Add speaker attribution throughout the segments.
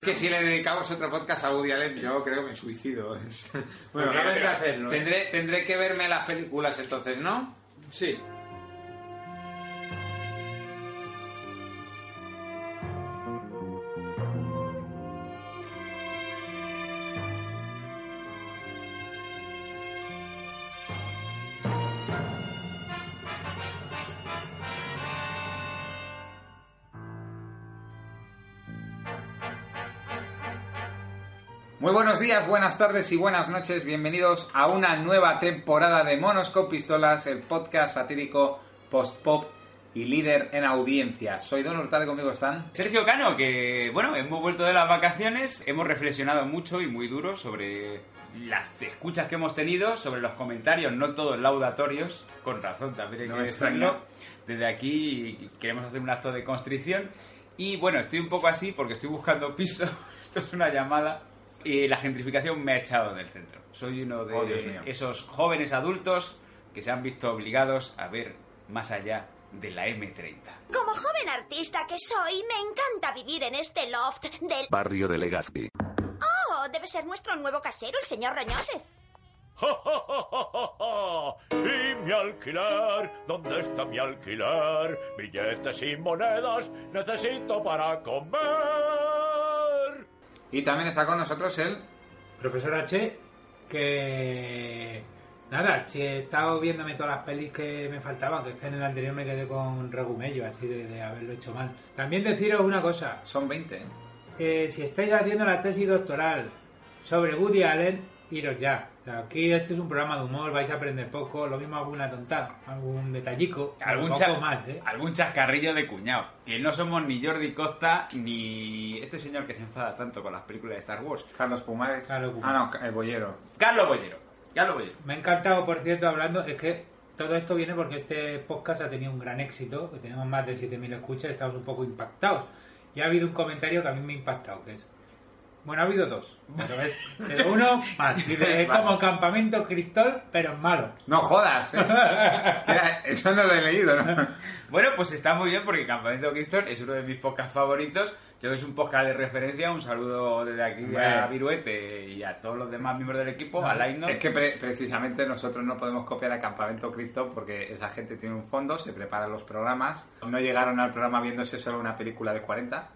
Speaker 1: Que si le dedicamos otro podcast a Woody Allen, yo creo que me suicido. Es- bueno,
Speaker 2: Habría que hacerlo, ¿eh?
Speaker 1: tendré, tendré que verme las películas entonces, ¿no?
Speaker 2: Sí.
Speaker 1: Muy buenos días, buenas tardes y buenas noches. Bienvenidos a una nueva temporada de Monos con Pistolas, el podcast satírico post-pop y líder en audiencia. Soy Don Hurtado y conmigo están.
Speaker 2: Sergio Cano, que bueno, hemos vuelto de las vacaciones, hemos reflexionado mucho y muy duro sobre las escuchas que hemos tenido, sobre los comentarios, no todos laudatorios, con razón también hay
Speaker 1: No
Speaker 2: que
Speaker 1: me
Speaker 2: decirlo.
Speaker 1: extraña.
Speaker 2: Desde aquí queremos hacer un acto de constricción y bueno, estoy un poco así porque estoy buscando piso, esto es una llamada y la gentrificación me ha echado del centro. Soy uno de
Speaker 1: Oh, Dios mío.
Speaker 2: esos jóvenes adultos que se han visto obligados a ver más allá de la M30.
Speaker 3: Como joven artista que soy, me encanta vivir en este loft del...
Speaker 4: Barrio de Legazpi.
Speaker 3: Oh, debe ser nuestro nuevo casero, el señor Roñose.
Speaker 5: Y mi alquiler, ¿dónde está mi alquiler? Billetes y monedas necesito para comer.
Speaker 1: Y también está con nosotros el.
Speaker 6: Profesor H, que nada, si he estado viéndome todas las pelis que me faltaban, que es que en el anterior me quedé con regumello, así de, de haberlo hecho mal. También deciros una cosa,
Speaker 1: Son 20, ¿eh?
Speaker 6: que si estáis haciendo la tesis doctoral sobre Woody Allen, iros ya. O sea, aquí este es un programa de humor, vais a aprender poco, lo mismo alguna tonta, algún detallico,
Speaker 2: Algún,
Speaker 6: poco
Speaker 2: chas-
Speaker 6: más, ¿eh?
Speaker 2: algún chascarrillo de cuñado. Que no somos ni Jordi Costa ni este señor que se enfada tanto con las películas de Star Wars.
Speaker 1: Carlos Pumares.
Speaker 6: Carlos Pumares.
Speaker 1: Ah, no, el Bollero.
Speaker 2: Carlos Bollero. Carlos Bollero.
Speaker 6: Me ha encantado, por cierto, hablando, es que todo esto viene porque este podcast ha tenido un gran éxito, que tenemos más de 7.000 escuchas, estamos un poco impactados. Y ha habido un comentario que a mí me ha impactado, que es... Bueno, ha habido dos, pero, es, pero uno más. Dice, es como campamento cristal, pero es malo.
Speaker 1: No jodas, ¿eh? Queda- Eso no lo he leído, ¿no?
Speaker 2: Bueno, pues está muy bien porque Campamento Cristón es uno de mis podcasts favoritos. Yo que es un podcast de referencia. Un saludo desde aquí a
Speaker 1: Bueno.
Speaker 2: Viruete y a todos los demás miembros del equipo, a Laino.
Speaker 1: Es que pre- precisamente nosotros no podemos copiar a Campamento Cripto porque esa gente tiene un fondo, se preparan los programas. No llegaron al programa viéndose solo una película de 40.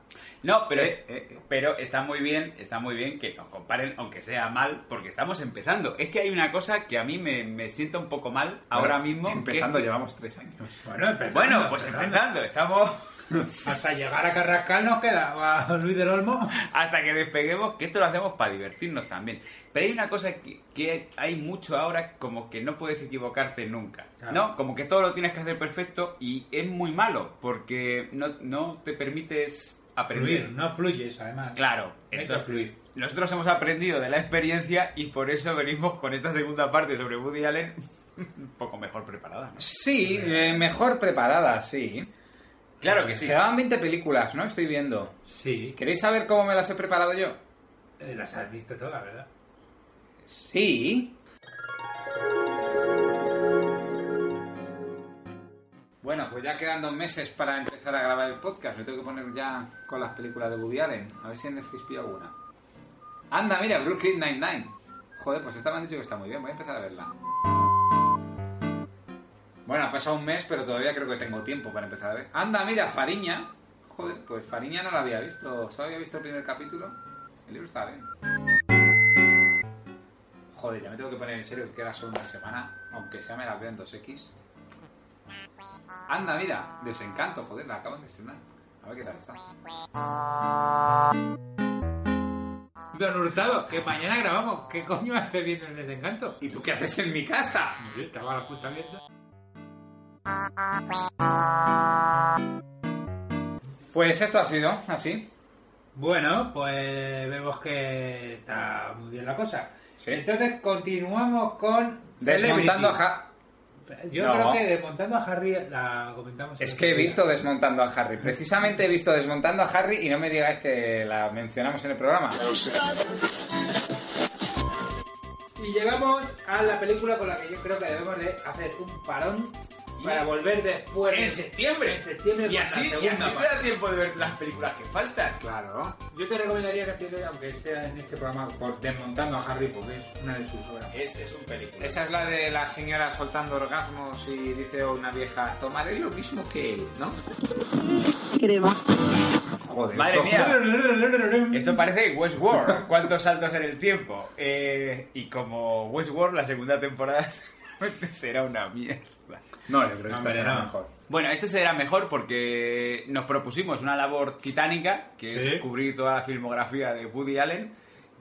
Speaker 2: No, pero,
Speaker 1: Eh, eh, eh.
Speaker 2: pero está muy bien, está muy bien que nos comparen, aunque sea mal, porque estamos empezando. Es que hay una cosa que a mí me, me siento un poco mal ahora
Speaker 1: Bueno,
Speaker 2: mismo. que-
Speaker 1: Empezando, llevamos tres años.
Speaker 6: Bueno, empezando,
Speaker 2: Bueno, pues empezando, estamos
Speaker 6: Hasta llegar a Carrascal nos queda, o a Luis del Olmo.
Speaker 2: hasta que despeguemos, que esto lo hacemos para divertirnos también. Pero hay una cosa que, que hay mucho ahora, como que no puedes equivocarte nunca,
Speaker 6: Claro.
Speaker 2: ¿no? Como que todo lo tienes que hacer perfecto y es muy malo, porque no, no te permites aprender.
Speaker 6: Fluir, no fluyes, además.
Speaker 2: Claro,
Speaker 6: Hay que
Speaker 2: entonces,
Speaker 6: fluir.
Speaker 2: nosotros hemos aprendido de la experiencia y por eso venimos con esta segunda parte sobre Woody Allen un poco mejor preparada, ¿no?
Speaker 1: Sí, eh, mejor preparada, sí.
Speaker 2: Claro que sí.
Speaker 1: Quedaban 20 películas, ¿no? Estoy viendo.
Speaker 6: Sí, que
Speaker 1: ¿Queréis saber cómo me las he preparado yo?
Speaker 6: eh, las has visto todas, ¿verdad?
Speaker 1: Sí. Bueno, pues ya quedan dos meses para empezar a grabar el podcast. Me tengo que poner ya con las películas de Woody Allen. A ver si en Netflix pillo alguna. Anda, mira, Brooklyn Nine-Nine. Joder, pues esta me han dicho que está muy bien. Voy a empezar a verla. Bueno, ha pasado un mes, pero todavía creo que tengo tiempo para empezar a ver. Anda, mira, Fariña. Joder, pues Fariña no la había visto. Solo había visto el primer capítulo. El libro está bien. Joder, ya me tengo que poner en serio que queda solo una semana, aunque sea me la veo en 2X. Anda, mira, desencanto, joder, la acaban de estrenar. A ver qué tal está.
Speaker 6: Don Hurtado, que mañana grabamos. ¿Qué coño haces viendo el desencanto?
Speaker 1: ¿Y tú qué haces en mi casa?
Speaker 6: Muy bien, estaba la puta abierta.
Speaker 1: Pues esto ha sido así.
Speaker 6: Bueno, pues vemos que está muy bien la cosa.
Speaker 1: Sí.
Speaker 6: Entonces continuamos con...
Speaker 1: Desmontando a
Speaker 6: Celebrity.
Speaker 1: Ja-
Speaker 6: Yo
Speaker 1: No.
Speaker 6: creo que desmontando a Harry la comentamos.
Speaker 1: Es
Speaker 6: en
Speaker 1: que he
Speaker 6: otro día.
Speaker 1: visto desmontando a Harry. Precisamente he visto desmontando a Harry y no me digáis que la mencionamos en el programa.
Speaker 6: Y llegamos a la película con la que yo creo que debemos de hacer un parón para volver después.
Speaker 2: En septiembre.
Speaker 6: En septiembre
Speaker 2: Y
Speaker 6: con
Speaker 2: así,
Speaker 6: la
Speaker 2: y así
Speaker 6: segunda
Speaker 2: te da tiempo de ver las películas que faltan.
Speaker 1: Claro.
Speaker 6: Yo te recomendaría que empieces, aunque esté en este programa, por desmontando a Harry, porque es una de sus obras.
Speaker 2: Este Es, es un película.
Speaker 1: Esa es la de la señora soltando orgasmos y dice una vieja, tomaré lo mismo que él, ¿no? Joder,
Speaker 2: Madre
Speaker 1: esto-
Speaker 2: mía. Esto parece Westworld. ¿Cuántos saltos en el tiempo? Eh, y como Westworld, la segunda temporada será una mierda.
Speaker 1: No, yo creo que
Speaker 6: Hombre,
Speaker 1: esta será
Speaker 6: no.
Speaker 1: mejor.
Speaker 2: Bueno, este será mejor porque nos propusimos una labor titánica, que
Speaker 6: Sí.
Speaker 2: es cubrir toda la filmografía de Woody Allen.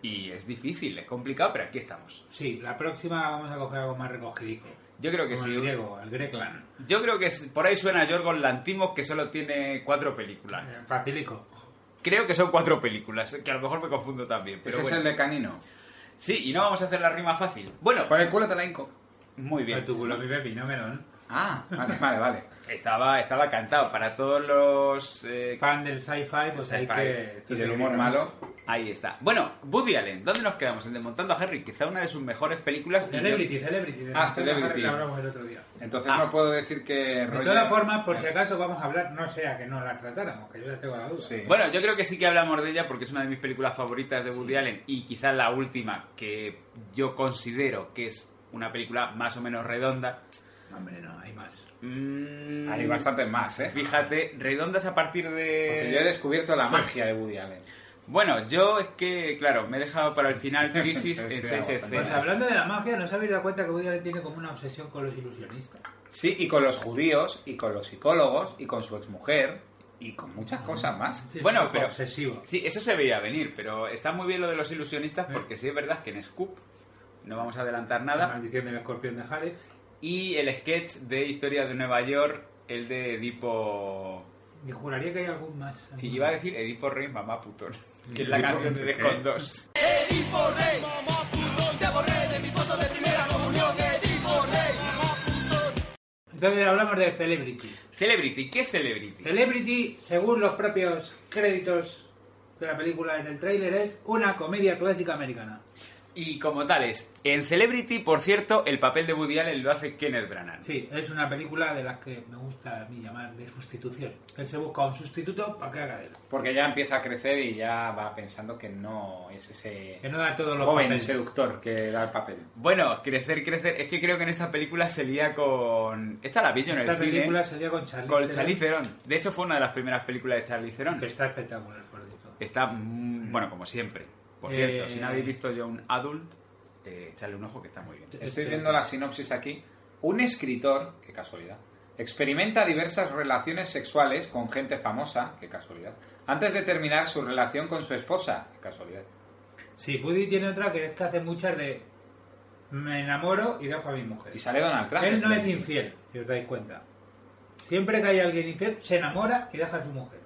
Speaker 2: Y es difícil, es complicado, pero aquí estamos.
Speaker 6: Sí, la próxima vamos a coger algo más recogidico.
Speaker 2: Yo creo que
Speaker 6: Como
Speaker 2: sí.
Speaker 6: el griego, el Greclan.
Speaker 2: Yo creo que es- por ahí suena Yorgos Lantimos, que solo tiene cuatro películas.
Speaker 6: Eh, Facilico.
Speaker 2: Creo que son cuatro películas, que a lo mejor me confundo también. Pero
Speaker 1: Ese
Speaker 2: bueno.
Speaker 1: es el de Pues- Canino.
Speaker 2: Sí, y no vamos a hacer la rima fácil. Bueno,
Speaker 1: Por el culo te la hinco.
Speaker 2: muy
Speaker 6: Bien.
Speaker 2: bien.
Speaker 6: tu culo, mi pepi, no melón.
Speaker 1: Ah, vale, vale, vale.
Speaker 2: Estaba, estaba cantado para todos los... eh,
Speaker 6: Fan del sci-fi, pues hay
Speaker 2: Sci-fi.
Speaker 6: que...
Speaker 1: Y del humor malo.
Speaker 2: ahí está. Bueno, Woody Allen, ¿dónde nos quedamos? En Desmontando a Harry, quizá una de sus mejores películas. y yo-
Speaker 6: Celebrity, celebrity.
Speaker 1: Ah,
Speaker 6: Desmontando a Harry,
Speaker 1: Celebrity.
Speaker 6: que hablamos el otro día.
Speaker 1: Entonces
Speaker 2: Ah.
Speaker 1: no puedo decir que...
Speaker 6: De todas formas, por si acaso vamos a hablar, no sea que no la tratáramos, que yo ya tengo la duda.
Speaker 1: Sí.
Speaker 2: Bueno, yo creo que sí que hablamos de ella porque es una de mis películas favoritas de Woody Allen y quizás la última que yo considero que es una película más o menos redonda.
Speaker 6: Hombre, no, hay más.
Speaker 2: Mm,
Speaker 1: Hay bastantes más, ¿eh?
Speaker 2: Fíjate, redondas a partir
Speaker 1: Porque yo he
Speaker 2: de...
Speaker 1: descubierto la magia de Woody Allen.
Speaker 2: Bueno, yo es que, claro, me he dejado para el final Crisis en
Speaker 1: Estoy
Speaker 2: seis
Speaker 1: agotado.
Speaker 6: Pues
Speaker 2: escenas.
Speaker 6: hablando de la magia, ¿no os habéis dado cuenta que Woody Allen tiene como una obsesión con los ilusionistas?
Speaker 1: Sí, y con los judíos, y con los psicólogos, y con su exmujer, y con muchas cosas más.
Speaker 6: Ah. Sí, es
Speaker 2: Bueno,
Speaker 6: un poco
Speaker 2: pero-
Speaker 6: Obsesivo.
Speaker 2: Sí, eso se veía venir, pero está muy bien lo de los ilusionistas porque sí es verdad que en Scoop no vamos a adelantar
Speaker 6: La
Speaker 2: nada.
Speaker 6: maldición del escorpión de Harry.
Speaker 2: Y el sketch de Historia de Nueva York, el de Edipo...
Speaker 6: Y juraría que hay algún más.
Speaker 2: Si iba a decir Edipo Rey, mamá putón. Que es la
Speaker 1: Edipo,
Speaker 2: canción de
Speaker 1: ¿qué?
Speaker 2: Descon 2.
Speaker 6: Entonces hablamos de Celebrity.
Speaker 2: Celebrity, ¿qué es Celebrity?
Speaker 6: Celebrity, según los propios créditos de la película en el tráiler, es una comedia clásica americana.
Speaker 2: Y como tales, en Celebrity, por cierto, el papel de Woody Allen lo hace Kenneth Branagh.
Speaker 6: Sí, es una película de las que me gusta a mí llamar de sustitución. Él se busca un sustituto para que haga de él.
Speaker 1: Porque ya empieza a crecer y ya va pensando que no es ese
Speaker 6: Que no da todos los
Speaker 1: joven
Speaker 6: papeles.
Speaker 1: seductor que da el papel.
Speaker 2: Bueno, crecer, crecer. Es que creo que en esta película se lía con. Esta la vi yo en
Speaker 6: Esta
Speaker 2: el cine.
Speaker 6: película salía con Charlie.
Speaker 2: Con Charlize Theron. De hecho, fue una de las primeras películas de Charlize Theron.
Speaker 6: Que está espectacular, por cierto.
Speaker 2: Está, mm, bueno, como siempre. Por
Speaker 6: Eh,
Speaker 2: cierto, si no habéis visto yo un adult, eh, echarle un ojo que está muy bien.
Speaker 1: Estoy viendo la sinopsis aquí. Un escritor, qué casualidad, experimenta diversas relaciones sexuales con gente famosa, qué casualidad, antes de terminar su relación con su esposa, qué casualidad.
Speaker 6: Sí, Woody tiene otra que es que hace muchas de me enamoro y dejo a mi mujer.
Speaker 1: Y sale Donald Trump.
Speaker 6: Él no es infiel, si os dais cuenta. Siempre que hay alguien infiel, se enamora y deja a su mujer.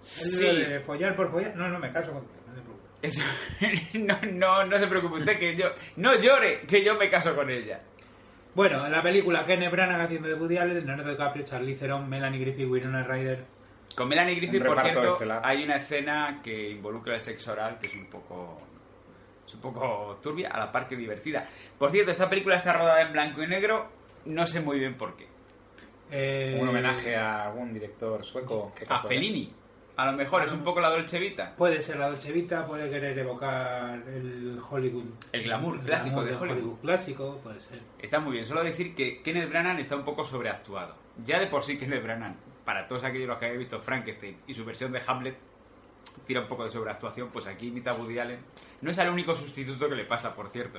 Speaker 6: Él
Speaker 2: Sí.
Speaker 6: lo de follar por follar. No, no me caso contigo, no te preocupes.
Speaker 2: Eso- no, no, no se preocupe usted que yo. No llore, que yo me caso con ella.
Speaker 6: Bueno, en la película Kenneth Branagh haciendo de Woody Allen, Leonardo DiCaprio, Charlize Theron, Melanie Griffith, Winona Ryder.
Speaker 2: Con Melanie Griffith,
Speaker 1: Un
Speaker 2: por
Speaker 1: reparto
Speaker 2: cierto,
Speaker 1: estelar.
Speaker 2: hay una escena que involucra el sexo oral que es un poco. Es un poco turbia, a la par que divertida. Por cierto, esta película está rodada en blanco y negro, no sé muy bien por qué.
Speaker 6: Eh,
Speaker 1: Un homenaje a algún director sueco. qué
Speaker 2: A
Speaker 1: casualidad.
Speaker 2: Fellini. A lo mejor es un poco la Dolce Vita.
Speaker 6: Puede ser la Dolce Vita, puede querer evocar el Hollywood.
Speaker 2: El glamour clásico de
Speaker 6: del
Speaker 2: Hollywood.
Speaker 6: clásico, puede ser.
Speaker 2: Está muy bien, solo decir que Kenneth Branagh está un poco sobreactuado. Ya de por sí Kenneth Branagh, para todos aquellos los que habéis visto Frankenstein y su versión de Hamlet, tira un poco de sobreactuación, pues aquí imita a Woody Allen. No es el único sustituto que le pasa, por cierto.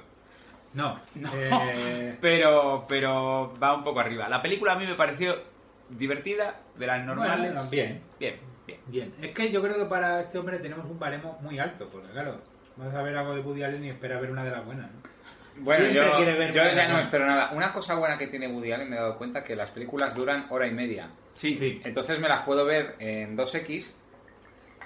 Speaker 6: No. eh,
Speaker 2: Pero, pero va un poco arriba. La película a mí me pareció divertida, de las normales.
Speaker 6: Bueno, bien.
Speaker 2: Bien, bien.
Speaker 6: Bien, es que yo creo que para este hombre tenemos un baremo muy alto, porque claro, vas a ver algo de Woody Allen y espera ver una de las buenas, ¿no?
Speaker 1: Bueno,
Speaker 6: Siempre
Speaker 1: yo,
Speaker 6: quiere ver
Speaker 1: yo
Speaker 6: buena
Speaker 1: ya no
Speaker 6: cosa.
Speaker 1: espero nada. Una cosa buena que tiene Woody Allen, me he dado cuenta que las películas duran hora y media.
Speaker 2: Sí.
Speaker 1: Entonces me las puedo ver en 2X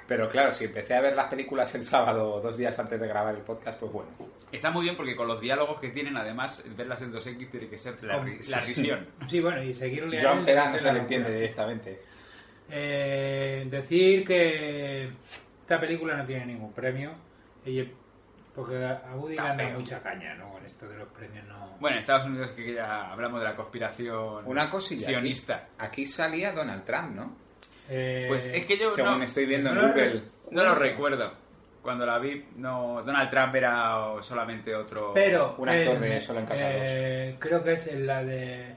Speaker 1: Pero claro, si empecé a ver las películas el sábado, dos días antes de grabar el podcast, pues bueno.
Speaker 2: Está muy bien porque con los diálogos que tienen, además, verlas en 2X tiene que ser la,
Speaker 6: Con-
Speaker 2: ri- la risión.
Speaker 6: Sí, bueno, y seguirle a
Speaker 1: Joan
Speaker 6: él
Speaker 1: Pera
Speaker 6: debe
Speaker 1: no
Speaker 6: ser
Speaker 1: se
Speaker 6: la
Speaker 1: le entiende
Speaker 6: locura.
Speaker 1: directamente.
Speaker 6: Eh, decir que esta película no tiene ningún premio. y- porque a Woody
Speaker 2: Está
Speaker 6: le han dado
Speaker 2: feo.
Speaker 6: mucha caña, ¿no? Con esto de los premios no...
Speaker 2: Bueno, en Estados Unidos que ya hablamos de la conspiración
Speaker 1: Una cosilla. aquí-
Speaker 2: sionista.
Speaker 1: Aquí, salía Donald Trump, ¿no?
Speaker 6: Eh,
Speaker 2: Pues es que yo
Speaker 1: Según
Speaker 2: no,
Speaker 1: estoy viendo en
Speaker 6: no,
Speaker 1: Google.
Speaker 2: no lo recuerdo. Cuando la vi, no Donald Trump era solamente otro...
Speaker 6: Pero...
Speaker 1: Un actor
Speaker 6: en-
Speaker 1: de Solo en Casa
Speaker 6: eh, Creo que es en la de...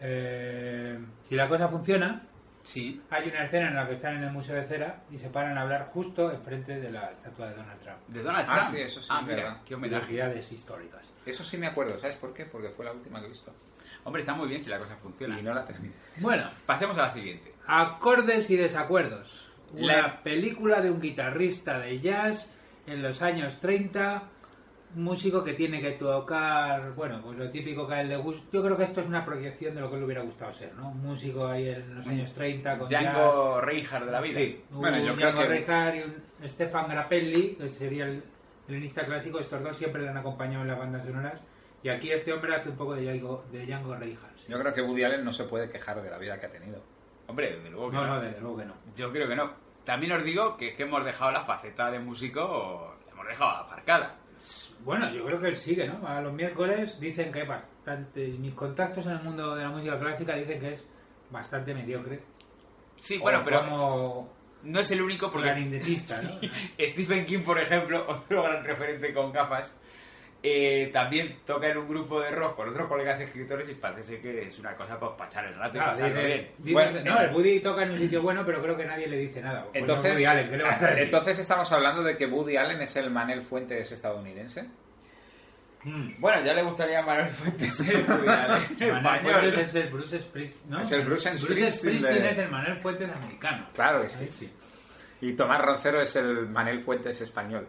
Speaker 6: eh, si la cosa funciona,
Speaker 2: Sí.
Speaker 6: hay una escena en la que están en el Museo de Cera y se paran a hablar justo enfrente de la estatua de Donald Trump.
Speaker 2: De Donald
Speaker 1: Ah,
Speaker 2: Trump.
Speaker 1: sí, eso sí,
Speaker 2: Ah,
Speaker 1: es
Speaker 2: mira,
Speaker 1: verdad.
Speaker 2: qué homenaje.
Speaker 6: Curiosidades históricas.
Speaker 1: Eso sí me acuerdo, ¿sabes por qué? Porque fue la última que he visto.
Speaker 2: Hombre, está muy bien si la cosa funciona.
Speaker 1: Y no la terminé.
Speaker 6: Bueno,
Speaker 2: Pasemos a la siguiente.
Speaker 6: Acordes y desacuerdos. Una
Speaker 2: La-
Speaker 6: película de un guitarrista de jazz en los años 30. Un músico que tiene que tocar, bueno, pues lo típico que a él le gusta. Yo creo que esto es una proyección de lo que le hubiera gustado ser, ¿no? Un músico ahí en los años 30 con jazz.
Speaker 2: Django Reinhardt de la vida.
Speaker 6: Sí,
Speaker 1: Bueno,
Speaker 6: un
Speaker 1: yo creo
Speaker 6: Django
Speaker 1: que-
Speaker 6: Reinhardt y un Stefan Grappelli, que sería el violinista clásico. Estos dos siempre le han acompañado en las bandas sonoras. Y aquí este hombre hace un poco de Django, de Django Reinhardt. sí.
Speaker 1: Yo creo que Woody Allen no se puede quejar de la vida que ha tenido.
Speaker 2: Hombre, desde luego que
Speaker 6: No,
Speaker 2: no.
Speaker 6: no, desde luego que no.
Speaker 2: Yo creo que no. También os digo que es que hemos dejado la faceta de músico, la hemos dejado aparcada.
Speaker 6: Bueno, yo creo que él sigue, ¿no? A los miércoles dicen que es bastante. Mis contactos en el mundo de la música clásica dicen que es bastante mediocre.
Speaker 2: Sí, bueno,
Speaker 6: O
Speaker 2: pero
Speaker 6: Como
Speaker 2: no es el único porque
Speaker 6: clarinetista, ¿no?
Speaker 2: Stephen King, por ejemplo, otro gran referente con gafas, eh, también toca en un grupo de rock con otros colegas escritores y parece que es una cosa para pachar el rato y
Speaker 6: Claro,
Speaker 2: pasarlo
Speaker 6: dice-
Speaker 2: bien.
Speaker 6: dice-
Speaker 1: Bueno,
Speaker 6: no,
Speaker 1: eh,
Speaker 6: el Woody toca en un sitio bueno, pero creo que nadie le dice nada. Pues no,
Speaker 1: Entonces,
Speaker 6: Woody Allen, ¿qué le vas a decir?
Speaker 1: entonces estamos hablando de que Woody Allen es el Manel Fuentes estadounidense.
Speaker 6: Mm.
Speaker 2: Bueno, ya le gustaría a Manuel Fuentes ser ¿eh?
Speaker 6: Manuel
Speaker 2: español.
Speaker 6: Fuentes es el Bruce Springsteen, ¿no?
Speaker 1: Es el Bruce Springsteen
Speaker 6: Springsteen
Speaker 1: de-
Speaker 6: es el Manuel Fuentes americano.
Speaker 1: Claro que sí.
Speaker 6: Ahí sí.
Speaker 1: Y Tomás Roncero es el Manel Fuentes español.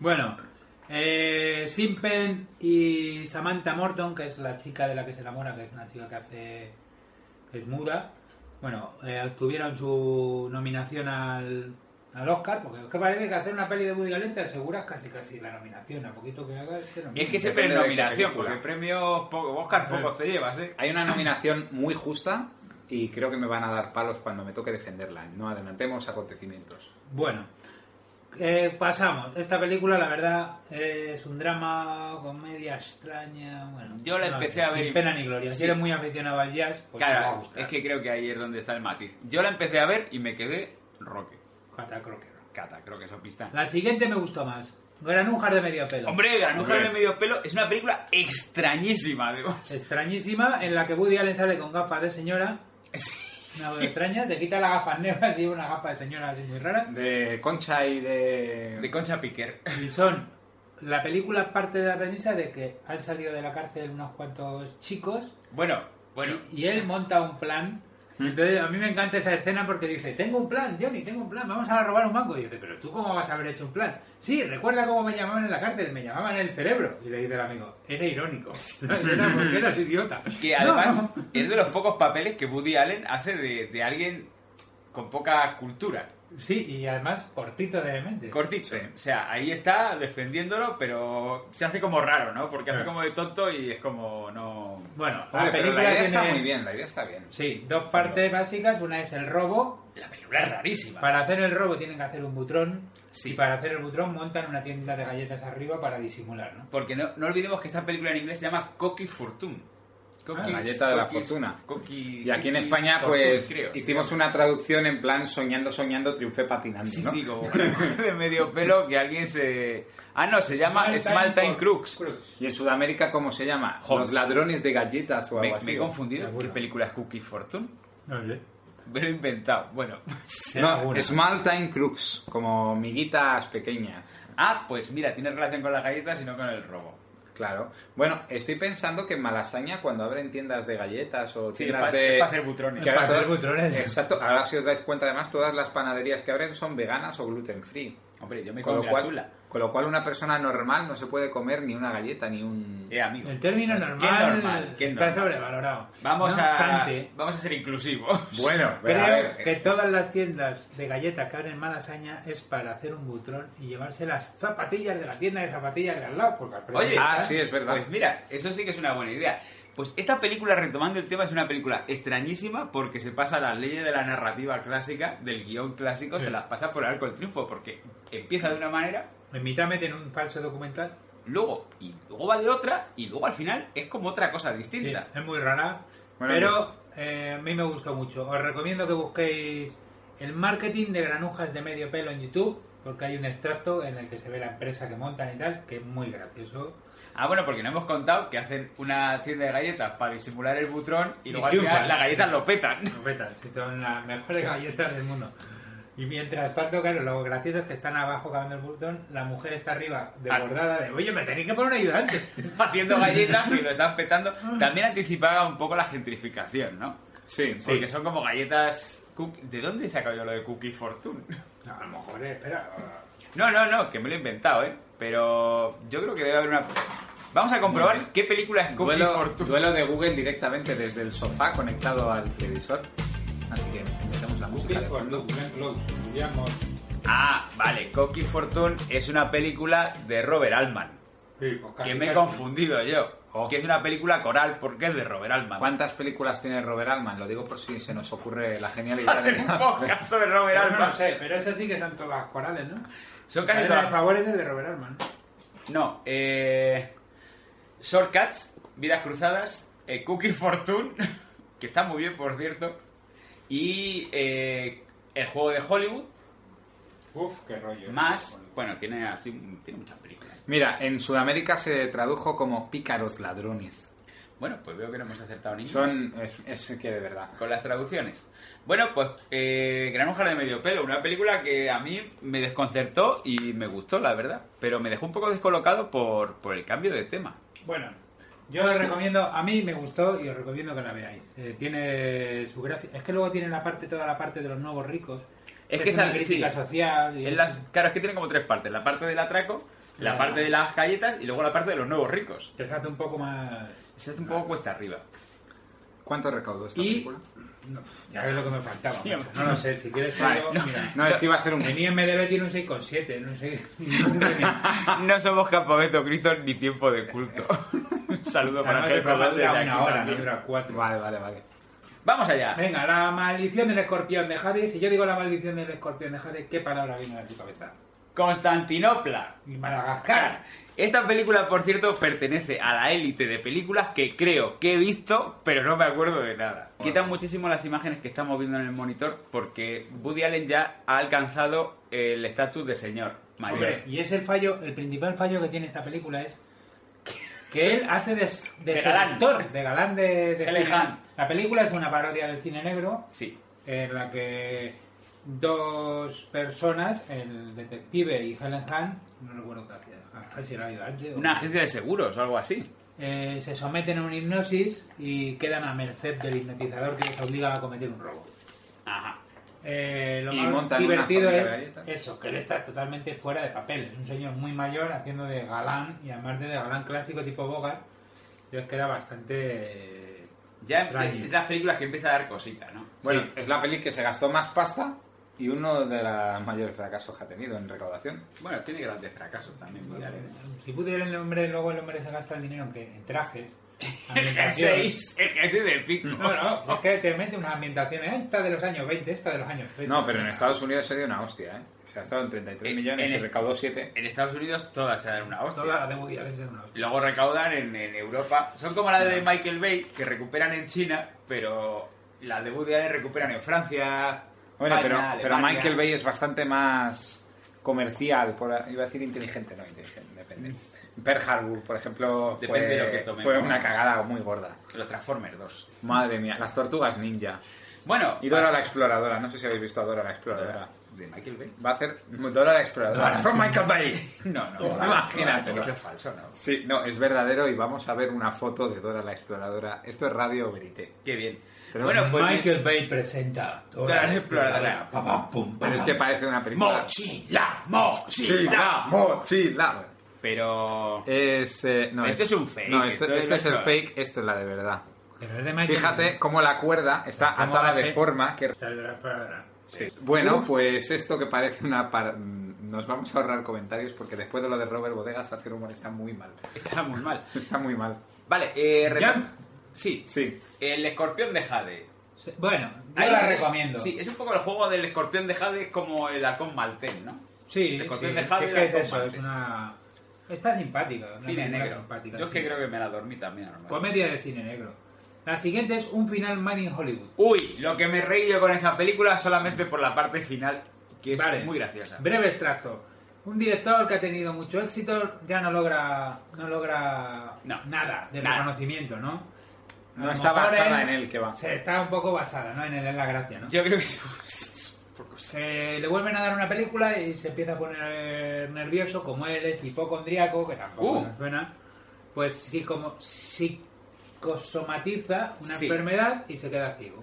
Speaker 6: Bueno, eh, Simpen y Samantha Morton, que es la chica de la que se enamora, que es una chica que hace. que es muda, bueno, eh, obtuvieron su nominación al, al Oscar, porque es que parece que hacer una peli de Woody Allen te aseguras casi casi la nominación, a poquito que hagas. te
Speaker 2: Y
Speaker 6: nominan.
Speaker 2: es que siempre
Speaker 1: Depende
Speaker 2: es
Speaker 1: de qué
Speaker 2: nominación,
Speaker 1: película.
Speaker 2: porque premios, poco, Oscar pocos te llevas, ¿eh?
Speaker 1: Hay una nominación muy justa y creo que me van a dar palos cuando me toque defenderla. No adelantemos acontecimientos.
Speaker 6: Bueno, eh, pasamos. Esta película, la verdad, eh, es un drama, comedia extraña. Bueno,
Speaker 2: Yo la
Speaker 6: no
Speaker 2: empecé
Speaker 6: sé,
Speaker 2: a ver y-
Speaker 6: Sin pena ni gloria.
Speaker 2: sí.
Speaker 6: Si eres muy aficionado al jazz, pues te va a
Speaker 2: Claro,
Speaker 6: gustar.
Speaker 2: es que creo que ahí es donde está el matiz. Yo la empecé a ver y me quedé roque.
Speaker 6: Cata, creo que no.
Speaker 2: Cata, creo que eso pista.
Speaker 6: La siguiente me gustó más. Granujas de medio pelo.
Speaker 2: Hombre, Granuja
Speaker 1: Hombre.
Speaker 2: de medio pelo es una película extrañísima, además.
Speaker 6: Extrañísima, en la que Woody Allen sale con gafas de señora. Una cosa extraña, se quita las gafas negras y lleva una gafa de señora así muy rara.
Speaker 1: De Concha y de...
Speaker 2: De Concha Piquer.
Speaker 6: Y son... La película parte de la premisa de que han salido de la cárcel unos cuantos chicos
Speaker 2: Bueno, bueno.
Speaker 6: y él monta un plan. Entonces, a mí me encanta esa escena porque dice, tengo un plan, Johnny, tengo un plan, vamos a robar un banco. Y dice, pero tú cómo vas a haber hecho un plan. Sí, recuerda cómo me llamaban en la cárcel, me llamaban el cerebro. Y le dice el amigo, era irónico. Era porque eras idiota.
Speaker 2: Que
Speaker 6: No.
Speaker 2: además es de los pocos papeles que Woody Allen hace de, de alguien con poca cultura.
Speaker 6: Sí, y además cortito de mente.
Speaker 2: Cortito. O sea, ahí está defendiéndolo, pero se hace como raro, ¿no? Porque hace como de tonto y es como no...
Speaker 6: bueno,
Speaker 1: Hombre,
Speaker 6: la
Speaker 1: pero
Speaker 6: película
Speaker 1: la idea está
Speaker 6: tiene-
Speaker 1: muy bien, la idea está bien.
Speaker 6: Sí, dos partes básicas. Una es el robo.
Speaker 2: La película es rarísima.
Speaker 6: Para hacer el robo tienen que hacer un butrón.
Speaker 2: Sí.
Speaker 6: Y para hacer el butrón montan una tienda de galletas arriba para disimular, ¿no?
Speaker 2: Porque no, no olvidemos que esta película en inglés se llama Cookie Fortune. Cookies-
Speaker 1: la galleta de la
Speaker 2: cookies-
Speaker 1: fortuna.
Speaker 2: cookie-
Speaker 1: Y aquí en
Speaker 2: cookies
Speaker 1: España,
Speaker 2: fortune,
Speaker 1: pues,
Speaker 2: creo.
Speaker 1: hicimos una traducción en plan soñando, soñando, triunfé patinando,
Speaker 2: Sí,
Speaker 1: ¿no?
Speaker 2: sí, como de medio pelo que alguien se... Ah, no, se llama
Speaker 6: Small Time
Speaker 2: Small Time
Speaker 6: for-
Speaker 2: Crooks.
Speaker 1: ¿Y en Sudamérica cómo se llama? Los ladrones de galletas o
Speaker 2: Me,
Speaker 1: algo
Speaker 2: me
Speaker 1: así.
Speaker 2: he confundido.
Speaker 6: Ah, bueno.
Speaker 2: ¿Qué película es Cookie Fortune?
Speaker 6: No sé.
Speaker 2: Me lo he inventado. Bueno. pues
Speaker 1: No,
Speaker 6: Alguna.
Speaker 1: Small Time Crooks, como miguitas pequeñas.
Speaker 2: Ah, pues mira, tiene relación con las galletas y no con el robo.
Speaker 1: Claro. Bueno, estoy pensando que en Malasaña, cuando abren tiendas de galletas o
Speaker 2: Sí,
Speaker 1: tiendas
Speaker 2: pa-
Speaker 1: de.
Speaker 2: es pa' hacer butrones.
Speaker 1: que ahora
Speaker 6: Es pa' hacer
Speaker 1: todas-
Speaker 6: butrones.
Speaker 1: Exacto. Ahora, si os dais cuenta, además, todas las panaderías que abren son veganas o gluten free.
Speaker 2: Hombre, yo me
Speaker 1: Con lo,
Speaker 2: congratula.
Speaker 1: cual, con lo cual, una persona normal no se puede comer ni una galleta ni un.
Speaker 2: Eh, amigo.
Speaker 6: El término
Speaker 2: ¿Qué
Speaker 6: normal,
Speaker 2: normal? ¿Qué
Speaker 6: está
Speaker 2: normal?
Speaker 6: sobrevalorado.
Speaker 2: Vamos,
Speaker 6: No
Speaker 2: a,
Speaker 6: obstante,
Speaker 2: vamos a ser inclusivos.
Speaker 1: Bueno, pero a
Speaker 6: Creo
Speaker 1: ver, eh,
Speaker 6: que todas las tiendas de galletas que abren en Malasaña es para hacer un butrón y llevarse las zapatillas de la tienda de zapatillas de al lado. Porque al precio
Speaker 2: Oye,
Speaker 6: que
Speaker 1: ah,
Speaker 6: están-
Speaker 1: sí, es verdad.
Speaker 2: Pues mira, eso sí que es una buena idea. Pues esta película, retomando el tema, es una película extrañísima porque se pasa las leyes de la narrativa clásica, del guión clásico, se las pasa por el arco del triunfo porque empieza de una manera,
Speaker 6: En mitad meten un falso documental.
Speaker 2: luego, y luego va de otra, y luego al final es como otra cosa
Speaker 6: Sí,
Speaker 2: distinta.
Speaker 6: es muy rara.
Speaker 1: Bueno,
Speaker 6: pero eh, a mí me gustó mucho. Os recomiendo que busquéis el marketing de granujas de medio pelo en YouTube. Porque hay un extracto en el que se ve la empresa que montan y tal, que es muy gracioso.
Speaker 2: Ah, bueno, porque no hemos contado que hacen una tienda de galletas para disimular el butrón y
Speaker 6: Y
Speaker 2: luego al final
Speaker 6: triunfan.
Speaker 2: las galletas lo petan.
Speaker 6: Profetas, que son las mejores galletas del mundo. Y mientras tanto, claro, lo gracioso es que están abajo cavando el botón, la mujer está arriba, desbordada, de oye, me tenéis que poner un ayudante.
Speaker 2: haciendo galletas y lo están petando. También anticipaba un poco la gentrificación, ¿no?
Speaker 1: Sí, sí.
Speaker 2: Porque son como galletas... cook- ¿De dónde he sacado yo lo de Cookie Fortune?
Speaker 6: No, a lo mejor, eh, espera.
Speaker 2: No, no, no, que me lo he inventado, ¿eh? Pero yo creo que debe haber una... Vamos a comprobar qué película es Cookie
Speaker 1: Duelo,
Speaker 2: Fortune.
Speaker 1: duelo de Google directamente desde el sofá conectado al televisor. Así que metemos la música. de
Speaker 6: pues,
Speaker 1: fondo.
Speaker 2: Ah, vale, Cookie Fortune es una película de Robert Altman.
Speaker 6: pues,
Speaker 2: Que me he confundido yo.
Speaker 1: Oh.
Speaker 2: Que es una película coral porque es de Robert Altman.
Speaker 1: ¿Cuántas películas tiene Robert Altman? Lo digo por si se nos ocurre la genial idea
Speaker 2: Hacer
Speaker 1: de...
Speaker 2: un podcast sobre Oh, Robert
Speaker 6: Pero no
Speaker 2: Altman.
Speaker 6: lo sé, pero eso sí que son todas corales, ¿no?
Speaker 2: Son casi
Speaker 6: Cadena
Speaker 2: todas-
Speaker 6: de favores es de Robert Altman.
Speaker 2: No, eh. Shortcuts, Vidas Cruzadas, eh, Cookie Fortune, que está muy bien, por cierto. Y eh, el juego de Hollywood,
Speaker 6: Uf, qué rollo.
Speaker 2: más. Bueno, tiene así tiene muchas películas.
Speaker 1: Mira, en Sudamérica se tradujo como pícaros ladrones.
Speaker 2: Bueno, pues veo que no hemos acertado ninguna.
Speaker 1: Son... Es, es que de verdad.
Speaker 2: Con las traducciones. Bueno, pues eh, Granuja de Medio Pelo, una película que a mí me desconcertó y me gustó, la verdad. Pero me dejó un poco descolocado por, por el cambio de tema.
Speaker 6: Bueno, yo os recomiendo, a mí me gustó y os recomiendo que la veáis. Eh, tiene su gracia. Es que luego tiene la parte, toda la parte de los nuevos ricos.
Speaker 2: Es que
Speaker 6: una
Speaker 2: esa-
Speaker 6: crítica
Speaker 2: sí.
Speaker 6: social. y-
Speaker 2: Es las, claro, es que tiene como tres partes. La parte del atraco, la
Speaker 6: Claro.
Speaker 2: parte de las galletas y luego la parte de los nuevos ricos.
Speaker 6: que se hace un poco más.
Speaker 2: Se hace un poco cuesta arriba.
Speaker 1: ¿Cuánto recaudó esta
Speaker 6: Y-
Speaker 1: película?
Speaker 6: no, ya es lo que me faltaba.
Speaker 2: Sí,
Speaker 6: macho.
Speaker 2: hombre.
Speaker 6: no lo sé, si quieres. te
Speaker 1: Vale,
Speaker 6: digo,
Speaker 1: no,
Speaker 6: eh, mira,
Speaker 1: no, es que iba a hacer un...
Speaker 6: En IMDB tiene un 6,7, no sé. Además,
Speaker 2: no somos Campamento Cristo ni tiempo de culto. un saludo para
Speaker 6: el
Speaker 2: Ángel
Speaker 6: programa
Speaker 2: Cobas desde
Speaker 6: dura
Speaker 2: aquí
Speaker 6: una hora, no
Speaker 2: también.
Speaker 6: dura cuatro.
Speaker 1: Vale, vale, vale.
Speaker 2: Vamos allá.
Speaker 6: Venga, la maldición del escorpión de Hades. Si yo digo la maldición del escorpión de Hades, ¿qué palabra viene a tu cabeza?
Speaker 2: Constantinopla.
Speaker 6: Y Madagascar.
Speaker 2: Esta película, por cierto, pertenece a la élite de películas que creo que he visto, pero no me acuerdo de nada. Quitan muchísimo las imágenes que estamos viendo en el monitor porque Woody Allen ya ha alcanzado el estatus de señor mayor.
Speaker 6: Hombre, y es el fallo, el principal fallo que tiene esta película es que él hace de, s- de
Speaker 2: De
Speaker 6: seductor, de galán de, de
Speaker 2: Helen
Speaker 6: cine.
Speaker 2: Hunt.
Speaker 6: La película es una parodia del cine negro
Speaker 2: Sí.
Speaker 6: en la que dos personas, el detective y Helen Hunt, no recuerdo qué hacía, ah, si era ayudante o-
Speaker 2: Una agencia de seguros o algo así.
Speaker 6: eh, se someten a una hipnosis y quedan a merced del hipnotizador que les obliga a cometer un robo.
Speaker 2: Ajá.
Speaker 6: Eh, lo
Speaker 1: Y
Speaker 6: más
Speaker 1: montan una
Speaker 6: divertido
Speaker 1: fábrica de
Speaker 6: es
Speaker 1: galletas.
Speaker 6: eso, que él está totalmente fuera de papel. Es un señor muy mayor haciendo de galán y además de, de galán clásico tipo Bogart. Yo es que era bastante... eh,
Speaker 2: Ya
Speaker 6: extraño.
Speaker 2: es las películas que empieza a dar cosita, ¿no?
Speaker 1: Bueno, es la peli que se gastó más pasta y uno de los mayores fracasos que ha tenido en recaudación.
Speaker 2: Bueno, tiene grandes fracasos también, Woody Allen.
Speaker 6: Si pudiera el hombre, luego el hombre se gasta el dinero aunque en trajes.
Speaker 2: El jersey,
Speaker 6: ambientaciones.
Speaker 2: el jersey de pico.
Speaker 6: No, no, es que te mete unas ambientaciones. "Ah, Esta de los años 20, esta de los años 30.
Speaker 1: No, pero en Estados Unidos se dio una hostia, ¿eh? Se gastaron 33
Speaker 2: En-
Speaker 1: millones
Speaker 2: en
Speaker 1: y
Speaker 2: est-
Speaker 1: recaudó 7.
Speaker 2: En Estados Unidos todas se dan una hostia.
Speaker 6: Todas las de Woody Allen son unos-
Speaker 2: Luego recaudan en, en Europa. Son como las de Michael Bay, que recuperan en China, pero las de Woody Allen recuperan en Francia.
Speaker 1: Bueno, pero,
Speaker 2: España,
Speaker 1: pero
Speaker 2: Alemania.
Speaker 1: Michael Bay es bastante más comercial, por, iba a decir inteligente, no inteligente, depende. Pearl Harbor, por ejemplo, fue,
Speaker 2: Mm. Depende de lo que tomemos.
Speaker 1: fue una cagada muy gorda.
Speaker 2: Los Transformers 2.
Speaker 1: Madre mía, las tortugas ninja.
Speaker 2: Bueno,
Speaker 1: Y Dora
Speaker 2: pas-
Speaker 1: la exploradora, no sé si habéis visto a Dora la exploradora.
Speaker 2: de Michael Bay.
Speaker 1: Va a hacer Dora la exploradora. Oh From Michael Bay.
Speaker 2: No, no,
Speaker 1: Pues
Speaker 2: no,
Speaker 1: imagínatelo.
Speaker 2: no, Eso es falso, ¿no?
Speaker 1: Sí, no, es verdadero y vamos a ver una foto de Dora la exploradora. Esto es Radio Verité.
Speaker 2: Qué bien.
Speaker 1: Tenemos
Speaker 2: bueno, pues bien.
Speaker 4: Michael Bay presenta.
Speaker 2: Dora la exploradora.
Speaker 4: Pa, pam, pum,
Speaker 1: Pero es
Speaker 4: pam.
Speaker 1: que parece una película.
Speaker 4: Mochila, mochila.
Speaker 1: Mochila, mochila.
Speaker 2: Pero...
Speaker 1: Es, eh, no,
Speaker 2: Este es un fake,
Speaker 1: No,
Speaker 2: esto
Speaker 1: este,
Speaker 2: es
Speaker 1: este
Speaker 2: lo
Speaker 1: es el
Speaker 2: hecho.
Speaker 1: fake, esta es la de verdad.
Speaker 6: Pero es de Michael
Speaker 1: Fíjate
Speaker 6: Bay.
Speaker 1: cómo la cuerda está
Speaker 6: ¿Cómo
Speaker 1: atada
Speaker 6: va a
Speaker 1: de
Speaker 6: ser?
Speaker 1: forma que...
Speaker 6: Está el de la exploradora.
Speaker 1: Sí. Bueno, pues esto que parece una... par- mm, Nos vamos a ahorrar comentarios porque después de lo de Robert Bodegas hacer humor está muy mal.
Speaker 2: Está muy mal.
Speaker 1: Está muy mal.
Speaker 2: Vale, eh... repa-
Speaker 6: ¿Ya?
Speaker 2: Sí.
Speaker 1: Sí.
Speaker 2: El escorpión de Jade.
Speaker 6: Sí, Bueno, yo
Speaker 2: Ahí
Speaker 6: la
Speaker 2: es-
Speaker 6: recomiendo.
Speaker 2: Sí, es un poco el juego del escorpión de Jade, es como el halcón maltén, ¿no?
Speaker 6: Sí,
Speaker 2: El
Speaker 6: sí,
Speaker 2: control de
Speaker 6: es
Speaker 2: Javi
Speaker 6: que
Speaker 2: la
Speaker 6: es eso,
Speaker 2: compartes.
Speaker 6: es una... Está simpática. una
Speaker 2: Cine
Speaker 6: película
Speaker 2: negro.
Speaker 6: simpática,
Speaker 2: Yo es que
Speaker 6: sí.
Speaker 2: creo que me la dormí también. a lo mejor.
Speaker 6: Comedia de cine negro. La siguiente es Un final Made in Hollywood.
Speaker 2: Uy, lo que me reí yo con esa película solamente por la parte final, que es
Speaker 6: Vale.
Speaker 2: muy graciosa.
Speaker 6: Breve extracto. Un director que ha tenido mucho éxito ya no logra no logra
Speaker 2: No.
Speaker 6: nada de
Speaker 2: Nada.
Speaker 6: reconocimiento, ¿no? A
Speaker 1: No
Speaker 6: lo
Speaker 1: está
Speaker 6: mejor
Speaker 1: basada en él, que va.
Speaker 6: Se está un poco basada, ¿no? En él es la gracia, ¿no?
Speaker 2: Yo creo que es un poco se-
Speaker 6: Se le vuelven a dar una película y se empieza a poner eh, nervioso, como él es hipocondriaco, que tampoco
Speaker 2: Uh.
Speaker 6: nos suena, pues sí como psicosomatiza una
Speaker 2: Sí.
Speaker 6: enfermedad y se queda ciego.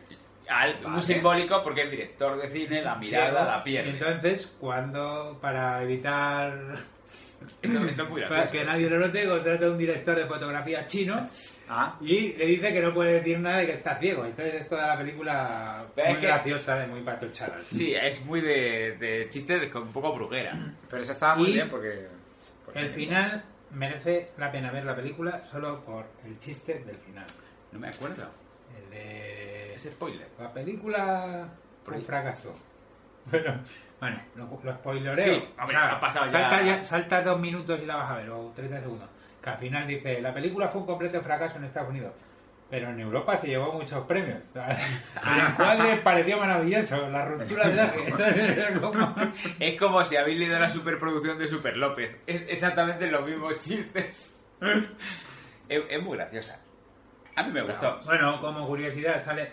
Speaker 2: al- muy
Speaker 6: Vale.
Speaker 2: simbólico porque es director de cine, la mirada,
Speaker 6: Ciego,
Speaker 2: la piel.
Speaker 6: y Entonces, cuando, para evitar
Speaker 2: esto, esto es muy
Speaker 6: para
Speaker 2: gracioso.
Speaker 6: que nadie lo note, contrata a un director de fotografía chino
Speaker 1: Ah,
Speaker 6: y le dice que no puede decir nada de que está ciego. Entonces es toda la película
Speaker 2: Pero es
Speaker 6: muy
Speaker 2: que-
Speaker 6: graciosa, de muy patochada.
Speaker 2: Sí, es muy de, de chiste de- un poco bruguera.
Speaker 1: pero esa estaba muy
Speaker 6: Y-
Speaker 1: bien porque... porque-
Speaker 6: El final merece la pena ver la película solo por el chiste del final.
Speaker 2: No me acuerdo.
Speaker 6: El de...
Speaker 2: Es spoiler.
Speaker 6: La película fue un fracaso. Bueno, bueno lo, lo spoilereo.
Speaker 2: Sí, hombre, ha pasado ya-
Speaker 6: salta, salta dos minutos y la vas a ver, o 30 segundos. Que al final dice, la película fue un completo fracaso en Estados Unidos. Pero en Europa se llevó muchos premios. O sea, El encuadre pareció maravilloso, la ruptura de lazo. Entonces, era como-
Speaker 2: Es como si habéis leído la superproducción de Super López. Es exactamente los mismos chistes. es, es muy graciosa. A mí me gustó.
Speaker 6: Bueno, como curiosidad, sale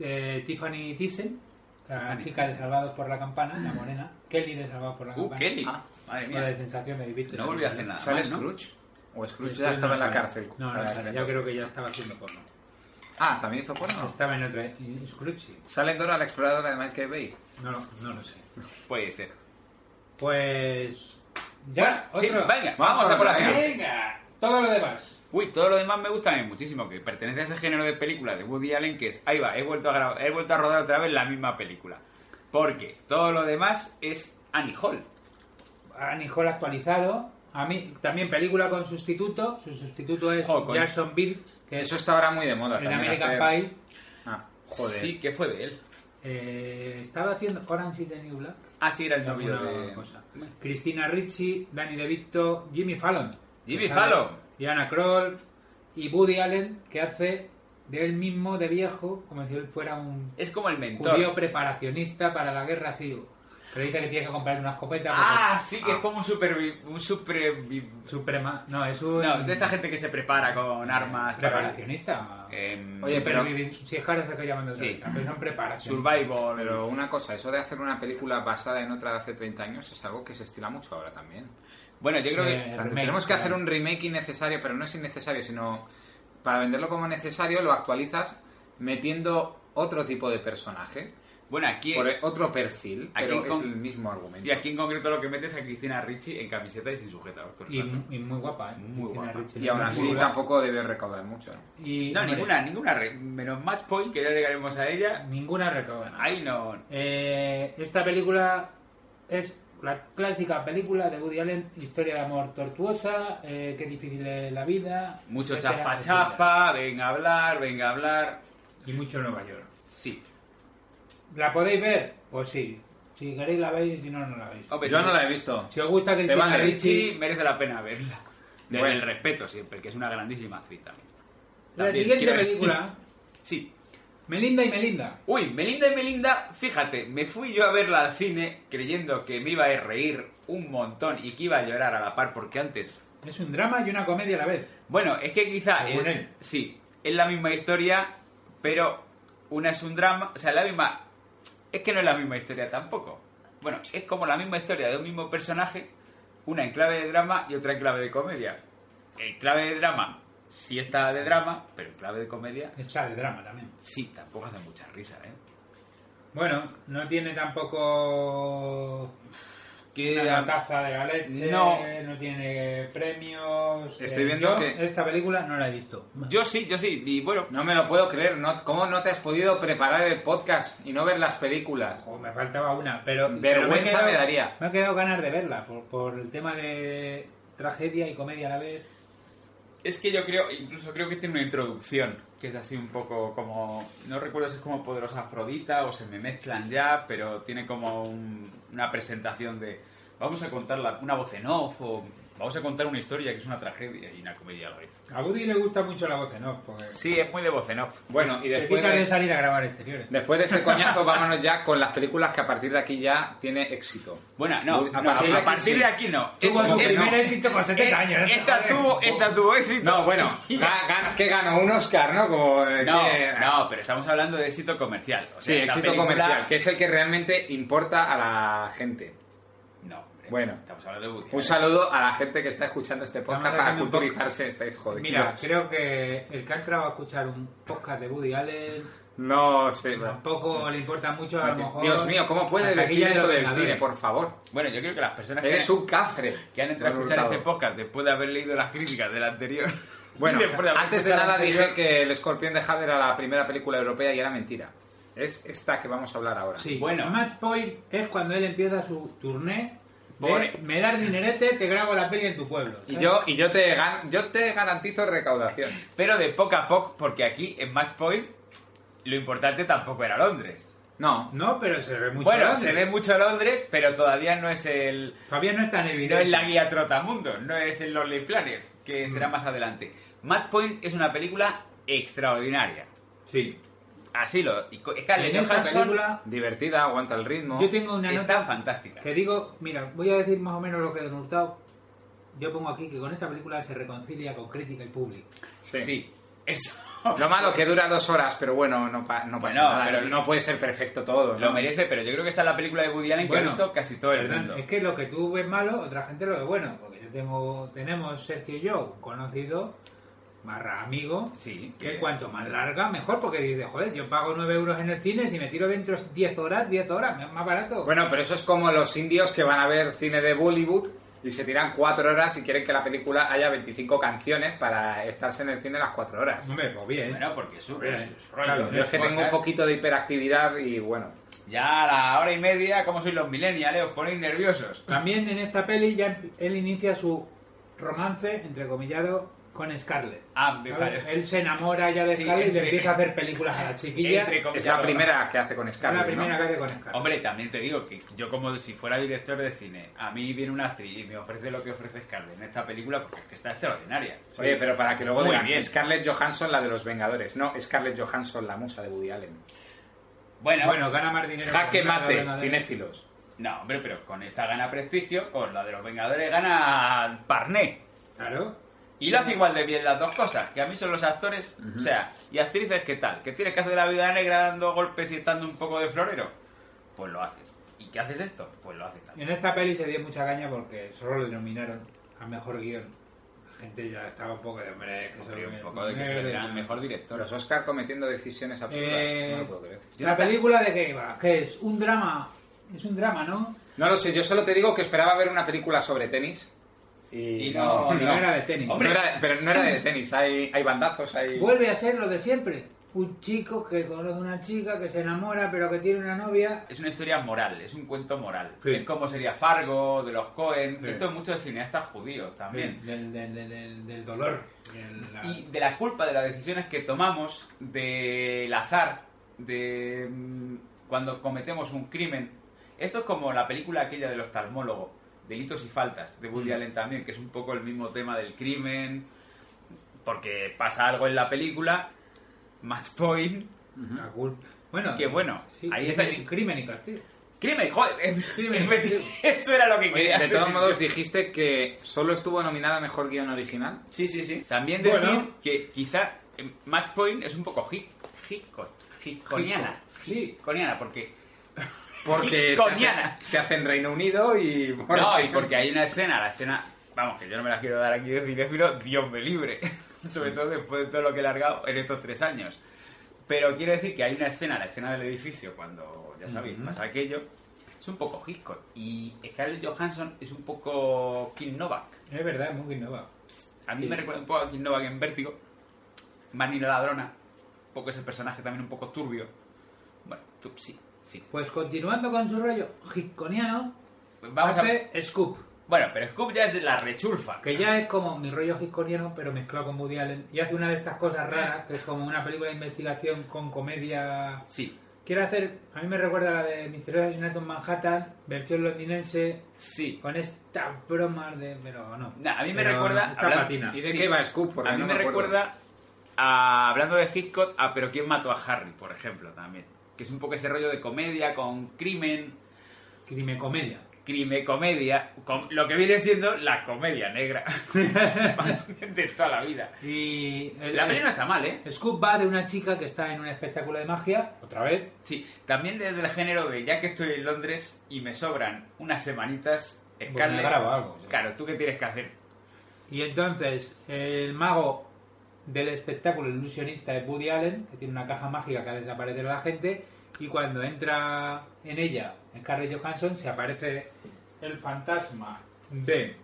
Speaker 6: eh, Tiffany Thyssen, la
Speaker 2: Tiffany
Speaker 6: chica de Salvados por la Campana, la morena. Kelly de Salvados por la
Speaker 2: Uh,
Speaker 6: Campana.
Speaker 2: Kelly.
Speaker 1: Ah,
Speaker 2: Madre
Speaker 6: La de
Speaker 2: mía.
Speaker 6: sensación me diviste.
Speaker 2: No volví a hacer nada.
Speaker 1: ¿Sale
Speaker 2: más, ¿no?
Speaker 1: Scrooge? ¿O Scrooge
Speaker 6: Después
Speaker 1: ya estaba en la
Speaker 6: no sale.
Speaker 1: cárcel?
Speaker 6: No,
Speaker 1: Para
Speaker 6: no,
Speaker 1: la
Speaker 6: sale. yo
Speaker 1: criatura.
Speaker 6: creo que ya estaba haciendo porno.
Speaker 1: Ah, ¿también hizo porno?
Speaker 6: Estaba en otra. en Scrooge. sí.
Speaker 1: ¿Sale Dora la exploradora de Michael Bay?
Speaker 6: No, lo- no lo sé.
Speaker 2: Puede ser.
Speaker 6: Pues. Ya,
Speaker 2: Sí,
Speaker 6: otro.
Speaker 2: venga, vamos a por la siguiente.
Speaker 6: Venga, todo lo demás.
Speaker 2: Uy, todo lo demás me gusta a mí muchísimo, que pertenece a ese género de películas de Woody Allen que es, ahí va, he vuelto a grabar, he vuelto a rodar otra vez la misma película. Porque todo lo demás es Annie Hall.
Speaker 6: Anijol actualizado. A mí, también película con sustituto. Su sustituto es
Speaker 2: Jo, con-
Speaker 6: Jason Bill, que es
Speaker 1: Eso está ahora muy de moda.
Speaker 6: en
Speaker 1: también
Speaker 6: American
Speaker 1: hacer-
Speaker 6: Pie.
Speaker 1: Ah, joder.
Speaker 2: Sí, que fue de él.
Speaker 6: Eh, estaba haciendo Orange is the New Black.
Speaker 2: Ah, sí, era el novio
Speaker 6: alguna
Speaker 2: de...
Speaker 6: cosa. Cristina Ricci, Danny DeVito, Jimmy Fallon.
Speaker 2: Jimmy
Speaker 6: Que sale
Speaker 2: Fallon.
Speaker 6: Diana Kroll y Woody Allen, que hace de él mismo de viejo, como si él fuera un
Speaker 2: Es como el mentor.
Speaker 6: judío preparacionista para la guerra sirio. Pero dice que tiene que comprar una escopeta.
Speaker 2: Ah, sí, que es como un supervi... un supervi-
Speaker 6: porque- Suprema. No, es un.
Speaker 2: No, de esta gente que se prepara con armas... para-
Speaker 6: Preparacionista.
Speaker 2: Em,
Speaker 6: Oye, pero.
Speaker 1: pero-
Speaker 6: Si es Jara, se que llaman de otra
Speaker 2: Sí.
Speaker 6: manera, Pero son preparacionistas.
Speaker 2: Survival...
Speaker 1: Pero una cosa, eso de hacer una película basada en otra de hace 30 años es algo que se estila mucho ahora también.
Speaker 2: Bueno, yo creo
Speaker 6: Sí. eh,
Speaker 2: que...
Speaker 6: remake,
Speaker 1: Tenemos que
Speaker 6: claro.
Speaker 1: hacer un remake innecesario, pero no es innecesario, sino para venderlo como necesario lo actualizas metiendo otro tipo de personaje,
Speaker 2: Bueno, aquí...
Speaker 1: por e- otro perfil,
Speaker 2: ¿A
Speaker 1: pero
Speaker 2: quién
Speaker 1: es
Speaker 2: con-
Speaker 1: el mismo argumento.
Speaker 2: Y aquí en concreto lo que metes a Cristina Ricci en camiseta y sin sujetador. todo el
Speaker 6: Y,
Speaker 2: rato.
Speaker 6: y muy guapa, ¿eh?
Speaker 2: Muy
Speaker 6: Cristina
Speaker 2: guapa.
Speaker 6: Ricci,
Speaker 1: Y aún
Speaker 6: una
Speaker 1: así
Speaker 6: película.
Speaker 1: tampoco debe recaudar mucho. ¿no?
Speaker 6: Y,
Speaker 2: No,
Speaker 6: hombre,
Speaker 2: ninguna, ninguna, re- menos Match Point, que ya llegaremos a ella.
Speaker 6: Ninguna recauda. nada.
Speaker 2: Ahí no.
Speaker 6: Eh, esta película es la clásica película de Woody Allen, historia de amor tortuosa, eh, qué difícil es la vida.
Speaker 2: Mucho
Speaker 6: etcétera,
Speaker 2: chapa
Speaker 6: etcétera.
Speaker 2: chapa, venga a hablar, venga a hablar.
Speaker 6: Y mucho Nueva York.
Speaker 2: Sí.
Speaker 6: ¿La podéis ver? Pues sí. Si queréis la veis y si no, no la veis.
Speaker 2: Hombre,
Speaker 1: Yo
Speaker 2: Pues sí.
Speaker 1: no la he visto.
Speaker 6: Si os gusta
Speaker 2: Cristina
Speaker 6: Cristina
Speaker 2: Ricci
Speaker 6: Ricci,
Speaker 2: merece la pena verla. Desde
Speaker 1: Bueno.
Speaker 2: el respeto siempre, que es una grandísima actriz también.
Speaker 6: la
Speaker 2: También,
Speaker 6: siguiente
Speaker 2: quiero decir.
Speaker 6: película,
Speaker 2: Sí.
Speaker 6: Melinda y Melinda.
Speaker 2: Uy, Melinda y Melinda, fíjate, me fui yo a verla al cine creyendo que me iba a reír un montón y que iba a llorar a la par porque antes
Speaker 6: Es un drama y una comedia a la vez.
Speaker 2: Bueno, es que quizá
Speaker 6: Según
Speaker 2: es-
Speaker 6: él.
Speaker 2: sí, es la misma historia, pero una es un drama, o sea, la misma es que no es la misma historia tampoco. Bueno, es como la misma historia de un mismo personaje, una en clave de drama y otra en clave de comedia. En clave de drama sí está de drama, pero en clave de comedia
Speaker 6: Está de drama también.
Speaker 2: sí, tampoco hace mucha risa, ¿eh?
Speaker 6: Bueno, no tiene tampoco
Speaker 2: Que
Speaker 6: una
Speaker 2: a-
Speaker 6: taza de la leche,
Speaker 2: No.
Speaker 6: no tiene premios.
Speaker 1: Estoy
Speaker 6: eh,
Speaker 1: viendo
Speaker 6: yo
Speaker 1: que-
Speaker 6: Esta película no la he visto.
Speaker 2: Yo sí, yo sí, y bueno,
Speaker 1: No me lo puedo creer, ¿no? ¿cómo no te has podido preparar el podcast y no ver las películas?
Speaker 6: O me faltaba una, pero...
Speaker 1: Vergüenza
Speaker 6: pero he quedado-
Speaker 1: me daría.
Speaker 6: Me ha quedado ganas de verla por, por el tema de tragedia y comedia a la vez.
Speaker 2: Es que yo creo, incluso creo que tiene una introducción, que es así un poco como, no recuerdo si es como Poderosa Afrodita o se me mezclan ya, pero tiene como un- una presentación de, vamos a contar la- una voz en off o vamos a contar una historia que es una tragedia y una comedia a la vez.
Speaker 6: A Woody le gusta mucho la voz, ¿no? Porque
Speaker 2: Sí, es muy de voz en off.
Speaker 1: Bueno, y
Speaker 6: te
Speaker 1: después
Speaker 6: quitan de
Speaker 1: de,
Speaker 6: salir a grabar exteriores.
Speaker 1: después de este coñazo, vámonos ya con las películas que a partir de aquí ya tiene éxito.
Speaker 2: Bueno, no,
Speaker 1: Uy, a
Speaker 2: no, a,
Speaker 1: partir de aquí
Speaker 2: partir
Speaker 1: sí.
Speaker 2: de aquí no. Esta-
Speaker 6: Tuvo su
Speaker 1: Eh,
Speaker 2: esta-
Speaker 6: primer
Speaker 2: no.
Speaker 6: éxito con 70
Speaker 2: Eh,
Speaker 6: años.
Speaker 2: Esta tuvo, esta tuvo éxito.
Speaker 1: Oh. No, bueno, ga- gana- ¿qué ganó? ¿Un Oscar, no? Como, eh,
Speaker 2: No,
Speaker 1: que-
Speaker 2: no, pero estamos hablando de éxito comercial. O
Speaker 1: Sí,
Speaker 2: sea, esta
Speaker 1: éxito
Speaker 2: película-
Speaker 1: comercial, que es el que realmente importa a la gente.
Speaker 2: No, hombre,
Speaker 1: Bueno. Pues
Speaker 2: estamos hablando de Woody
Speaker 1: Un
Speaker 2: Allen.
Speaker 1: saludo a la gente que está escuchando este podcast
Speaker 6: Estamos
Speaker 1: para
Speaker 6: haciendo un podcast.
Speaker 1: culturizarse, estáis jodidos.
Speaker 6: Mira, creo que el que ha entrado a escuchar un podcast de Woody Allen
Speaker 1: No sé. no.
Speaker 6: tampoco le importa mucho a lo mejor.
Speaker 1: Dios mío, ¿cómo puede
Speaker 6: Hasta aquí
Speaker 1: decir
Speaker 6: ya
Speaker 1: eso
Speaker 6: los
Speaker 1: del
Speaker 6: Vengadores.
Speaker 1: cine, por favor?
Speaker 2: Bueno, yo creo que las personas que
Speaker 1: Eres
Speaker 2: han,
Speaker 1: un cafre.
Speaker 2: que han entrado a escuchar
Speaker 1: Resultado.
Speaker 2: este podcast después de haber leído las críticas del anterior.
Speaker 1: Bueno,
Speaker 2: después haber
Speaker 1: antes de
Speaker 2: escuchado
Speaker 1: nada
Speaker 2: el
Speaker 1: dije
Speaker 2: anterior,
Speaker 1: que El escorpión de Jade era la primera película europea y era mentira. Es esta que vamos a hablar ahora.
Speaker 6: Sí,
Speaker 2: Bueno.
Speaker 6: bueno. Match Point es cuando él empieza su tourné. de
Speaker 2: Pobre.
Speaker 6: me das dinerete, te grabo la peli en tu pueblo.
Speaker 1: Y yo, y yo te gan- yo te garantizo recaudación.
Speaker 2: Pero de poco a poco, porque aquí en Match Point lo importante tampoco era Londres.
Speaker 1: No.
Speaker 6: No, pero se ve mucho.
Speaker 2: bueno,
Speaker 6: Londres.
Speaker 2: se ve mucho Londres, pero todavía no es el
Speaker 6: Todavía no es tan
Speaker 2: no
Speaker 6: evidente.
Speaker 2: es la guía Trotamundo, no es el Lonely Planet, que será más adelante. Match Point es una película extraordinaria.
Speaker 6: Sí.
Speaker 2: Así lo... y co- Scarlett
Speaker 6: En esta
Speaker 2: Johansson
Speaker 6: película,
Speaker 1: Divertida, aguanta el ritmo.
Speaker 6: yo tengo una nota
Speaker 2: está fantástica.
Speaker 6: Que digo, mira, voy a decir más o menos lo que he denotado. Yo pongo aquí que con esta película se reconcilia con crítica y público.
Speaker 2: Sí. Eso.
Speaker 1: Lo malo que dura dos horas, pero bueno, no, pa- no pasa
Speaker 2: Bueno,
Speaker 1: nada.
Speaker 2: pero-
Speaker 1: no puede ser perfecto todo.
Speaker 2: Lo
Speaker 1: ¿no?
Speaker 2: merece, pero yo creo que esta es la película de Woody Allen que
Speaker 6: Bueno,
Speaker 2: ha visto casi todo el
Speaker 6: Perdón,
Speaker 2: mundo.
Speaker 6: Es que lo que tú ves malo, otra gente lo ve bueno. Porque yo tengo, tenemos Sergio y yo, un conocido, barra amigo,
Speaker 2: Sí,
Speaker 6: que
Speaker 2: que-
Speaker 6: cuanto más larga, mejor. Porque dice, joder, yo pago 9 euros en el cine, si me tiro dentro 10 horas, 10 horas, me es más barato.
Speaker 1: Bueno, pero eso es como los indios que van a ver cine de Bollywood y se tiran cuatro horas y quieren que la película haya 25 canciones para estarse en el cine las cuatro horas.
Speaker 6: Hombre, pues bien.
Speaker 2: Bueno, porque sube
Speaker 6: Bien.
Speaker 2: sus rollos.
Speaker 6: Claro,
Speaker 2: sus
Speaker 1: Yo es que tengo un
Speaker 2: cosas.
Speaker 1: poquito de hiperactividad y bueno.
Speaker 2: Ya a la hora y media, como sois los millennials, eh, os ponéis nerviosos.
Speaker 6: También en esta peli ya em, él inicia su romance, entrecomillado, con Scarlett.
Speaker 2: Ah, me
Speaker 6: ¿Sabes?
Speaker 2: parece.
Speaker 6: Él se enamora ya de
Speaker 2: Sí,
Speaker 6: Scarlett y
Speaker 2: entre-
Speaker 6: le empieza a hacer películas a la chiquilla.
Speaker 2: Entre comillas,
Speaker 1: Es la
Speaker 2: ¿no?
Speaker 1: primera que hace con
Speaker 6: Es la
Speaker 1: Scarlett, ¿no?
Speaker 6: primera que hace con Scarlett.
Speaker 2: Hombre, también te digo que yo como si fuera director de cine, a mí viene una actriz y me ofrece lo que ofrece Scarlett en esta película porque es que está extraordinaria.
Speaker 1: Oye, pero para que luego
Speaker 2: Muy
Speaker 1: digan
Speaker 2: bien.
Speaker 1: Scarlett Johansson la de los Vengadores. No, Scarlett Johansson la musa de Woody Allen.
Speaker 2: Bueno,
Speaker 6: Bueno, gana más dinero.
Speaker 1: Jaque
Speaker 6: que la
Speaker 1: mate,
Speaker 6: Vengadores.
Speaker 1: cinéfilos.
Speaker 2: no, hombre, pero con esta gana prestigio, con la de los Vengadores gana Parné.
Speaker 6: Claro.
Speaker 2: Y lo hace igual de bien las dos cosas, que a mí son los actores, o sea, y actrices, ¿qué tal? ¿Qué tienes que hacer la vida negra dando golpes y estando un poco de florero? Pues lo haces. ¿Y qué haces esto? Pues lo haces también.
Speaker 6: En esta peli se dio mucha caña porque solo le nominaron a mejor guión. La gente ya estaba un poco de hombre, que
Speaker 2: Hombre,
Speaker 6: solo
Speaker 2: un poco de que se le vean mejor director.
Speaker 1: Los Oscar cometiendo decisiones absurdas.
Speaker 6: Eh,
Speaker 1: No lo puedo creer.
Speaker 6: La película de qué iba, que es un drama, es un drama, ¿no?
Speaker 1: No lo sé, yo solo te digo que esperaba ver una película sobre tenis. Y,
Speaker 2: Y no,
Speaker 6: no era de tenis.
Speaker 1: No era- pero no era de tenis, hay, hay bandazos, hay...
Speaker 6: Vuelve a ser lo de siempre. Un chico que conoce a una chica que se enamora pero que tiene una novia.
Speaker 2: Es una historia moral, es un cuento moral.
Speaker 6: Sí.
Speaker 2: Es como sería Fargo, de los Cohen.
Speaker 6: Sí.
Speaker 2: Esto es mucho de cineastas judíos también.
Speaker 6: Del, del, del- del- del dolor. del- la-
Speaker 2: Y de la culpa de las decisiones que tomamos, del azar, de mm, cuando cometemos un crimen. Esto es como la película aquella del oftalmólogo, Delitos y Faltas, de
Speaker 1: Mm.
Speaker 2: Woody Allen también, que es un poco el mismo tema del crimen, porque pasa algo en la película, Match Point,
Speaker 6: la culpa. Bueno,
Speaker 2: Qué bueno. Ahí
Speaker 6: ahí
Speaker 2: está-
Speaker 6: está. Crimen y castigo.
Speaker 2: crimen, joder,
Speaker 6: Crimen.
Speaker 2: eso era lo que
Speaker 1: Oye,
Speaker 2: quería.
Speaker 1: de todos modos dijiste que solo estuvo nominada Mejor Guión Original.
Speaker 2: Sí, sí, sí. También decir
Speaker 6: Bueno.
Speaker 2: que quizá eh, Match Point es un poco hic, Hitchcock, Hitchcockiana.
Speaker 6: Sí.
Speaker 2: Hitchcockiana, porque
Speaker 1: Porque se
Speaker 2: Coñana.
Speaker 1: hace, se hace en Reino Unido y...
Speaker 2: No, y porque hay una escena, la escena, vamos, que yo no me la quiero dar aquí de cinéfilo, Dios me libre. Sobre todo después de todo lo que he largado en estos tres años. Pero quiero decir que hay una escena, la escena del edificio, cuando, ya sabéis, pasa aquello, es un poco Hitchcock. Y Scarlett Johansson es un poco Kim Novak.
Speaker 6: Es verdad, es muy innova.
Speaker 2: A mí me recuerda un poco a Kim Novak en Vértigo, Manny la ladrona, un poco ese personaje también un poco turbio. Bueno, tú, sí, sí.
Speaker 6: Pues continuando con su rollo hitconiano,
Speaker 2: Pues vamos a ver.
Speaker 6: hace Scoop,
Speaker 2: Bueno, pero Scoop ya es la rechulfa.
Speaker 6: que ya es como mi rollo hitconiano, pero mezclado con Woody Allen, y hace una de estas cosas raras, que es como una película de investigación con comedia...
Speaker 2: Sí,
Speaker 6: Quiere hacer, a mí me recuerda a la de Misterioso Asesinato en Manhattan, versión londinense,
Speaker 2: sí.
Speaker 6: con esta broma de... pero no.
Speaker 2: Nah, a mí me
Speaker 6: Pero
Speaker 2: recuerda-
Speaker 6: Esta
Speaker 2: hablando-
Speaker 6: patina.
Speaker 1: ¿Y de
Speaker 2: Sí.
Speaker 1: qué va Scoop? Porque
Speaker 2: a mí
Speaker 1: no
Speaker 2: me,
Speaker 1: acuerdo.
Speaker 2: recuerda a, hablando de Hitchcock a Pero quién mató a Harry, por ejemplo, también. Que es un poco ese rollo de comedia con crimen,
Speaker 6: Crime comedia.
Speaker 2: crime, comedia, com- lo que viene siendo la comedia negra de toda la vida.
Speaker 6: Y... el-
Speaker 2: La peli no está mal, ¿eh?
Speaker 6: Scoop va de una chica que está en un espectáculo de magia, otra vez,
Speaker 2: Sí, también desde el género de ya que estoy en Londres y me sobran unas semanitas,
Speaker 6: me
Speaker 2: Scarlett,
Speaker 6: grabo algo, sí.
Speaker 2: claro, ¿tú qué tienes que hacer?
Speaker 6: Y entonces el mago del espectáculo, el ilusionista de Woody Allen, que tiene una caja mágica que hace desaparecer a la gente, y cuando entra en ella Scarlett Johansson, se aparece el fantasma de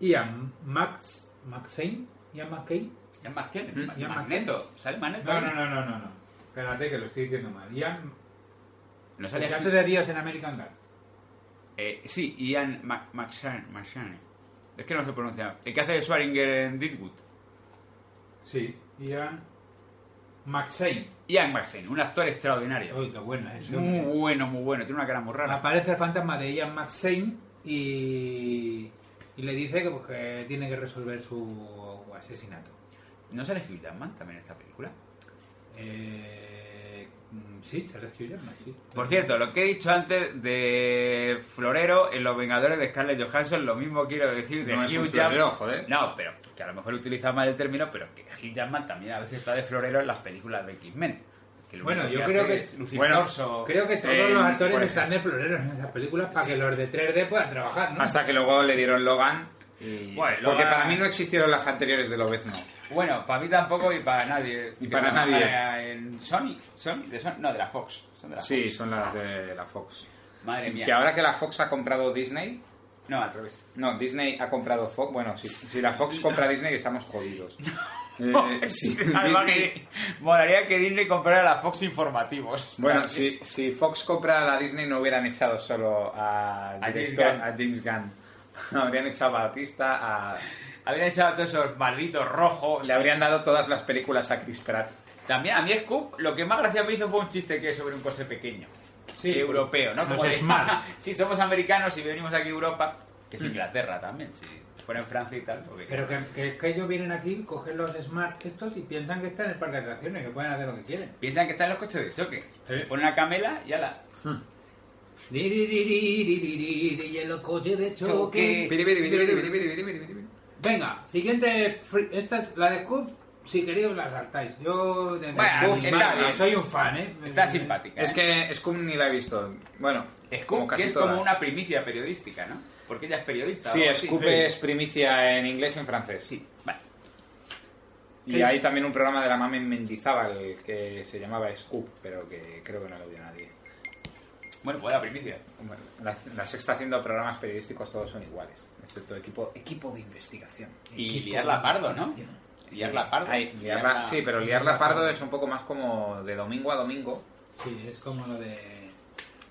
Speaker 6: Ian Max, Maxine, Ian McKay.
Speaker 2: Es más que
Speaker 6: Mm, ya
Speaker 2: Magneto, ¿sale Magneto?
Speaker 6: No, no, no, no, no, no. Espérate que lo estoy diciendo mal. Ian,
Speaker 2: ¿No
Speaker 6: el
Speaker 2: sale
Speaker 6: que
Speaker 2: Hitch-
Speaker 6: hace de Dios en American Girl.
Speaker 2: Eh, sí, Ian Ma- Maxan- Maxane. Es que no se pronuncia. El que hace de Schwaringer en Deadwood.
Speaker 6: Sí, Ian McShane.
Speaker 2: Ian Maxane, un actor extraordinario.
Speaker 6: Uy, qué buena ¿eh? es.
Speaker 2: Muy bueno, muy bueno. Tiene una cara muy rara.
Speaker 6: Aparece el fantasma de Ian McShane y, y le dice que, pues, que tiene que resolver su asesinato.
Speaker 2: ¿No sale Hugh Jackman también en esta película?
Speaker 6: Eh, mm, sí, se recibe sí.
Speaker 2: Por cierto, lo que he dicho antes de Florero en Los Vengadores de Scarlett Johansson, lo mismo quiero decir de
Speaker 1: No es
Speaker 2: Hugh
Speaker 1: un
Speaker 2: Jackman.
Speaker 1: florero, joder.
Speaker 2: No, pero que a lo mejor utiliza mal el término, pero que Hugh Jackman también a veces está de Florero en las películas de X-Men. Que lo
Speaker 6: Bueno,
Speaker 2: único
Speaker 6: yo
Speaker 2: hace
Speaker 6: creo que-
Speaker 2: es lucir
Speaker 1: bueno,
Speaker 2: torso.
Speaker 6: Creo que todos
Speaker 1: Eh,
Speaker 6: los
Speaker 1: por
Speaker 6: actores
Speaker 1: ejemplo.
Speaker 6: están de floreros en esas películas para que los de 3D puedan trabajar, ¿no?
Speaker 1: Hasta que luego le dieron Logan. y-
Speaker 2: Bueno,
Speaker 1: porque
Speaker 2: Logan-
Speaker 1: para mí no existieron las anteriores de Lobezno.
Speaker 2: Bueno, para mí tampoco y para nadie.
Speaker 1: Y
Speaker 2: Que
Speaker 1: para nadie.
Speaker 2: trabajara En Sony, Sony, de Sony, no, de la Fox. Son de la
Speaker 1: Sí, son las de la Fox.
Speaker 2: Fox. Madre mía.
Speaker 1: Que ahora que la Fox ha comprado Disney,
Speaker 2: No, al revés.
Speaker 1: No, Disney ha comprado Fox. Bueno, si, si la Fox compra Disney estamos jodidos. Eh, sí,
Speaker 2: Además,
Speaker 1: Disney-
Speaker 2: que- Molaría que Disney comprara la Fox Informativos.
Speaker 1: Bueno, si, si Fox compra la Disney no hubieran echado solo a,
Speaker 2: James
Speaker 1: director-
Speaker 2: Gunn.
Speaker 1: a James Gunn. Habrían echado a Batista, a-
Speaker 2: Habían echado a todos esos malditos rojos.
Speaker 1: le habrían dado todas las películas a Chris Pratt.
Speaker 2: También a mí Scoop, lo que más gracia me hizo fue un chiste que es sobre un coche pequeño.
Speaker 1: pues,
Speaker 6: Sí,
Speaker 2: europeo, ¿no?
Speaker 6: los
Speaker 2: de-
Speaker 6: Smart.
Speaker 2: sí, somos americanos y venimos aquí a Europa, que
Speaker 1: Mm.
Speaker 2: es Inglaterra también, si fuera en Francia y tal. porque-
Speaker 6: Pero que, que- que ellos vienen aquí, cogen los smart estos y piensan que están en el parque de atracciones, que pueden hacer lo que quieren.
Speaker 2: Piensan que están los coches de choque. Se pone una camela y ala.
Speaker 6: Diriririririri, Y en los coches de choque.
Speaker 1: Piri, piri, piri, piri, piri, piri, piri, piri.
Speaker 6: Venga, siguiente. free- Esta es la de Scoop. Si queridos la saltáis. Yo de
Speaker 2: Bueno,
Speaker 6: Scoop,
Speaker 2: está
Speaker 6: madre,
Speaker 2: bien.
Speaker 6: soy un fan, ¿eh?
Speaker 2: Está simpática.
Speaker 1: Es
Speaker 2: ¿eh?
Speaker 1: que Scoop ni la he visto. Bueno,
Speaker 2: Scoop, que es
Speaker 1: todas.
Speaker 2: como una primicia periodística, ¿no? Porque ella es periodista.
Speaker 1: Sí,
Speaker 2: o algo así.
Speaker 1: Scoop
Speaker 2: Sí.
Speaker 1: es primicia en inglés y en francés.
Speaker 2: Sí, vale.
Speaker 1: Y hay también un programa de la mame en Mendizábal que se llamaba Scoop, pero que creo que no lo vio nadie.
Speaker 2: Bueno, pues la primicia.
Speaker 1: Bueno, la, la sexta haciendo programas periodísticos todos son iguales, excepto equipo, equipo de investigación.
Speaker 2: Y liarla pardo, ¿no? Liarla pardo.
Speaker 1: Ay, liarla- sí, pero liarla pardo es un poco más como de domingo a domingo.
Speaker 6: Sí, es como lo de.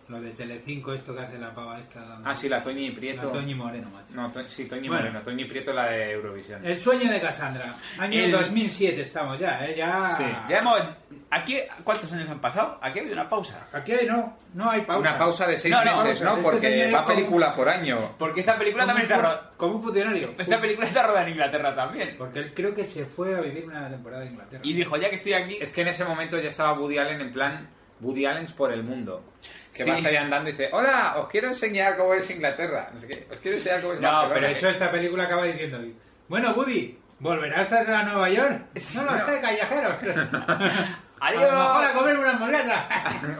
Speaker 6: Lo de Telecinco, esto que hace la pava esta.
Speaker 1: Ah, sí, la Toñi
Speaker 6: la
Speaker 1: Prieto.
Speaker 6: Toñi Moreno, macho.
Speaker 1: No, To- sí, Toñi
Speaker 6: Bueno.
Speaker 1: Moreno, Toñi Prieto la de Eurovisión.
Speaker 6: El sueño de Cassandra. Año
Speaker 2: El-
Speaker 6: 2007 estamos ya, ¿eh? Ya.
Speaker 1: Sí,
Speaker 2: Ya hemos... ¿Aquí cuántos años han pasado? Aquí ha habido una pausa.
Speaker 6: Aquí hay- no, no hay pausa.
Speaker 1: Una pausa de seis
Speaker 2: No, no,
Speaker 1: meses, ¿no?
Speaker 6: este
Speaker 1: Porque
Speaker 6: señor es
Speaker 1: va
Speaker 6: como-
Speaker 1: película por año.
Speaker 2: Porque esta película
Speaker 6: Como un,
Speaker 2: también está
Speaker 6: fu-
Speaker 2: rodada...
Speaker 6: como un funcionario.
Speaker 2: Esta película está rodada en Inglaterra también.
Speaker 6: Porque él creo que se fue a vivir una temporada de Inglaterra.
Speaker 2: Y dijo, ya que estoy aquí...
Speaker 1: Es que en ese momento ya estaba Woody Allen en plan Woody Allen por el mundo. Que
Speaker 2: Sí.
Speaker 1: vas allá andando y dice, hola, os quiero enseñar cómo es Inglaterra. No sé qué, Os quiero enseñar cómo es
Speaker 2: No,
Speaker 1: Barcelona".
Speaker 6: Pero de hecho esta película acaba diciendo Bueno, Woody, ¿volverás a Nueva York? No lo sé, callejero. A lo mejor
Speaker 2: ¡Adiós!
Speaker 6: a comer unas molatas.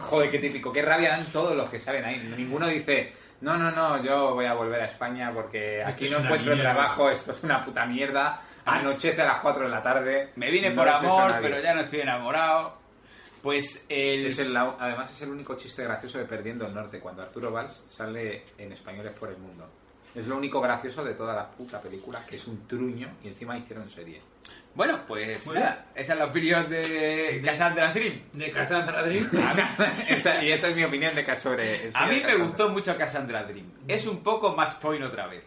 Speaker 1: Joder, qué típico, qué rabia dan todos los que saben ahí. Ninguno dice, no, no, no, yo voy a volver a España porque aquí
Speaker 6: es
Speaker 1: no
Speaker 6: una
Speaker 1: encuentro
Speaker 6: mierda".
Speaker 1: trabajo, esto es una puta mierda. Anochece a las 4 de la tarde.
Speaker 2: Ah, Me vine
Speaker 1: no
Speaker 2: por
Speaker 1: lo pienso
Speaker 2: amor,
Speaker 1: nadie.
Speaker 2: pero ya no estoy enamorado. Pues el...
Speaker 1: Es el- además es el único chiste gracioso de Perdiendo el Norte, cuando Arturo Valls sale en Españoles por el Mundo. Es lo único gracioso de toda la puta película, que es un truño y encima hicieron serie.
Speaker 2: Bueno, pues
Speaker 6: Muy
Speaker 2: nada, esa es la opinión de Cassandra Dream.
Speaker 6: De Cassandra Dream.
Speaker 1: Esa- y esa es mi opinión de sobre...
Speaker 2: A mí me gustó mucho Cassandra Dream. Es un poco Match Point otra vez.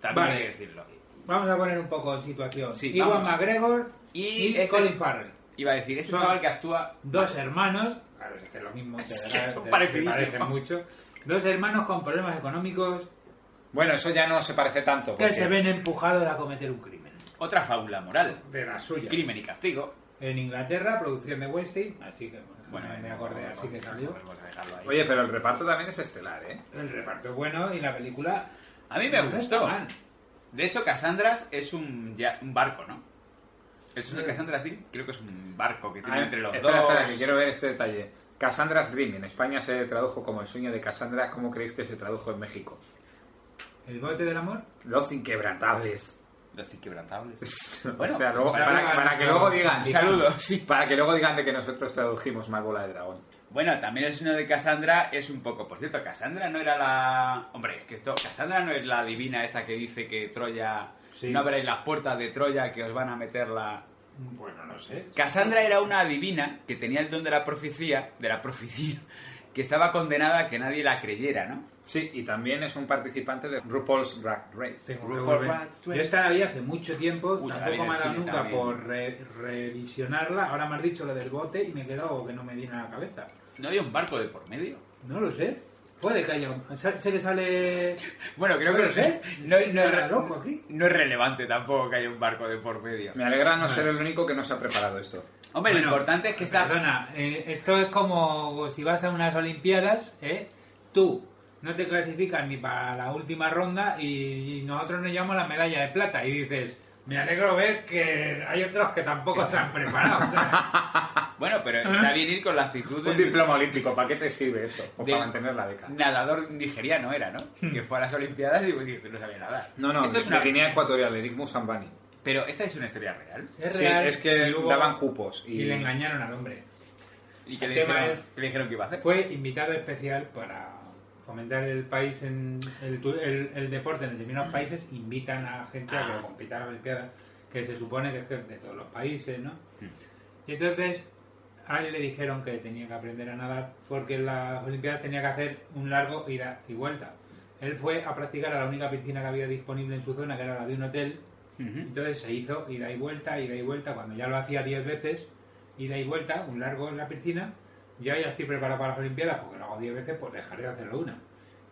Speaker 2: También
Speaker 6: Vale.
Speaker 2: hay que decirlo.
Speaker 6: Vamos a poner un poco en situación.
Speaker 2: Sí,
Speaker 6: Iwan
Speaker 2: vamos.
Speaker 6: McGregor
Speaker 2: Y
Speaker 6: y,
Speaker 2: este-
Speaker 6: Colin Farrell.
Speaker 2: Iba a decir, este
Speaker 6: Son-
Speaker 2: chaval que actúa...
Speaker 6: Dos hermanos, claro, es que lo mismo, te
Speaker 2: Es que
Speaker 6: dará-
Speaker 2: son
Speaker 6: te- te
Speaker 2: parecidísimos.
Speaker 6: parecen mucho. Dos hermanos con problemas económicos
Speaker 1: Bueno, eso ya no se parece tanto.
Speaker 6: que
Speaker 1: porque-
Speaker 6: se ven empujados a cometer un crimen.
Speaker 2: Otra fábula moral.
Speaker 6: De la suya.
Speaker 2: Crimen y castigo.
Speaker 6: En Inglaterra, producción de Weinstein, así que bueno, me
Speaker 2: eh,
Speaker 6: acordé,
Speaker 2: vamos-
Speaker 6: así que salió.
Speaker 2: Vamos a dejarlo ahí.
Speaker 1: Oye, pero el reparto también es estelar, ¿eh?
Speaker 6: El reparto es bueno y la película
Speaker 2: a mí me
Speaker 6: no está
Speaker 2: gustó.
Speaker 6: mal.
Speaker 2: De hecho, Cassandra's es un, ya- un barco, ¿no? El sueño de Cassandra's Dream creo que es un barco que tiene
Speaker 1: Ah,
Speaker 2: entre los
Speaker 1: espera,
Speaker 2: dos.
Speaker 1: espera, que quiero ver este detalle. Cassandra's Dream, en España se tradujo como El sueño de Cassandra, ¿cómo creéis que se tradujo en México?
Speaker 6: El bote del amor.
Speaker 1: Los inquebrantables.
Speaker 2: Los inquebrantables.
Speaker 1: o sea, luego-
Speaker 6: para-
Speaker 1: para, para que luego digan...
Speaker 2: Saludos, sí.
Speaker 1: Para que luego digan de que nosotros tradujimos mal bola de dragón.
Speaker 2: Bueno, también el sueño de Cassandra es un poco. Por cierto, Cassandra no era la. Hombre, es que esto. Cassandra no es la divina esta que dice que Troya.
Speaker 6: Sí.
Speaker 2: No abráis las puertas de Troya que os van a meter la.
Speaker 6: Bueno, no sé.
Speaker 2: Cassandra era una divina que tenía el don de la profecía. De la profecía. Que estaba condenada a que nadie la creyera, ¿no?
Speaker 1: Sí, y también es un participante de RuPaul's Drag Race.
Speaker 6: Tengo que
Speaker 2: Por
Speaker 6: volver.
Speaker 2: Brad Pitt.
Speaker 6: Yo esta la vi hace mucho tiempo,
Speaker 2: Uy, la vi en
Speaker 6: tampoco
Speaker 2: el
Speaker 6: me ha dado
Speaker 2: cine
Speaker 6: nunca
Speaker 2: también.
Speaker 6: por re- revisionarla. Ahora me has dicho lo del bote y me he quedado que no me viene a la cabeza.
Speaker 2: No había un barco de por medio.
Speaker 6: No lo sé. Puede que haya un... sa- Sé que sale...
Speaker 2: Bueno, ¿eh? creo
Speaker 6: No
Speaker 2: que.
Speaker 6: lo sé.
Speaker 2: No, no es
Speaker 6: Está
Speaker 2: re-
Speaker 6: loco aquí.
Speaker 2: no es relevante tampoco que haya un barco de por medio.
Speaker 1: Me alegra
Speaker 6: Ah.
Speaker 1: no ser el único que no se ha preparado esto.
Speaker 2: Hombre,
Speaker 6: Bueno,
Speaker 2: lo importante es que está.
Speaker 6: Perdona, eh, esto es como si vas a unas Olimpiadas, ¿eh? tú no te clasificas ni para la última ronda y, y nosotros nos llevamos la medalla de plata y dices, me alegro ver que hay otros que tampoco ¿eh?" se han preparado. ¿sabes?
Speaker 2: Bueno, pero está bien ir con la actitud
Speaker 1: Un
Speaker 2: del-
Speaker 1: diploma olímpico, ¿para qué te sirve eso? O
Speaker 2: de-
Speaker 1: para mantener la beca. Hmm.
Speaker 2: Nadador nigeriano era, ¿no? que fue a las Olimpiadas y pues, dijo que no sabía nadar.
Speaker 1: No, no,
Speaker 2: Esto
Speaker 1: de
Speaker 2: es una...
Speaker 1: Guinea Ecuatorial, Eric Musambani.
Speaker 2: Pero esta es una historia real.
Speaker 1: Sí,
Speaker 6: real,
Speaker 1: es que
Speaker 6: y hubo-
Speaker 1: daban cupos y,
Speaker 6: Y le engañaron al hombre.
Speaker 2: Y que
Speaker 6: El
Speaker 2: le
Speaker 6: tema
Speaker 2: dijeron,
Speaker 6: es-
Speaker 2: que le dijeron que iba a hacer.
Speaker 6: Fue invitado especial para fomentar el país en el, tu- el- el deporte en determinados países, invitan a gente a que compita en la Olimpiada, que se supone que es gente de todos los países, ¿no? Y entonces a él le dijeron que tenía que aprender a nadar porque en las Olimpiadas tenía que hacer un largo ida y vuelta. Él fue a practicar a la única piscina que había disponible en su zona, que era la de un hotel, entonces se hizo ida y vuelta, ida y vuelta. Cuando ya lo hacía 10 veces, ida y vuelta, un largo en la piscina, ya ya estoy preparado para las Olimpiadas, porque lo hago 10 veces, pues dejaré de hacerlo una.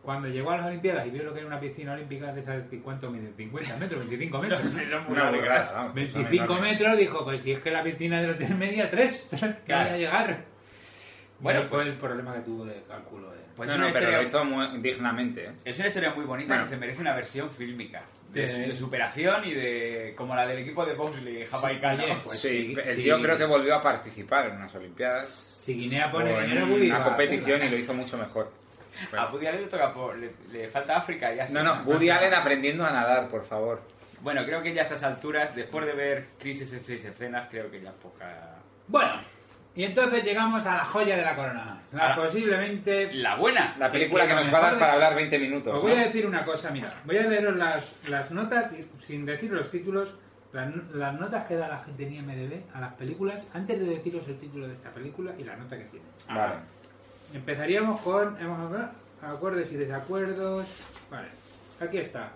Speaker 6: Cuando llegó a las Olimpiadas y vio lo que era una piscina olímpica de esas, ¿cuánto mide? ¿50 metros? ¿25 metros?
Speaker 1: una desgracia. vamos, son
Speaker 6: 25
Speaker 1: enormes.
Speaker 6: metros, dijo, pues si es que la piscina del hotel media 3, que
Speaker 2: Claro.
Speaker 6: voy a llegar.
Speaker 2: Bueno,
Speaker 6: Bueno, fue
Speaker 2: pues-
Speaker 6: el problema que tuvo de cálculo. de-
Speaker 2: Pues
Speaker 1: no,
Speaker 2: es
Speaker 1: no,
Speaker 2: una
Speaker 1: pero
Speaker 2: historia...
Speaker 1: lo hizo muy dignamente. ¿eh?
Speaker 2: Es una historia muy bonita
Speaker 1: Bueno.
Speaker 2: que se merece una versión fílmica. De,
Speaker 6: De-
Speaker 2: de superación y de... Como la del equipo de Bosley, Hawaii Calle.
Speaker 6: Oye, pues
Speaker 1: sí,
Speaker 6: sí,
Speaker 1: el
Speaker 6: sí.
Speaker 1: tío creo que volvió a participar en unas Olimpiadas
Speaker 6: Si Guinea
Speaker 1: o
Speaker 6: pone dinero, pues,
Speaker 1: en
Speaker 6: Woody
Speaker 1: una
Speaker 6: va a Cuba.
Speaker 1: competición y lo hizo mucho mejor.
Speaker 2: A Woody Allen le, toca por- le, le falta África y ya
Speaker 1: No,
Speaker 2: se-
Speaker 1: no, Woody Allen aprendiendo a nadar, por favor.
Speaker 2: Bueno, creo que ya a estas alturas, después de ver Crisis en seis escenas, creo que ya poca... Bueno,
Speaker 6: Y entonces llegamos a la joya de la corona.
Speaker 2: Ah.
Speaker 6: La posiblemente.
Speaker 2: la buena.
Speaker 1: La película
Speaker 6: que
Speaker 1: que
Speaker 6: lo
Speaker 1: nos va a dar
Speaker 6: mejor de-
Speaker 1: para hablar 20 minutos.
Speaker 6: Os voy
Speaker 1: ¿no?
Speaker 6: a decir una cosa, mira. Voy a leeros las, las notas, y- sin decir los títulos, las, no- las notas que da la gente en IMDb a las películas, antes de deciros el título de esta película y la nota que tiene.
Speaker 1: Ah, Vale.
Speaker 6: Empezaríamos con hemos hablado, acuerdos y desacuerdos. Vale, aquí está.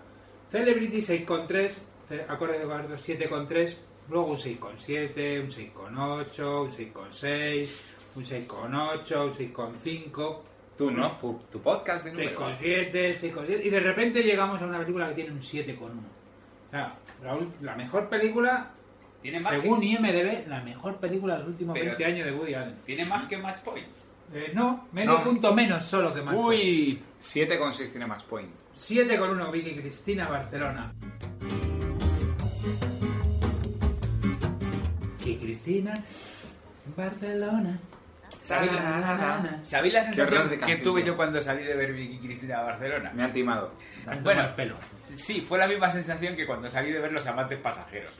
Speaker 6: Celebrity 6,3, ce- acuerdos y desacuerdos 7,3, luego un 6,7, un 6,8, un 6,6, un 6,8, un 6,5,
Speaker 1: Tú, ¿no? Tu, tu podcast de números.
Speaker 6: 6,7, 6,7, y de repente llegamos a una película que tiene un 7,1. O sea, Raúl, la mejor película,
Speaker 2: Tiene más
Speaker 6: según
Speaker 2: que,
Speaker 6: IMDB, la mejor película de los últimos
Speaker 2: Pero-
Speaker 6: 20 años de Woody Allen.
Speaker 2: tiene más que Match Point.
Speaker 6: Eh, no, medio
Speaker 1: No.
Speaker 6: punto menos solo que más.
Speaker 1: 7,6 tiene más point.
Speaker 6: 7 con 1 Vicky Cristina Barcelona. Que Cristina Barcelona.
Speaker 2: ¿Sabéis la, ¿sabéis la
Speaker 1: horror de
Speaker 2: sensación que
Speaker 1: canción,
Speaker 2: tuve
Speaker 1: tío.
Speaker 2: yo cuando salí de Berbick y Cristina a Barcelona?
Speaker 1: Me han timado.
Speaker 6: Bueno,
Speaker 2: Bueno,
Speaker 6: pelo.
Speaker 2: sí, fue la misma sensación que cuando salí de ver Los Amantes Pasajeros.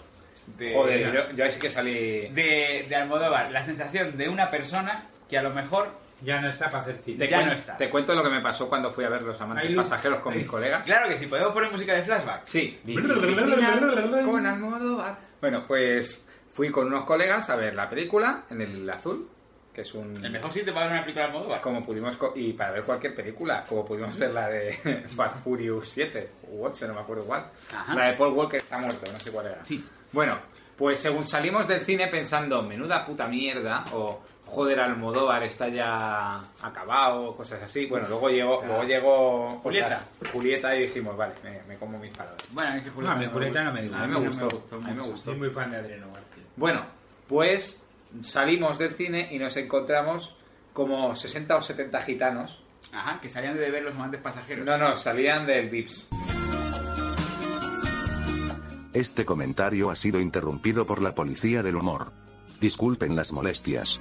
Speaker 2: De,
Speaker 1: Joder, yo, yo ahí sí que salí.
Speaker 2: de, de Almodóvar. La sensación de una persona que a lo mejor...
Speaker 6: Ya no está para hacer cine.
Speaker 1: Te,
Speaker 2: ya
Speaker 1: cuen-
Speaker 2: no está.
Speaker 1: te cuento lo que me pasó cuando fui a ver los amantes
Speaker 6: Hay luz.
Speaker 1: pasajeros con
Speaker 6: Hay-
Speaker 1: mis colegas.
Speaker 2: Claro que sí, podemos poner música de flashback.
Speaker 1: Sí. Cristina con Almodóvar. Bueno, pues fui con unos colegas a ver la película en el azul, que es un
Speaker 2: El mejor sitio para ver una película de Almodóvar.
Speaker 1: como pudimos co- y para ver cualquier película, como pudimos ver la de Fast Furious 7 u 8, no me acuerdo cuál.
Speaker 2: Ajá.
Speaker 1: La de Paul Walker está muerto, no sé cuál era.
Speaker 2: Sí.
Speaker 1: Bueno, pues según salimos del cine pensando, menuda puta mierda, o joder, Almodóvar está ya acabado, cosas así. Bueno, luego llegó, luego llegó
Speaker 2: Julieta.
Speaker 1: Julieta y dijimos, vale, me, me como mis palabras.
Speaker 2: Bueno, es que
Speaker 6: No, a mí Julieta no me
Speaker 2: gustó.
Speaker 6: diga.
Speaker 1: A mí me gustó, a mí me
Speaker 2: mucho.
Speaker 1: gustó.
Speaker 6: Soy muy fan de Adriano Martín.
Speaker 1: Bueno, pues salimos del cine y nos encontramos como 60 o 70 gitanos.
Speaker 2: Ajá, que salían de ver Los Amantes Pasajeros.
Speaker 1: No, no, salían del VIPS.
Speaker 7: Este comentario ha sido interrumpido por la policía del humor. Disculpen las molestias.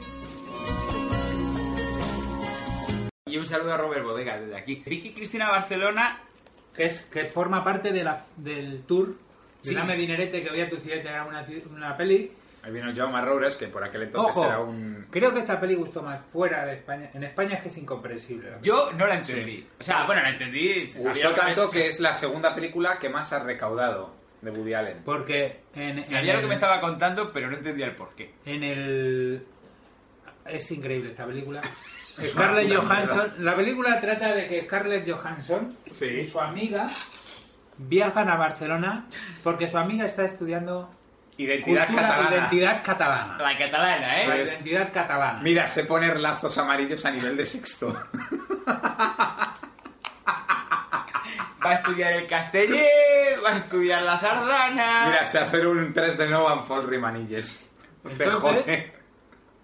Speaker 2: Y un saludo a Robert Bodega desde aquí. Vicky Cristina Barcelona,
Speaker 6: Que, es, que forma parte de la, del tour de
Speaker 2: Sí.
Speaker 6: Dame Dinerete que voy a tu ciudad y te hago una, ti- una peli.
Speaker 1: Ahí vino Jaume Roures, que por aquel entonces
Speaker 6: Ojo,
Speaker 1: era un...
Speaker 6: creo que esta peli gustó más fuera de España. En España es que es incomprensible. la
Speaker 2: yo no la entendí. O sea, bueno, la entendí.
Speaker 1: Gustó tanto que es la segunda película que más ha recaudado de Woody Allen.
Speaker 6: Porque en,
Speaker 2: Sabía
Speaker 6: en
Speaker 2: lo que
Speaker 6: el-
Speaker 2: me estaba contando, pero no entendía el porqué.
Speaker 6: En el. Es increíble esta película. Scarlett Johansson. La película trata de que Scarlett Johansson
Speaker 1: Sí.
Speaker 6: y su amiga viajan a Barcelona porque su amiga está estudiando
Speaker 1: Identidad
Speaker 6: cultura-
Speaker 1: catalana.
Speaker 6: identidad catalana.
Speaker 2: La catalana, ¿eh?
Speaker 6: La
Speaker 1: Pues-
Speaker 6: identidad catalana.
Speaker 1: Mira, sé poner lazos amarillos a nivel de sexto.
Speaker 2: Va a estudiar el castellé, va a estudiar la sardana.
Speaker 1: Mira, sé hacer un 3 de no and fall rimanilles. Te
Speaker 6: Entonces-
Speaker 1: jode.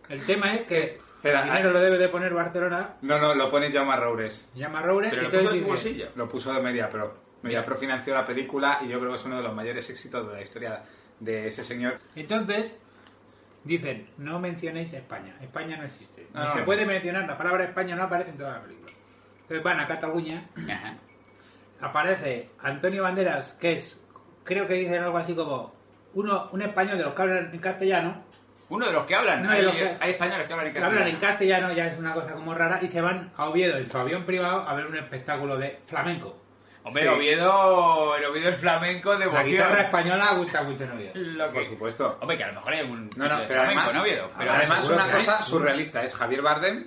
Speaker 6: El tema es que
Speaker 1: Espera,
Speaker 6: el dinero
Speaker 1: ah.
Speaker 6: lo debe de poner Barcelona.
Speaker 1: No, no, lo pone Jaume Roures.
Speaker 6: Llama a Roure
Speaker 2: pero
Speaker 6: y
Speaker 2: lo puso
Speaker 6: entonces
Speaker 2: en su
Speaker 6: dice,
Speaker 2: bolsillo.
Speaker 1: Lo puso de media pro. Media pro financió la película y yo creo que es uno de los mayores éxitos de la historia de ese señor.
Speaker 6: Entonces, dicen, no mencionéis España. España no existe.
Speaker 1: No,
Speaker 6: Ni
Speaker 1: no,
Speaker 6: se
Speaker 1: no.
Speaker 6: puede mencionar, la palabra España no aparece en toda la película. Entonces van a Cataluña,
Speaker 2: Ajá.
Speaker 6: aparece Antonio Banderas, que es, creo que dicen algo así como, uno, un español de los que hablan en castellano,
Speaker 2: Uno de los que hablan.
Speaker 6: Uno de
Speaker 2: hay,
Speaker 6: los que-
Speaker 2: hay españoles que hablan en
Speaker 6: que
Speaker 2: castellano.
Speaker 6: hablan en castellano, ya es una cosa como rara, y se van a Oviedo en su avión privado a ver un espectáculo de flamenco.
Speaker 2: Hombre,
Speaker 1: Sí.
Speaker 2: Oviedo, el Oviedo es flamenco de
Speaker 6: La guitarra
Speaker 2: vocación.
Speaker 6: española gusta mucho en Oviedo.
Speaker 2: Lo que-
Speaker 1: Por supuesto.
Speaker 2: Hombre, que a lo mejor hay algún
Speaker 1: Pues No,
Speaker 2: sitio
Speaker 1: no,
Speaker 2: de
Speaker 1: pero
Speaker 2: flamenco
Speaker 1: además,
Speaker 2: en Oviedo, pero
Speaker 1: además
Speaker 6: seguro
Speaker 1: una
Speaker 6: que hay.
Speaker 1: cosa surrealista es Javier Bardem,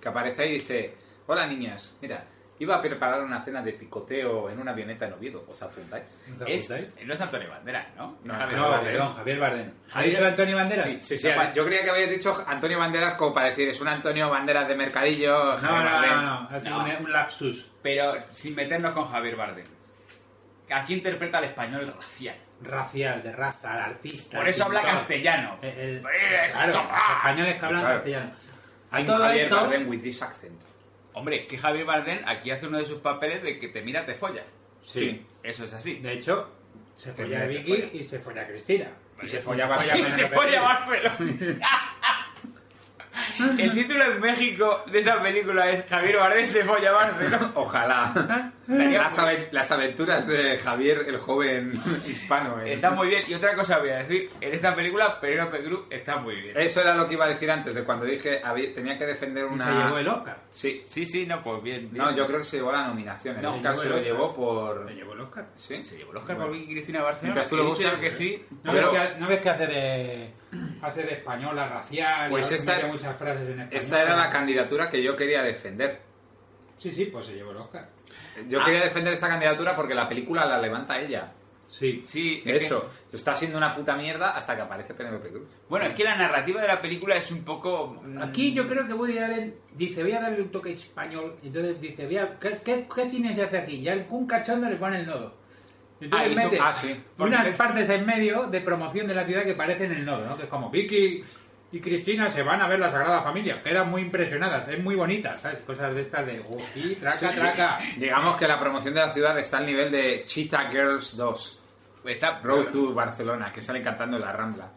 Speaker 1: que aparece y dice, hola niñas, mira, iba a preparar una cena de picoteo en una avioneta en Oviedo, ¿os apuntáis?
Speaker 2: es, no es Antonio Banderas, ¿no?
Speaker 1: No,
Speaker 2: Javier
Speaker 6: No,
Speaker 2: Bardem.
Speaker 6: perdón, Javier Bardem. ¿Ha
Speaker 2: Javier-
Speaker 6: dicho Antonio Banderas?
Speaker 1: Sí, sí, sí, yo creía que habías dicho Antonio Banderas como para decir, es un Antonio Banderas de mercadillo.
Speaker 6: No,
Speaker 1: Javier
Speaker 6: no,
Speaker 1: Bardem".
Speaker 6: no, no, ha sido
Speaker 2: No.
Speaker 6: un- un lapsus.
Speaker 2: Pero sin meternos con Javier Bardem. Aquí interpreta al español racial.
Speaker 6: racial, de raza, al artista.
Speaker 2: Por eso habla
Speaker 6: pintor.
Speaker 2: castellano.
Speaker 6: El- el-
Speaker 2: Eh,
Speaker 6: claro,
Speaker 2: esto,
Speaker 6: los
Speaker 2: ah.
Speaker 6: españoles que hablan
Speaker 1: Claro.
Speaker 6: castellano.
Speaker 1: Hay
Speaker 6: A
Speaker 1: un
Speaker 6: todo
Speaker 1: Javier
Speaker 6: esto,
Speaker 1: Bardem with this accent.
Speaker 2: Hombre, es que Javier Bardem aquí hace uno de sus papeles de que te mira, te folla.
Speaker 1: Sí.
Speaker 2: Eso es así.
Speaker 6: de hecho, se folla a
Speaker 1: Termina,
Speaker 6: Vicky
Speaker 1: te folla.
Speaker 6: y se folla a Cristina.
Speaker 1: Y se follaba
Speaker 6: Folla
Speaker 2: Y
Speaker 6: con
Speaker 2: se
Speaker 6: el
Speaker 2: folla Barcelona. El título en México de esa película es Javier Bardem se folla Barcelona.
Speaker 1: Ojalá. Las, aven- las aventuras de Javier, el joven hispano. ¿eh?
Speaker 2: Está muy bien. Y otra cosa voy a decir, en esta película Penélope Cruz está muy bien.
Speaker 1: Eso era lo que iba a decir antes, de cuando dije, había- tenía que defender
Speaker 6: Y
Speaker 1: una...
Speaker 6: se llevó el Oscar.
Speaker 1: Sí,
Speaker 2: Sí, sí, no, pues bien. bien.
Speaker 1: No, yo creo que se llevó la nominación. El
Speaker 2: No,
Speaker 1: Oscar
Speaker 6: se
Speaker 1: se lo
Speaker 6: llevó
Speaker 1: llevó por.
Speaker 6: Se llevó el Oscar.
Speaker 1: ¿Sí?
Speaker 2: Se llevó el Oscar por Vicky Cristina Barcelona.
Speaker 1: Mientras tú lo
Speaker 2: He dicho
Speaker 1: buscas,
Speaker 2: que
Speaker 1: ¿eh?
Speaker 2: sí.
Speaker 6: ¿No,
Speaker 1: Pero-
Speaker 6: ves que, no ves que hace de, hace de española, racial,
Speaker 1: Pues
Speaker 6: y ahora
Speaker 1: esta-
Speaker 6: mete muchas frases en español?
Speaker 1: Esta era la candidatura que yo quería defender.
Speaker 6: Sí, sí, pues se llevó el Oscar.
Speaker 1: Yo
Speaker 2: Ah.
Speaker 1: quería defender esta candidatura porque la película la levanta ella.
Speaker 6: Sí.
Speaker 2: Sí,
Speaker 1: De
Speaker 2: es que-
Speaker 1: hecho, está siendo una puta mierda hasta que aparece Penélope Cruz.
Speaker 2: Bueno, es que la narrativa de la película es un poco. mm,
Speaker 6: Aquí yo creo que Woody Allen dice, voy a darle un toque español. Entonces dice, voy a- ¿qué, qué, qué cine se hace aquí? Ya el un cachondo le pone el nodo.
Speaker 1: Ah,
Speaker 6: Entonces
Speaker 1: y tú-
Speaker 6: mete
Speaker 1: ah, sí.
Speaker 6: unas
Speaker 2: Porque-
Speaker 6: partes en medio de promoción de la ciudad que parecen el nodo, ¿no? Que es como Vicky y Cristina se van a ver la Sagrada Familia. Quedan muy impresionadas, es muy bonita, ¿sabes? Cosas de estas de, "Oh, sí, traca, traca.
Speaker 1: Digamos que la promoción de la ciudad está al nivel de Cheetah Girls 2,
Speaker 2: Está
Speaker 1: Road to Barcelona, que sale cantando en la Rambla.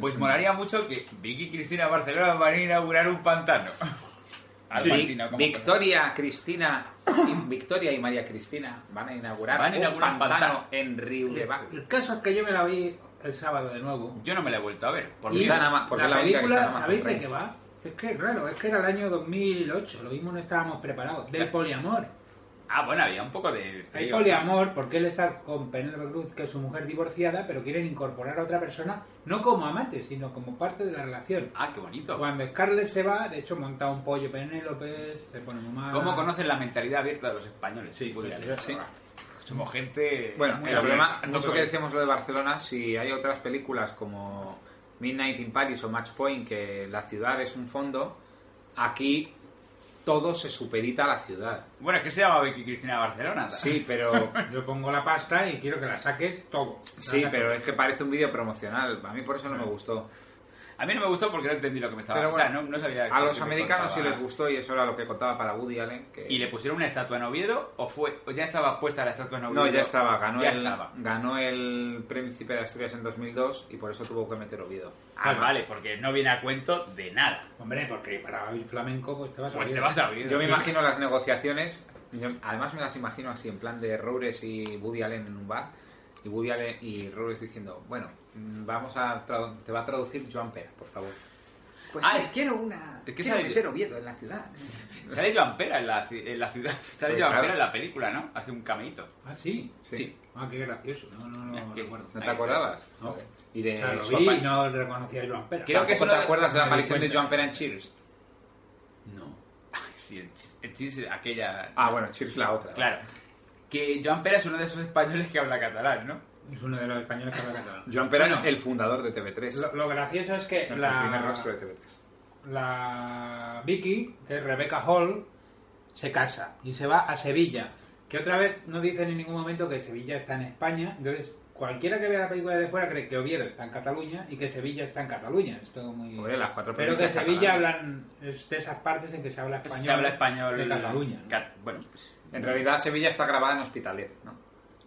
Speaker 2: Pues molaría mucho que Vicky y Cristina Barcelona van a inaugurar un pantano. Algo
Speaker 1: Vi-
Speaker 2: así, ¿no? Como-
Speaker 1: Victoria, Cristina, y- Victoria y María Cristina van a inaugurar,
Speaker 2: Van a inaugurar
Speaker 1: un
Speaker 2: un
Speaker 1: pantano
Speaker 2: pantano.
Speaker 1: en Riudeval.
Speaker 6: El caso es que yo me la vi el sábado de nuevo.
Speaker 2: Yo no me la he vuelto a ver. Por
Speaker 1: Y
Speaker 2: mí.
Speaker 1: gana más- porque
Speaker 6: la,
Speaker 1: es la única que está en
Speaker 6: película,
Speaker 1: Amazon
Speaker 6: ¿sabéis de
Speaker 1: Prime.
Speaker 6: qué va? Es que es raro, es que era el año 2008, lo mismo no estábamos preparados. Del poliamor.
Speaker 2: Ah, bueno, había un poco de... te
Speaker 6: Hay
Speaker 2: digo,
Speaker 6: poliamor porque él está con Penélope Cruz, que es su mujer divorciada, pero quieren incorporar a otra persona, no como amante, sino como parte de la relación.
Speaker 2: Ah, qué bonito.
Speaker 6: Cuando Scarlett se va, de hecho, monta un pollo Penélope, se pone mamá.
Speaker 2: ¿Cómo conocen la mentalidad abierta de los españoles? Sí,
Speaker 1: sí.
Speaker 2: Somos gente...
Speaker 1: Bueno,
Speaker 2: muy
Speaker 1: el
Speaker 2: abierta.
Speaker 1: problema, mucho que decíamos lo de Barcelona, si hay otras películas como Midnight in Paris o Match Point, que la ciudad es un fondo, aquí todo se supedita a la ciudad.
Speaker 2: Bueno, es que se llama Vicky y Cristina Barcelona.
Speaker 1: Sí, pero
Speaker 6: Yo pongo la pasta y quiero que la saques todo.
Speaker 1: sí,
Speaker 6: La sacas
Speaker 1: pero es que parece un vídeo promocional. A mí por eso no me gustó.
Speaker 2: A mí no me gustó porque no entendí lo que me estaba...
Speaker 1: Pero
Speaker 2: o sea,
Speaker 1: bueno,
Speaker 2: no, no sabía...
Speaker 1: A
Speaker 2: qué-
Speaker 1: los
Speaker 2: qué me
Speaker 1: americanos sí
Speaker 2: contaba.
Speaker 1: les gustó y eso era lo que contaba para Woody Allen. Que...
Speaker 2: ¿Y le pusieron una estatua en Oviedo o fue o ya estaba puesta la estatua en Oviedo?
Speaker 1: No, ya estaba. Ganó,
Speaker 2: Ya
Speaker 1: el,
Speaker 2: estaba.
Speaker 1: ganó el Príncipe de Asturias en 2002 y por eso tuvo que meter Oviedo.
Speaker 2: Ah, vale, porque no viene a cuento de nada.
Speaker 6: Hombre, porque para el flamenco pues te vas
Speaker 2: Pues
Speaker 6: a
Speaker 2: te vas a Oviedo.
Speaker 1: Yo me imagino las negociaciones, yo- además me las imagino así en plan de Roures y Woody Allen en un bar y Woody Allen y Roures diciendo, bueno, mm, vamos a tradu- te va a traducir Joan Pera, por favor. Pues
Speaker 2: Ah,
Speaker 1: sí,
Speaker 2: es-
Speaker 1: quiero una
Speaker 2: es que
Speaker 1: quiero
Speaker 2: sale-
Speaker 1: meter Oviedo en la ciudad.
Speaker 2: Sale Joan Pera en la, ci- en la ciudad. Sale
Speaker 1: Pues
Speaker 2: Joan
Speaker 1: claro.
Speaker 2: Pera en la película, ¿no? Hace un cameíto.
Speaker 6: Ah, sí.
Speaker 1: Sí.
Speaker 6: Ah, qué gracioso. No, no, no,
Speaker 2: Es que-
Speaker 6: recuerdo.
Speaker 1: ¿No
Speaker 2: Ahí
Speaker 1: te
Speaker 2: está.
Speaker 1: acordabas?
Speaker 6: No.
Speaker 1: Joder. Y de
Speaker 6: Claro, lo
Speaker 1: su
Speaker 6: vi
Speaker 1: apa-
Speaker 6: y no reconocía a Joan Pera.
Speaker 2: Eh, Creo
Speaker 1: ¿Tampoco
Speaker 2: que eso
Speaker 1: te
Speaker 2: no-
Speaker 1: acuerdas de la
Speaker 6: me di
Speaker 1: aparición de
Speaker 6: cuenta.
Speaker 1: Joan Pera en Cheers?
Speaker 2: No. Ay, sí, en Ch- en Chis- aquella.
Speaker 1: Ah, bueno, Cheers la otra.
Speaker 2: Claro. Que Joan Pera es uno de esos españoles que habla catalán, ¿no?
Speaker 6: Es uno de los españoles que habla catalán.
Speaker 1: Joan Pera
Speaker 6: Bueno,
Speaker 1: es el fundador de TV3.
Speaker 6: Lo, lo gracioso es que
Speaker 1: el primer
Speaker 6: la,
Speaker 1: rostro de TV3.
Speaker 6: la Vicky, que es Rebecca Hall, se casa y se va a Sevilla. Que otra vez no dicen en ningún momento que Sevilla está en España. Entonces, cualquiera que vea la película de fuera cree que Oviedo está en Cataluña y que Sevilla está en Cataluña. Es todo muy...
Speaker 1: Hombre, las cuatro
Speaker 6: Pero que
Speaker 1: provincias
Speaker 6: Sevilla
Speaker 1: catalanas.
Speaker 6: hablan es de esas partes en que se habla español.
Speaker 2: Se habla español.
Speaker 6: De Cataluña. ¿no?
Speaker 2: Cat- bueno, pues.
Speaker 1: En realidad Sevilla está grabada en Hospitalet, ¿no?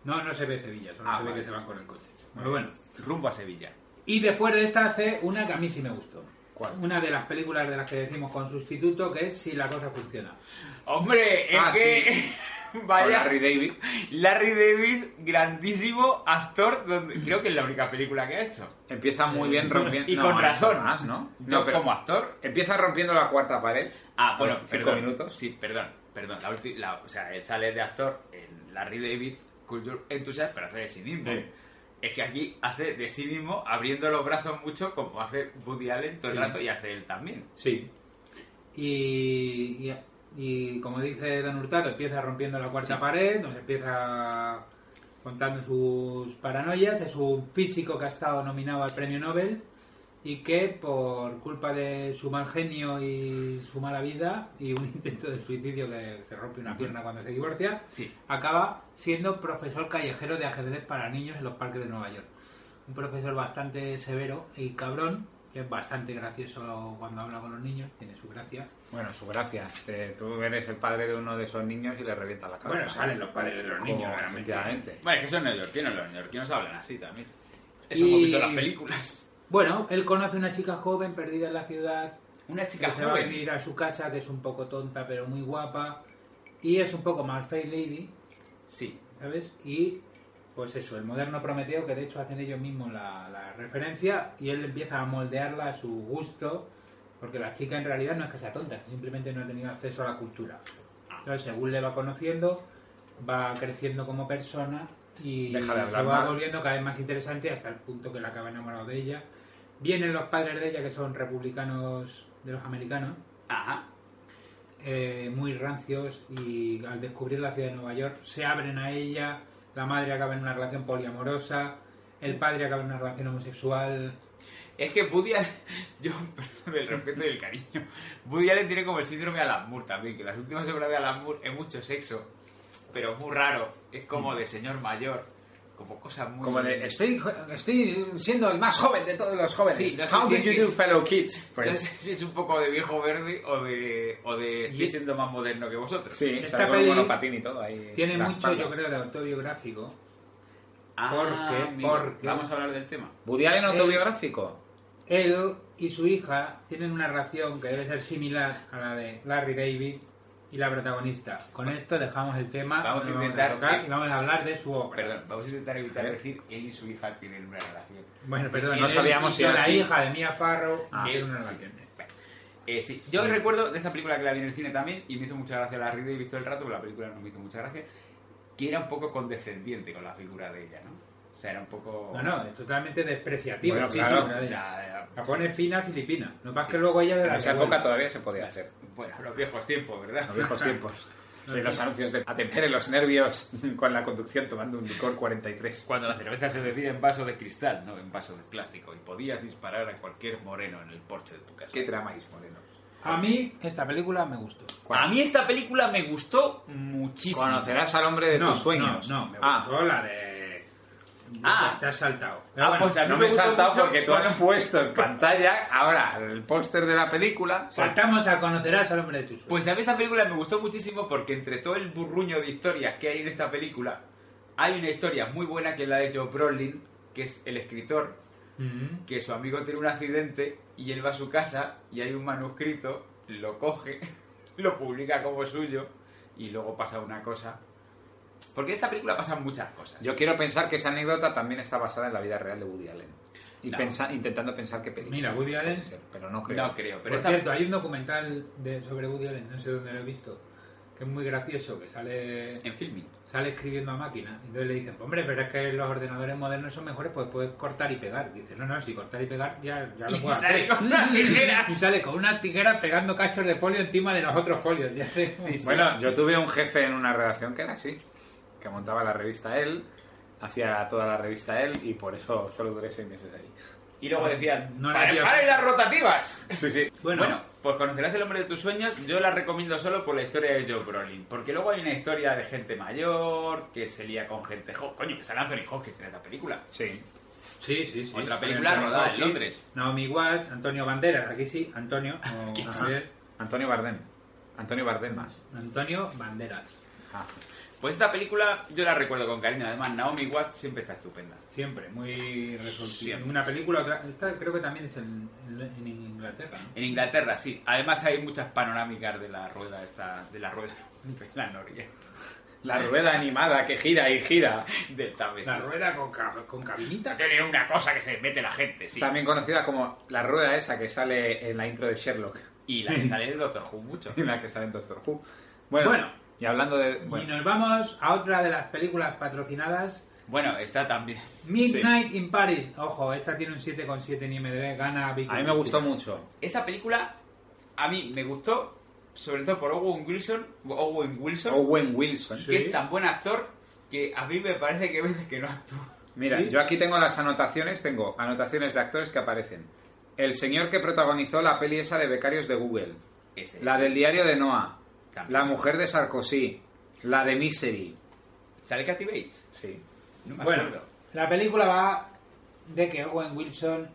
Speaker 6: No, no se ve Sevilla, solo
Speaker 1: Ah,
Speaker 6: se ve
Speaker 1: vale.
Speaker 6: que se van con el coche.
Speaker 2: Pero bueno, rumbo a Sevilla.
Speaker 6: Y después de esta hace una que a mí sí me gustó.
Speaker 1: ¿Cuál?
Speaker 6: Una de las películas de las que decimos con sustituto, que es Si la cosa funciona.
Speaker 2: ¡Hombre! Es
Speaker 1: Ah,
Speaker 2: que.
Speaker 1: Con
Speaker 2: Vaya.
Speaker 1: Larry David.
Speaker 2: Larry David, grandísimo actor. donde- Creo que es la única película que ha hecho.
Speaker 1: Empieza muy bien rompiendo...
Speaker 2: Y con
Speaker 1: no, ha hecho
Speaker 2: razón.
Speaker 1: Más, ¿no?
Speaker 2: Yo
Speaker 1: No, pero
Speaker 2: como actor
Speaker 1: Empieza rompiendo la cuarta pared.
Speaker 2: Ah, bueno,
Speaker 1: Por cinco
Speaker 2: perdón.
Speaker 1: minutos.
Speaker 2: Sí, perdón, perdón. La ulti- la- o sea, él sale de actor en Larry David, Culture Enthusiast, pero hace de sí mismo.
Speaker 1: Sí.
Speaker 2: Es que aquí hace de sí mismo abriendo los brazos mucho, como hace Woody Allen todo el
Speaker 6: Sí.
Speaker 2: rato y hace él también.
Speaker 6: Sí. Y, y, y como dice Don Hurtado, empieza rompiendo la cuarta pared, nos empieza contando sus paranoias. Es un físico que ha estado nominado al premio Nobel y que por culpa de su mal genio y su mala vida y un intento de suicidio que se rompe una pierna cuando se divorcia,
Speaker 2: Sí.
Speaker 6: acaba siendo profesor callejero de ajedrez para niños en los parques de Nueva York. Un profesor bastante severo y cabrón, que es bastante gracioso cuando habla con los niños, tiene su gracia.
Speaker 1: Bueno, su gracia. Eh, tú eres el padre de uno de esos niños y le revientas la cabeza.
Speaker 2: Bueno, salen los padres de los
Speaker 1: Como-
Speaker 2: niños, realmente.
Speaker 1: efectivamente.
Speaker 2: Bueno, es que son neoyorquinos, los neoyorquinos hablan así también. Eso
Speaker 6: Y-
Speaker 2: hemos visto en las películas.
Speaker 6: Bueno, él conoce a una chica joven perdida en la ciudad,
Speaker 2: Una
Speaker 6: que
Speaker 2: chica
Speaker 6: se va a
Speaker 2: joven.
Speaker 6: venir a su casa, que es un poco tonta pero muy guapa, y es un poco más Fair Lady,
Speaker 2: Sí.
Speaker 6: ¿sabes? Y pues eso, el moderno Prometeo, que de hecho hacen ellos mismos la, la referencia, y él empieza a moldearla a su gusto, porque la chica en realidad no es que sea tonta, simplemente no ha tenido acceso a la cultura. Entonces, según le va conociendo, va creciendo como persona y
Speaker 1: Deja de
Speaker 6: se
Speaker 1: hablar
Speaker 6: va
Speaker 1: mal.
Speaker 6: volviendo cada vez más interesante hasta el punto que la acaba enamorado de ella. Vienen los padres de ella, que son republicanos de los americanos,
Speaker 2: Ajá.
Speaker 6: eh, muy rancios y al descubrir la ciudad de Nueva York se abren a ella, la madre acaba en una relación poliamorosa, el padre acaba en una relación homosexual.
Speaker 2: Es que Woody Allen, yo, perdón, el respeto y el cariño, Woody Allen tiene como el síndrome de Alan Moore también, que las últimas obras de Alan Moore es mucho sexo, pero es muy raro, es como de señor mayor, Mm. como cosas muy...
Speaker 1: Como de, estoy, estoy siendo el más joven de todos los jóvenes.
Speaker 2: Sí, no sé
Speaker 1: How
Speaker 2: si
Speaker 1: do
Speaker 2: es
Speaker 1: you
Speaker 2: que
Speaker 1: do,
Speaker 2: es-
Speaker 1: fellow kids?
Speaker 2: No
Speaker 1: Pues,
Speaker 2: sé si es un poco de viejo verde o de, o de estoy
Speaker 6: Y-
Speaker 2: siendo más moderno que vosotros.
Speaker 1: sí,
Speaker 6: Esta
Speaker 1: sale con un
Speaker 6: peli
Speaker 1: monopatín y todo ahí.
Speaker 6: Tiene
Speaker 1: la
Speaker 6: mucho,
Speaker 1: espalda.
Speaker 6: yo creo, de autobiográfico.
Speaker 2: Ah,
Speaker 6: Porque-
Speaker 2: amigo,
Speaker 6: porque-
Speaker 2: Vamos a hablar del tema.
Speaker 1: ¿Woody Allen autobiográfico?
Speaker 6: Él y su hija tienen una relación que debe ser similar a la de Larry David y la protagonista. Con esto dejamos el tema
Speaker 2: Vamos a
Speaker 6: no lo
Speaker 2: intentar
Speaker 6: tocar
Speaker 2: que-
Speaker 6: y vamos a hablar de su obra.
Speaker 2: Perdón, vamos a intentar evitar decir él y su hija tienen una relación.
Speaker 6: Bueno, perdón,
Speaker 2: Y no
Speaker 6: él
Speaker 2: sabíamos
Speaker 6: y
Speaker 2: si
Speaker 6: con
Speaker 2: era
Speaker 6: la
Speaker 2: así.
Speaker 6: hija de Mia Farrow
Speaker 2: Ah,
Speaker 6: tienen una
Speaker 2: sí.
Speaker 6: relación.
Speaker 2: Eh, sí, yo recuerdo de esta película que la vi en el cine también y me hizo mucha gracia la rida y visto el rato, pero la película no me hizo mucha gracia, que era un poco condescendiente con la figura de ella, ¿no? O sea, era un poco...
Speaker 6: No, no, es totalmente despreciativa.
Speaker 1: Bueno,
Speaker 6: la
Speaker 1: claro,
Speaker 6: obra de ella.
Speaker 2: La-
Speaker 6: La pone fina filipina. No más que luego ella de
Speaker 1: En
Speaker 6: la
Speaker 1: esa
Speaker 6: que
Speaker 1: época
Speaker 6: vuelve.
Speaker 1: todavía se podía hacer.
Speaker 2: Bueno, los viejos tiempos, ¿verdad?
Speaker 1: Los viejos tiempos. De los anuncios de atender en los nervios con la conducción tomando un licor 43.
Speaker 2: Cuando la cerveza se bebía en vaso de cristal, no en vaso de plástico, y podías disparar a cualquier moreno en el porche de tu casa.
Speaker 1: ¿Qué tramáis, Moreno?
Speaker 6: A mí esta película me gustó.
Speaker 2: A mí esta película me gustó muchísimo.
Speaker 1: Conocerás al hombre de tus sueños.
Speaker 6: No, no, me
Speaker 1: ah,
Speaker 6: gustó la de...
Speaker 2: Ah.
Speaker 6: te has saltado. Pero
Speaker 2: Ah,
Speaker 6: bueno,
Speaker 2: pues a mí
Speaker 1: no
Speaker 2: me
Speaker 1: me he
Speaker 2: gustó
Speaker 1: saltado
Speaker 2: mucho
Speaker 1: porque tú
Speaker 2: cuando-
Speaker 1: has puesto en pantalla ahora el póster de la película.
Speaker 6: Saltamos a conocerás al hombre de tus sueños.
Speaker 2: Pues a mí esta película me gustó muchísimo porque entre todo el burruño de historias que hay en esta película, hay una historia muy buena que la ha hecho Brolin, que es el escritor,
Speaker 1: Pues-
Speaker 6: Mm.
Speaker 2: que su amigo tiene un accidente y él va a su casa y hay un manuscrito, lo coge, lo publica como suyo y luego pasa una cosa. Porque en esta película pasan muchas cosas.
Speaker 1: Yo quiero pensar que esa anécdota también está basada en la vida real de Woody Allen. Y
Speaker 2: No.
Speaker 1: pensa- intentando pensar qué película.
Speaker 6: Mira, Woody Allen-
Speaker 1: Puede ser, Pues Pero no creo.
Speaker 2: no creo, pero
Speaker 6: Por
Speaker 2: esta...
Speaker 6: cierto, hay un documental de, sobre Woody Allen, no sé dónde lo he visto, que es muy gracioso, que sale
Speaker 2: en filming.
Speaker 6: sale escribiendo a máquina. Entonces le dicen, hombre, pero es que los ordenadores modernos son mejores, pues puedes cortar y pegar. Dice, no, no, si cortar y pegar ya, ya lo puedo hacer.
Speaker 2: sale con unas tijeras.
Speaker 6: Y sale con unas tijeras pegando cachos de folio encima de los otros folios. Ya sé.
Speaker 1: Bueno, yo tuve un jefe en una redacción que era así, que montaba la revista él, hacía toda la revista él y por eso solo duré seis meses ahí.
Speaker 2: Y luego decían,
Speaker 6: No la
Speaker 2: "Pare-
Speaker 6: quiero".
Speaker 2: paren las rotativas!
Speaker 1: Sí, sí.
Speaker 6: Bueno.
Speaker 2: Bueno, pues conocerás el hombre de tus sueños. Yo la recomiendo solo por la historia de Joe Brolin. Porque luego hay una historia de gente mayor que se lía con gente joven. Coño, que sale Anthony Hopkins en esta película.
Speaker 1: Sí.
Speaker 6: sí, sí, sí.
Speaker 2: Otra película rodada en Londres.
Speaker 6: Naomi Watts, Antonio Banderas, aquí sí, Antonio. o
Speaker 1: Ajá.
Speaker 6: Javier,
Speaker 1: Antonio Bardem. Antonio Bardem más.
Speaker 6: Antonio Banderas.
Speaker 1: Ah.
Speaker 2: Pues esta película yo la recuerdo con cariño. Además, Naomi Watts siempre está estupenda.
Speaker 6: Siempre, muy resolutivo.
Speaker 2: Siempre.
Speaker 6: Una película, otra- esta creo que también es en, en- en Inglaterra. ¿no?
Speaker 2: En Inglaterra, sí. Además hay muchas panorámicas de la rueda esta... De la rueda... De la noria.
Speaker 1: La rueda animada que gira y gira.
Speaker 2: Del Támesis.
Speaker 6: La rueda con, cab- con cabinita.
Speaker 2: Tiene una cosa que se mete la gente, sí.
Speaker 1: También conocida como la rueda esa que sale en la intro de Sherlock,
Speaker 2: Y la que sale del Doctor Who mucho.
Speaker 1: en la que sale en Doctor Who. Bueno,
Speaker 6: Bueno.
Speaker 1: y hablando de...
Speaker 6: Y
Speaker 1: Bueno,
Speaker 6: nos vamos a otra de las películas patrocinadas,
Speaker 2: Bueno, está también...
Speaker 6: Midnight in Paris. Ojo, esta tiene un 7,7 en IMDb, gana Vicky
Speaker 1: a mí me
Speaker 6: Cristina.
Speaker 1: gustó mucho.
Speaker 2: Esta película a mí me gustó, sobre todo por Owen Wilson, Owen Wilson
Speaker 1: Owen Wilson.
Speaker 2: que es tan buen actor que a mí me parece que a veces que no actúa.
Speaker 1: Mira, yo aquí tengo las anotaciones, tengo anotaciones de actores que aparecen. El señor que protagonizó la peli esa de Becarios de Google,
Speaker 2: Ese.
Speaker 1: la del diario de Noah,
Speaker 2: También.
Speaker 1: la mujer de Sarkozy, la de Misery.
Speaker 2: ¿Sale Kathy Bates?
Speaker 1: Sí.
Speaker 2: No me
Speaker 6: Bueno,
Speaker 2: acuerdo.
Speaker 6: la película va de que Owen Wilson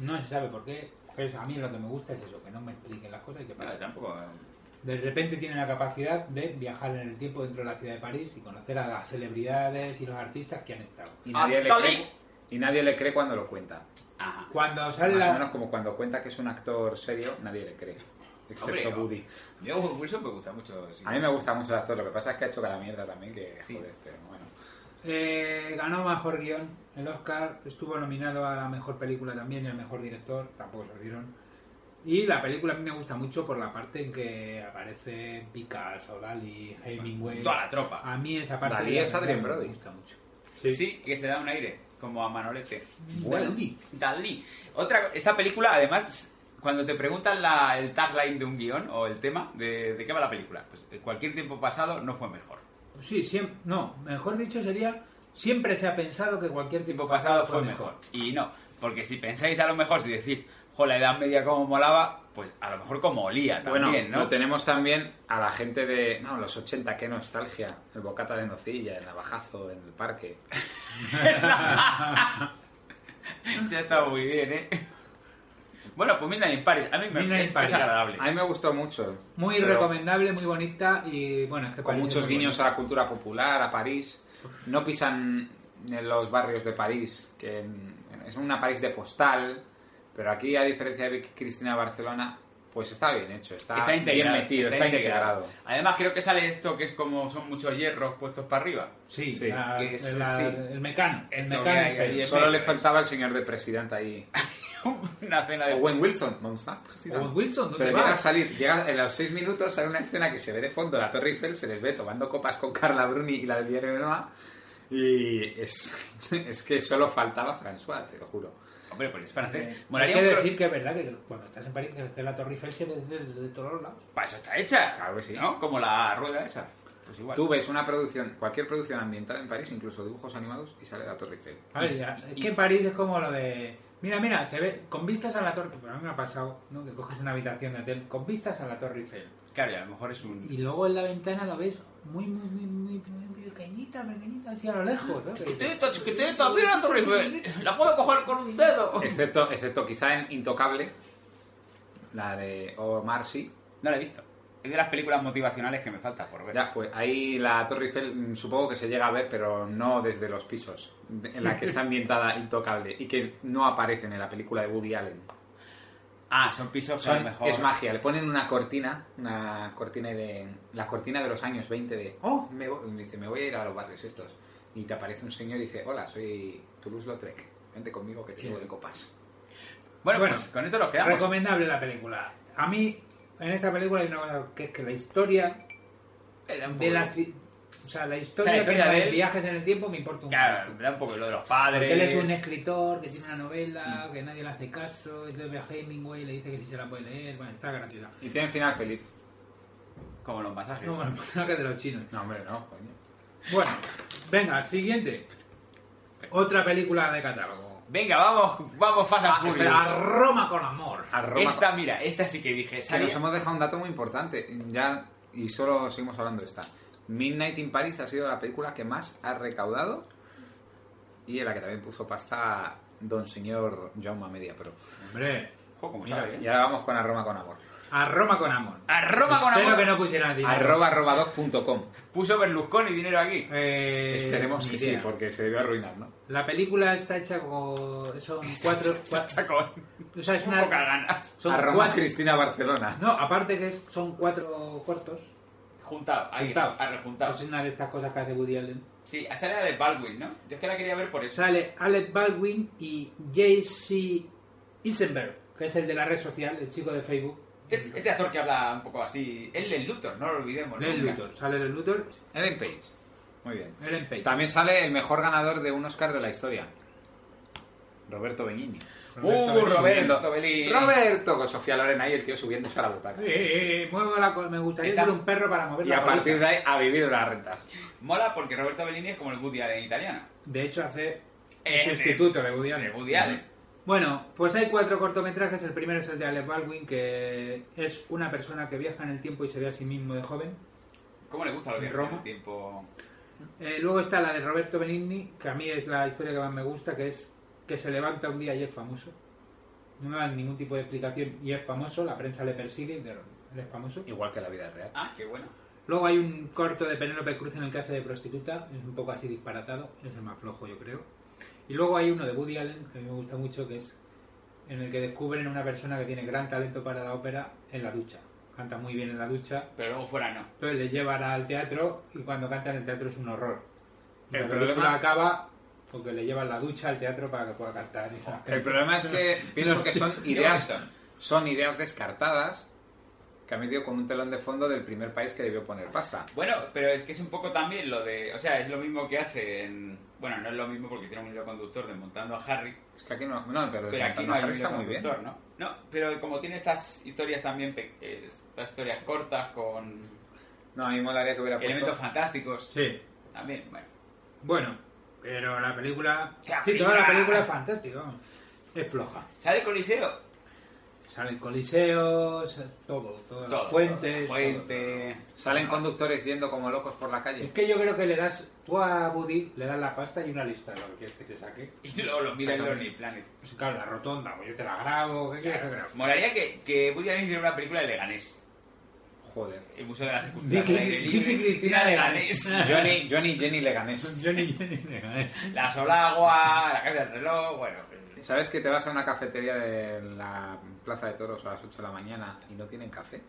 Speaker 6: no se sabe por qué, pero a mí lo que me gusta es eso, que no me expliquen las cosas y que
Speaker 2: Bueno,
Speaker 6: pasa.
Speaker 2: tampoco... eh.
Speaker 6: De repente tiene la capacidad de viajar en el tiempo dentro de la ciudad de París y conocer a las celebridades y los artistas que han estado.
Speaker 1: Y nadie, le
Speaker 2: Anthony.
Speaker 1: cree, y nadie le cree cuando lo cuenta.
Speaker 2: Ajá.
Speaker 6: Cuando
Speaker 1: Más
Speaker 6: sale
Speaker 1: o
Speaker 6: la,
Speaker 1: menos como cuando cuenta que es un actor serio, nadie le cree. Excepto
Speaker 2: Hombre, no.
Speaker 1: Woody.
Speaker 2: Yo Owen Wilson me gusta mucho. sí.
Speaker 1: A mí me gusta mucho el actor, lo que pasa es que ha hecho cada mierda también, que
Speaker 2: Sí.
Speaker 1: joder, pero bueno.
Speaker 6: Eh, ganó mejor guión el Oscar, estuvo nominado a la mejor película también y al mejor director, tampoco se lo dieron. Y la película a mí me gusta mucho por la parte en que aparece Picasso, Dalí, Hemingway.
Speaker 2: Toda la tropa.
Speaker 6: A mí esa parte
Speaker 1: Dalí
Speaker 6: de la
Speaker 1: es Adrien
Speaker 6: película
Speaker 1: Brody.
Speaker 6: me gusta mucho.
Speaker 2: Sí. que se da un aire, como a Manolete.
Speaker 1: Bueno.
Speaker 2: Dalí. Dalí. Otra, co- esta película, además, cuando te preguntan la- el tagline de un guión o el tema, de, ¿de qué va la película? Pues eh, cualquier tiempo pasado no fue mejor.
Speaker 6: Sí, siempre, no, mejor dicho sería siempre se ha pensado que cualquier
Speaker 2: tiempo pasado fue mejor. Y no, porque si pensáis a lo mejor, si decís, jo, la Edad Media como molaba, pues a lo mejor como olía también,
Speaker 1: bueno,
Speaker 2: ¿no?
Speaker 1: lo tenemos también a la gente de. No, los 80, qué nostalgia. El bocata de nocilla, el navajazo en el parque.
Speaker 2: Ya está muy bien, ¿eh? Bueno, pues Midnight in Paris, a mí me
Speaker 6: Midnight in
Speaker 2: es,
Speaker 6: Paris.
Speaker 2: es agradable.
Speaker 1: A mí me gustó mucho.
Speaker 6: Muy
Speaker 1: pero
Speaker 6: recomendable, muy bonita y bueno, es que
Speaker 1: Con
Speaker 6: París
Speaker 1: muchos
Speaker 6: es muy
Speaker 1: guiños
Speaker 6: bonita.
Speaker 1: a la cultura popular, a París. No pisan en los barrios de París, que en- es una París de postal. Pero aquí, a diferencia de Vicky Cristina Barcelona, pues está bien hecho, está,
Speaker 2: Está integrado.
Speaker 1: bien metido, está, integrado.
Speaker 2: Además, creo que sale esto que es como son muchos hierros puestos para arriba.
Speaker 6: Sí,
Speaker 1: Sí,
Speaker 6: la-
Speaker 2: que es-
Speaker 6: la-
Speaker 2: sí.
Speaker 6: el mecano. El
Speaker 2: Esto
Speaker 6: mecano.
Speaker 2: que hay ahí
Speaker 6: sí.
Speaker 2: es-
Speaker 1: Solo le faltaba el señor de presidente ahí.
Speaker 2: Una cena de
Speaker 1: Owen Eh, Wilson, no está presidente.
Speaker 6: Owen Wilson, ¿dónde
Speaker 1: Pero
Speaker 6: vas?
Speaker 1: llega a salir, llega en los seis minutos, sale una escena que se ve de fondo la Torre Eiffel, se les ve tomando copas con Carla Bruni y la del diario de Noa. Y es, es que solo faltaba François, te lo juro.
Speaker 2: Hombre, pues es
Speaker 1: Eh,
Speaker 2: francés.
Speaker 6: Hay
Speaker 2: Molaría
Speaker 6: que
Speaker 2: un pro-
Speaker 6: decir que es verdad que cuando estás en París, que la Torre Eiffel se ve desde, desde todos los lados.
Speaker 2: Para eso está hecha.
Speaker 1: Claro que sí.
Speaker 2: ¿No? Como la rueda esa. Pues igual.
Speaker 1: Tú ves una producción, cualquier producción ambientada en París, incluso dibujos animados, y sale la Torre Eiffel.
Speaker 6: A ver, ya, es que París es como lo de. Mira, mira, se ve con vistas a la Torre. Pero a mí me ha pasado, ¿no? Que coges una habitación de hotel con vistas a la Torre Eiffel.
Speaker 2: Claro, y a lo mejor es un.
Speaker 6: Y luego en la ventana lo ves muy, muy, muy, muy, muy pequeñita, pequeñita, así a lo lejos, ¿no? Que dices,
Speaker 2: Chiquitita, chiquitita, mira la Torre Eiffel. La puedo coger con un dedo.
Speaker 1: Excepto, excepto quizá en Intocable, la de Omar Sy.
Speaker 2: No la he visto. Es de las películas motivacionales que me falta por ver.
Speaker 1: Ya, pues ahí la Torre Eiffel mm, supongo que se llega a ver, pero no desde los pisos, de- en la que está ambientada Intocable y que no aparecen en la película de Woody Allen.
Speaker 2: Ah, son pisos que a
Speaker 1: Son-
Speaker 2: lo mejor.
Speaker 1: Es magia, le ponen una cortina, una cortina de la cortina de los años 20 de, oh, me, vo-", dice, me voy a ir a los barrios estos. Y te aparece un señor y dice, hola, soy Toulouse-Lautrec, vente conmigo que te llevo de copas.
Speaker 2: Bueno,
Speaker 6: Bueno.
Speaker 2: pues con esto nos quedamos.
Speaker 6: Recomendable la película. A mí, en esta película hay una cosa que es que la historia
Speaker 2: Me da un poco
Speaker 6: de la.
Speaker 2: de-
Speaker 6: ci- O sea, la historia,
Speaker 2: historia
Speaker 6: que no
Speaker 2: de
Speaker 6: es
Speaker 2: él-
Speaker 6: viajes en el tiempo me importa un
Speaker 2: Claro,
Speaker 6: poco.
Speaker 2: me da un poco lo de los padres.
Speaker 6: Porque él es un escritor que tiene una novela, que nadie le hace caso, entonces ve a Hemingway y le dice que si se la puede leer, bueno, está graciosa.
Speaker 1: Y tienen final feliz.
Speaker 2: Como los masajes.
Speaker 6: No, bueno, personajes de los chinos.
Speaker 1: No, hombre, no, coño.
Speaker 6: Bueno, venga, siguiente. Otra película de catálogo.
Speaker 2: Venga, vamos, vamos, Fast and
Speaker 6: Ah,
Speaker 2: Furious.
Speaker 6: espera, a Roma con amor.
Speaker 1: A Roma-
Speaker 2: Esta, mira, esta sí que dije.
Speaker 1: Que
Speaker 2: ¿sabía?
Speaker 1: nos hemos dejado un dato muy importante. Ya, y solo seguimos hablando de esta. Midnight in Paris ha sido la película que más ha recaudado y en la que también puso pasta don señor Jaume Media Pro.
Speaker 6: Hombre,
Speaker 2: Ojo, como
Speaker 1: Mira,
Speaker 2: sabe, ¿eh?
Speaker 1: Y ahora vamos con arroba con amor.
Speaker 6: a Roma con amor.
Speaker 2: Arroba con
Speaker 6: Espero
Speaker 2: amor.
Speaker 6: que no pusieran dinero.
Speaker 1: Arroba arrobadoc.com.
Speaker 2: ¿eh? Puso Berlusconi dinero aquí.
Speaker 6: Eh,
Speaker 1: Esperemos
Speaker 6: ni
Speaker 1: que sí,
Speaker 6: idea.
Speaker 1: porque se debió arruinar, ¿no?
Speaker 6: La película está hecha con... Son cuatro... cuatro o sea, es
Speaker 2: Con
Speaker 6: una...
Speaker 2: pocas ganas.
Speaker 6: Son
Speaker 1: arroba
Speaker 6: cuatro-
Speaker 1: Cristina Barcelona.
Speaker 6: No, aparte que es- son cuatro cortos.
Speaker 2: Juntado, ahí,
Speaker 6: juntados.
Speaker 2: arrejuntado.
Speaker 6: Es una de estas cosas que hace Woody Allen.
Speaker 2: Sí, esa era la de Baldwin, ¿no? Yo es que la quería ver por eso.
Speaker 6: Sale Alec Baldwin y J.C. Isenberg, que es el de la red social, el chico de Facebook.
Speaker 2: Es- este actor que habla un poco así. Es Len Luthor, no lo olvidemos.
Speaker 6: Len
Speaker 2: nunca.
Speaker 6: Luthor. Sale Len Luthor,
Speaker 1: Ellen Page. Muy bien.
Speaker 6: Ellen Page.
Speaker 1: También sale el mejor ganador de un Oscar de la historia. Roberto Benigni.
Speaker 2: Uh, Roberto Belli.
Speaker 1: Roberto con Sofía Loren ahí, el tío subiéndose a la butaca.
Speaker 6: Eh, eh, eh, muevo la col- me gustaría
Speaker 2: Está-
Speaker 6: ser un perro para mover
Speaker 1: Y
Speaker 6: la
Speaker 1: a partir de
Speaker 6: colita.
Speaker 1: ahí ha vivido las rentas.
Speaker 2: Mola porque Roberto Bellini es como el Woody Allen italiano.
Speaker 6: De hecho, hace
Speaker 2: Eh,
Speaker 6: el sustituto de Woody
Speaker 2: De
Speaker 6: Allen.
Speaker 2: Woody Allen.
Speaker 6: Bueno, pues hay cuatro cortometrajes. El primero es el de Alec Baldwin, que es una persona que viaja en el tiempo y se ve a sí mismo de joven.
Speaker 2: ¿Cómo le gusta lo que
Speaker 6: Roma.
Speaker 2: hace el tiempo?
Speaker 6: Eh, luego está la de Roberto Benigni, que a mí es la historia que más me gusta, que es que se levanta un día y es famoso. No me dan ningún tipo de explicación y es famoso, la prensa le persigue, pero él es famoso.
Speaker 1: Igual que la vida real.
Speaker 2: Ah, qué bueno.
Speaker 6: Luego hay un corto de Penélope Cruz en el que hace de prostituta, es un poco así disparatado, es el más flojo yo creo. Y luego hay uno de Woody Allen, que a mí me gusta mucho, que es en el que descubren a una persona que tiene gran talento para la ópera en la ducha. Canta muy bien en la ducha,
Speaker 2: Pero luego fuera no.
Speaker 6: entonces le llevan al teatro y cuando cantan en el teatro es un horror. Y
Speaker 1: El
Speaker 6: la
Speaker 1: problema-
Speaker 6: película acaba porque le llevan la ducha al teatro para que pueda cantar. esas
Speaker 1: El
Speaker 6: canciones.
Speaker 1: problema es que pienso que son ideas,
Speaker 2: bonito.
Speaker 1: son ideas descartadas que han metido con un telón de fondo del primer país que debió poner pasta.
Speaker 2: Bueno, pero es que es un poco también lo de... O sea, es lo mismo que hace en... Bueno, no es lo mismo porque tiene un hilo conductor de montando a Harry,
Speaker 1: Es que aquí no, no, pero,
Speaker 2: pero aquí no hay un
Speaker 1: está
Speaker 2: hilo
Speaker 1: muy bien.
Speaker 2: conductor, ¿no? No, pero como tiene estas historias también, pe- eh, estas historias cortas con
Speaker 1: No, a mí molaría que hubiera
Speaker 2: elementos
Speaker 1: puesto.
Speaker 2: fantásticos,
Speaker 6: Sí,
Speaker 2: también, bueno.
Speaker 6: bueno, pero la película...
Speaker 2: ¡Qué
Speaker 6: Sí, toda la
Speaker 2: película!
Speaker 6: película es fantástica, vamos. es floja.
Speaker 2: ¿Sale Coliseo?
Speaker 6: Sale el coliseo, sa- todo, todo,
Speaker 2: Todo.
Speaker 6: puentes.
Speaker 2: Fuente...
Speaker 1: Salen conductores yendo como locos por la
Speaker 6: todo.
Speaker 1: calle.
Speaker 6: Es que yo creo que le das, tú a Woody le das la pasta y una lista de lo que quieres que te saque.
Speaker 2: Y luego lo mira en
Speaker 6: Exactamente.
Speaker 2: Lonely Planet.
Speaker 6: Pues claro, la rotonda, pues yo te la grabo, ¿qué quieres que grabo?
Speaker 2: Molaría que, que Woody Allen hiciera una película de Leganés.
Speaker 1: Joder.
Speaker 2: El Museo de las Esculturas
Speaker 6: Vicky-
Speaker 2: al aire
Speaker 6: Vicky
Speaker 2: libre.
Speaker 6: Cristina Leganés.
Speaker 1: Johnny, Johnny Jenny Leganés.
Speaker 6: Yo ni- ni- ni- ni-
Speaker 2: La Solagua, la Casa del Reloj, bueno... eh,
Speaker 1: ¿Sabes que te vas a una cafetería de la Plaza de Toros a las 8 de la mañana y no tienen café?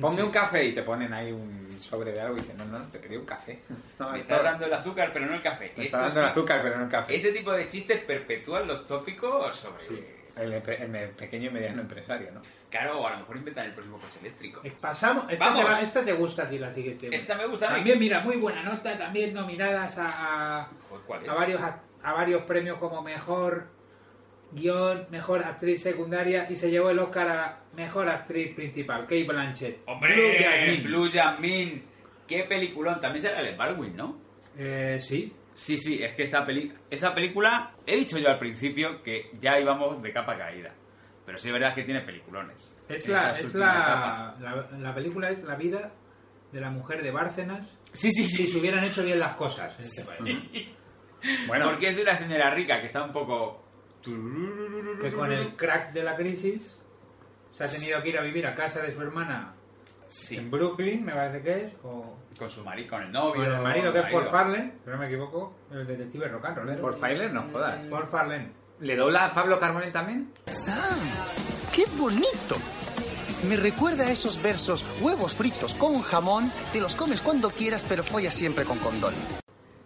Speaker 1: Ponme un café y te ponen ahí un sobre de algo y dicen, no, no, no, te quería un café. No,
Speaker 2: Me
Speaker 1: esto-
Speaker 2: está dando el azúcar, pero no el café.
Speaker 1: me está
Speaker 2: Estos-
Speaker 1: dando el azúcar, pero no el café.
Speaker 2: Este tipo de chistes perpetúan los tópicos sobre...
Speaker 1: Sí, el, empe- el pequeño y mediano empresario, ¿no?
Speaker 2: Claro, o a lo mejor inventan el próximo coche eléctrico.
Speaker 6: Eh, Pasamos. Esta,
Speaker 2: Vamos.
Speaker 6: Te va- esta te gusta a ti, la siguiente.
Speaker 2: Esta me gusta a mí.
Speaker 6: También, mira, muy buena nota. También nominadas a, a,
Speaker 2: Joder, ¿Cuál es?
Speaker 6: a varios, a, a varios premios como mejor guión, mejor actriz secundaria y se llevó el Oscar a mejor actriz principal, Kate Blanchett. Blue
Speaker 2: ¡Hombre!
Speaker 6: Jasmine.
Speaker 2: Blue Jasmine. ¡Qué peliculón! También será el Baldwin, ¿no?
Speaker 6: Eh, sí.
Speaker 2: Sí, sí, es que esta, peli esta película, he dicho yo al principio que ya íbamos de capa caída, pero sí es verdad que tiene peliculones.
Speaker 6: Es,
Speaker 2: En
Speaker 6: la,
Speaker 2: esta
Speaker 6: es
Speaker 2: última etapa.
Speaker 6: la, la, la película es la vida de la mujer de Bárcenas
Speaker 2: Sí, sí,
Speaker 6: si
Speaker 2: sí.
Speaker 6: se hubieran hecho bien las cosas en este país.
Speaker 1: Bueno,
Speaker 2: Porque es de una señora rica que está un poco...
Speaker 6: que con el crack de la crisis se ha tenido que ir a vivir a casa de su hermana en
Speaker 2: Sí,
Speaker 6: Brooklyn, me parece que es, o
Speaker 2: con su marido, Em, con el novio.
Speaker 6: con el marido que es Ford
Speaker 2: marido.
Speaker 6: Farlane, si no me equivoco, el detective rock and rollero.
Speaker 1: por Failer no jodas.
Speaker 6: Ford Farlane.
Speaker 1: ¿Le dobla a Pablo Carbonell también?
Speaker 8: Ah, ¡Qué bonito! Me recuerda a esos versos, huevos fritos con jamón, te los comes cuando quieras, pero follas siempre con condón.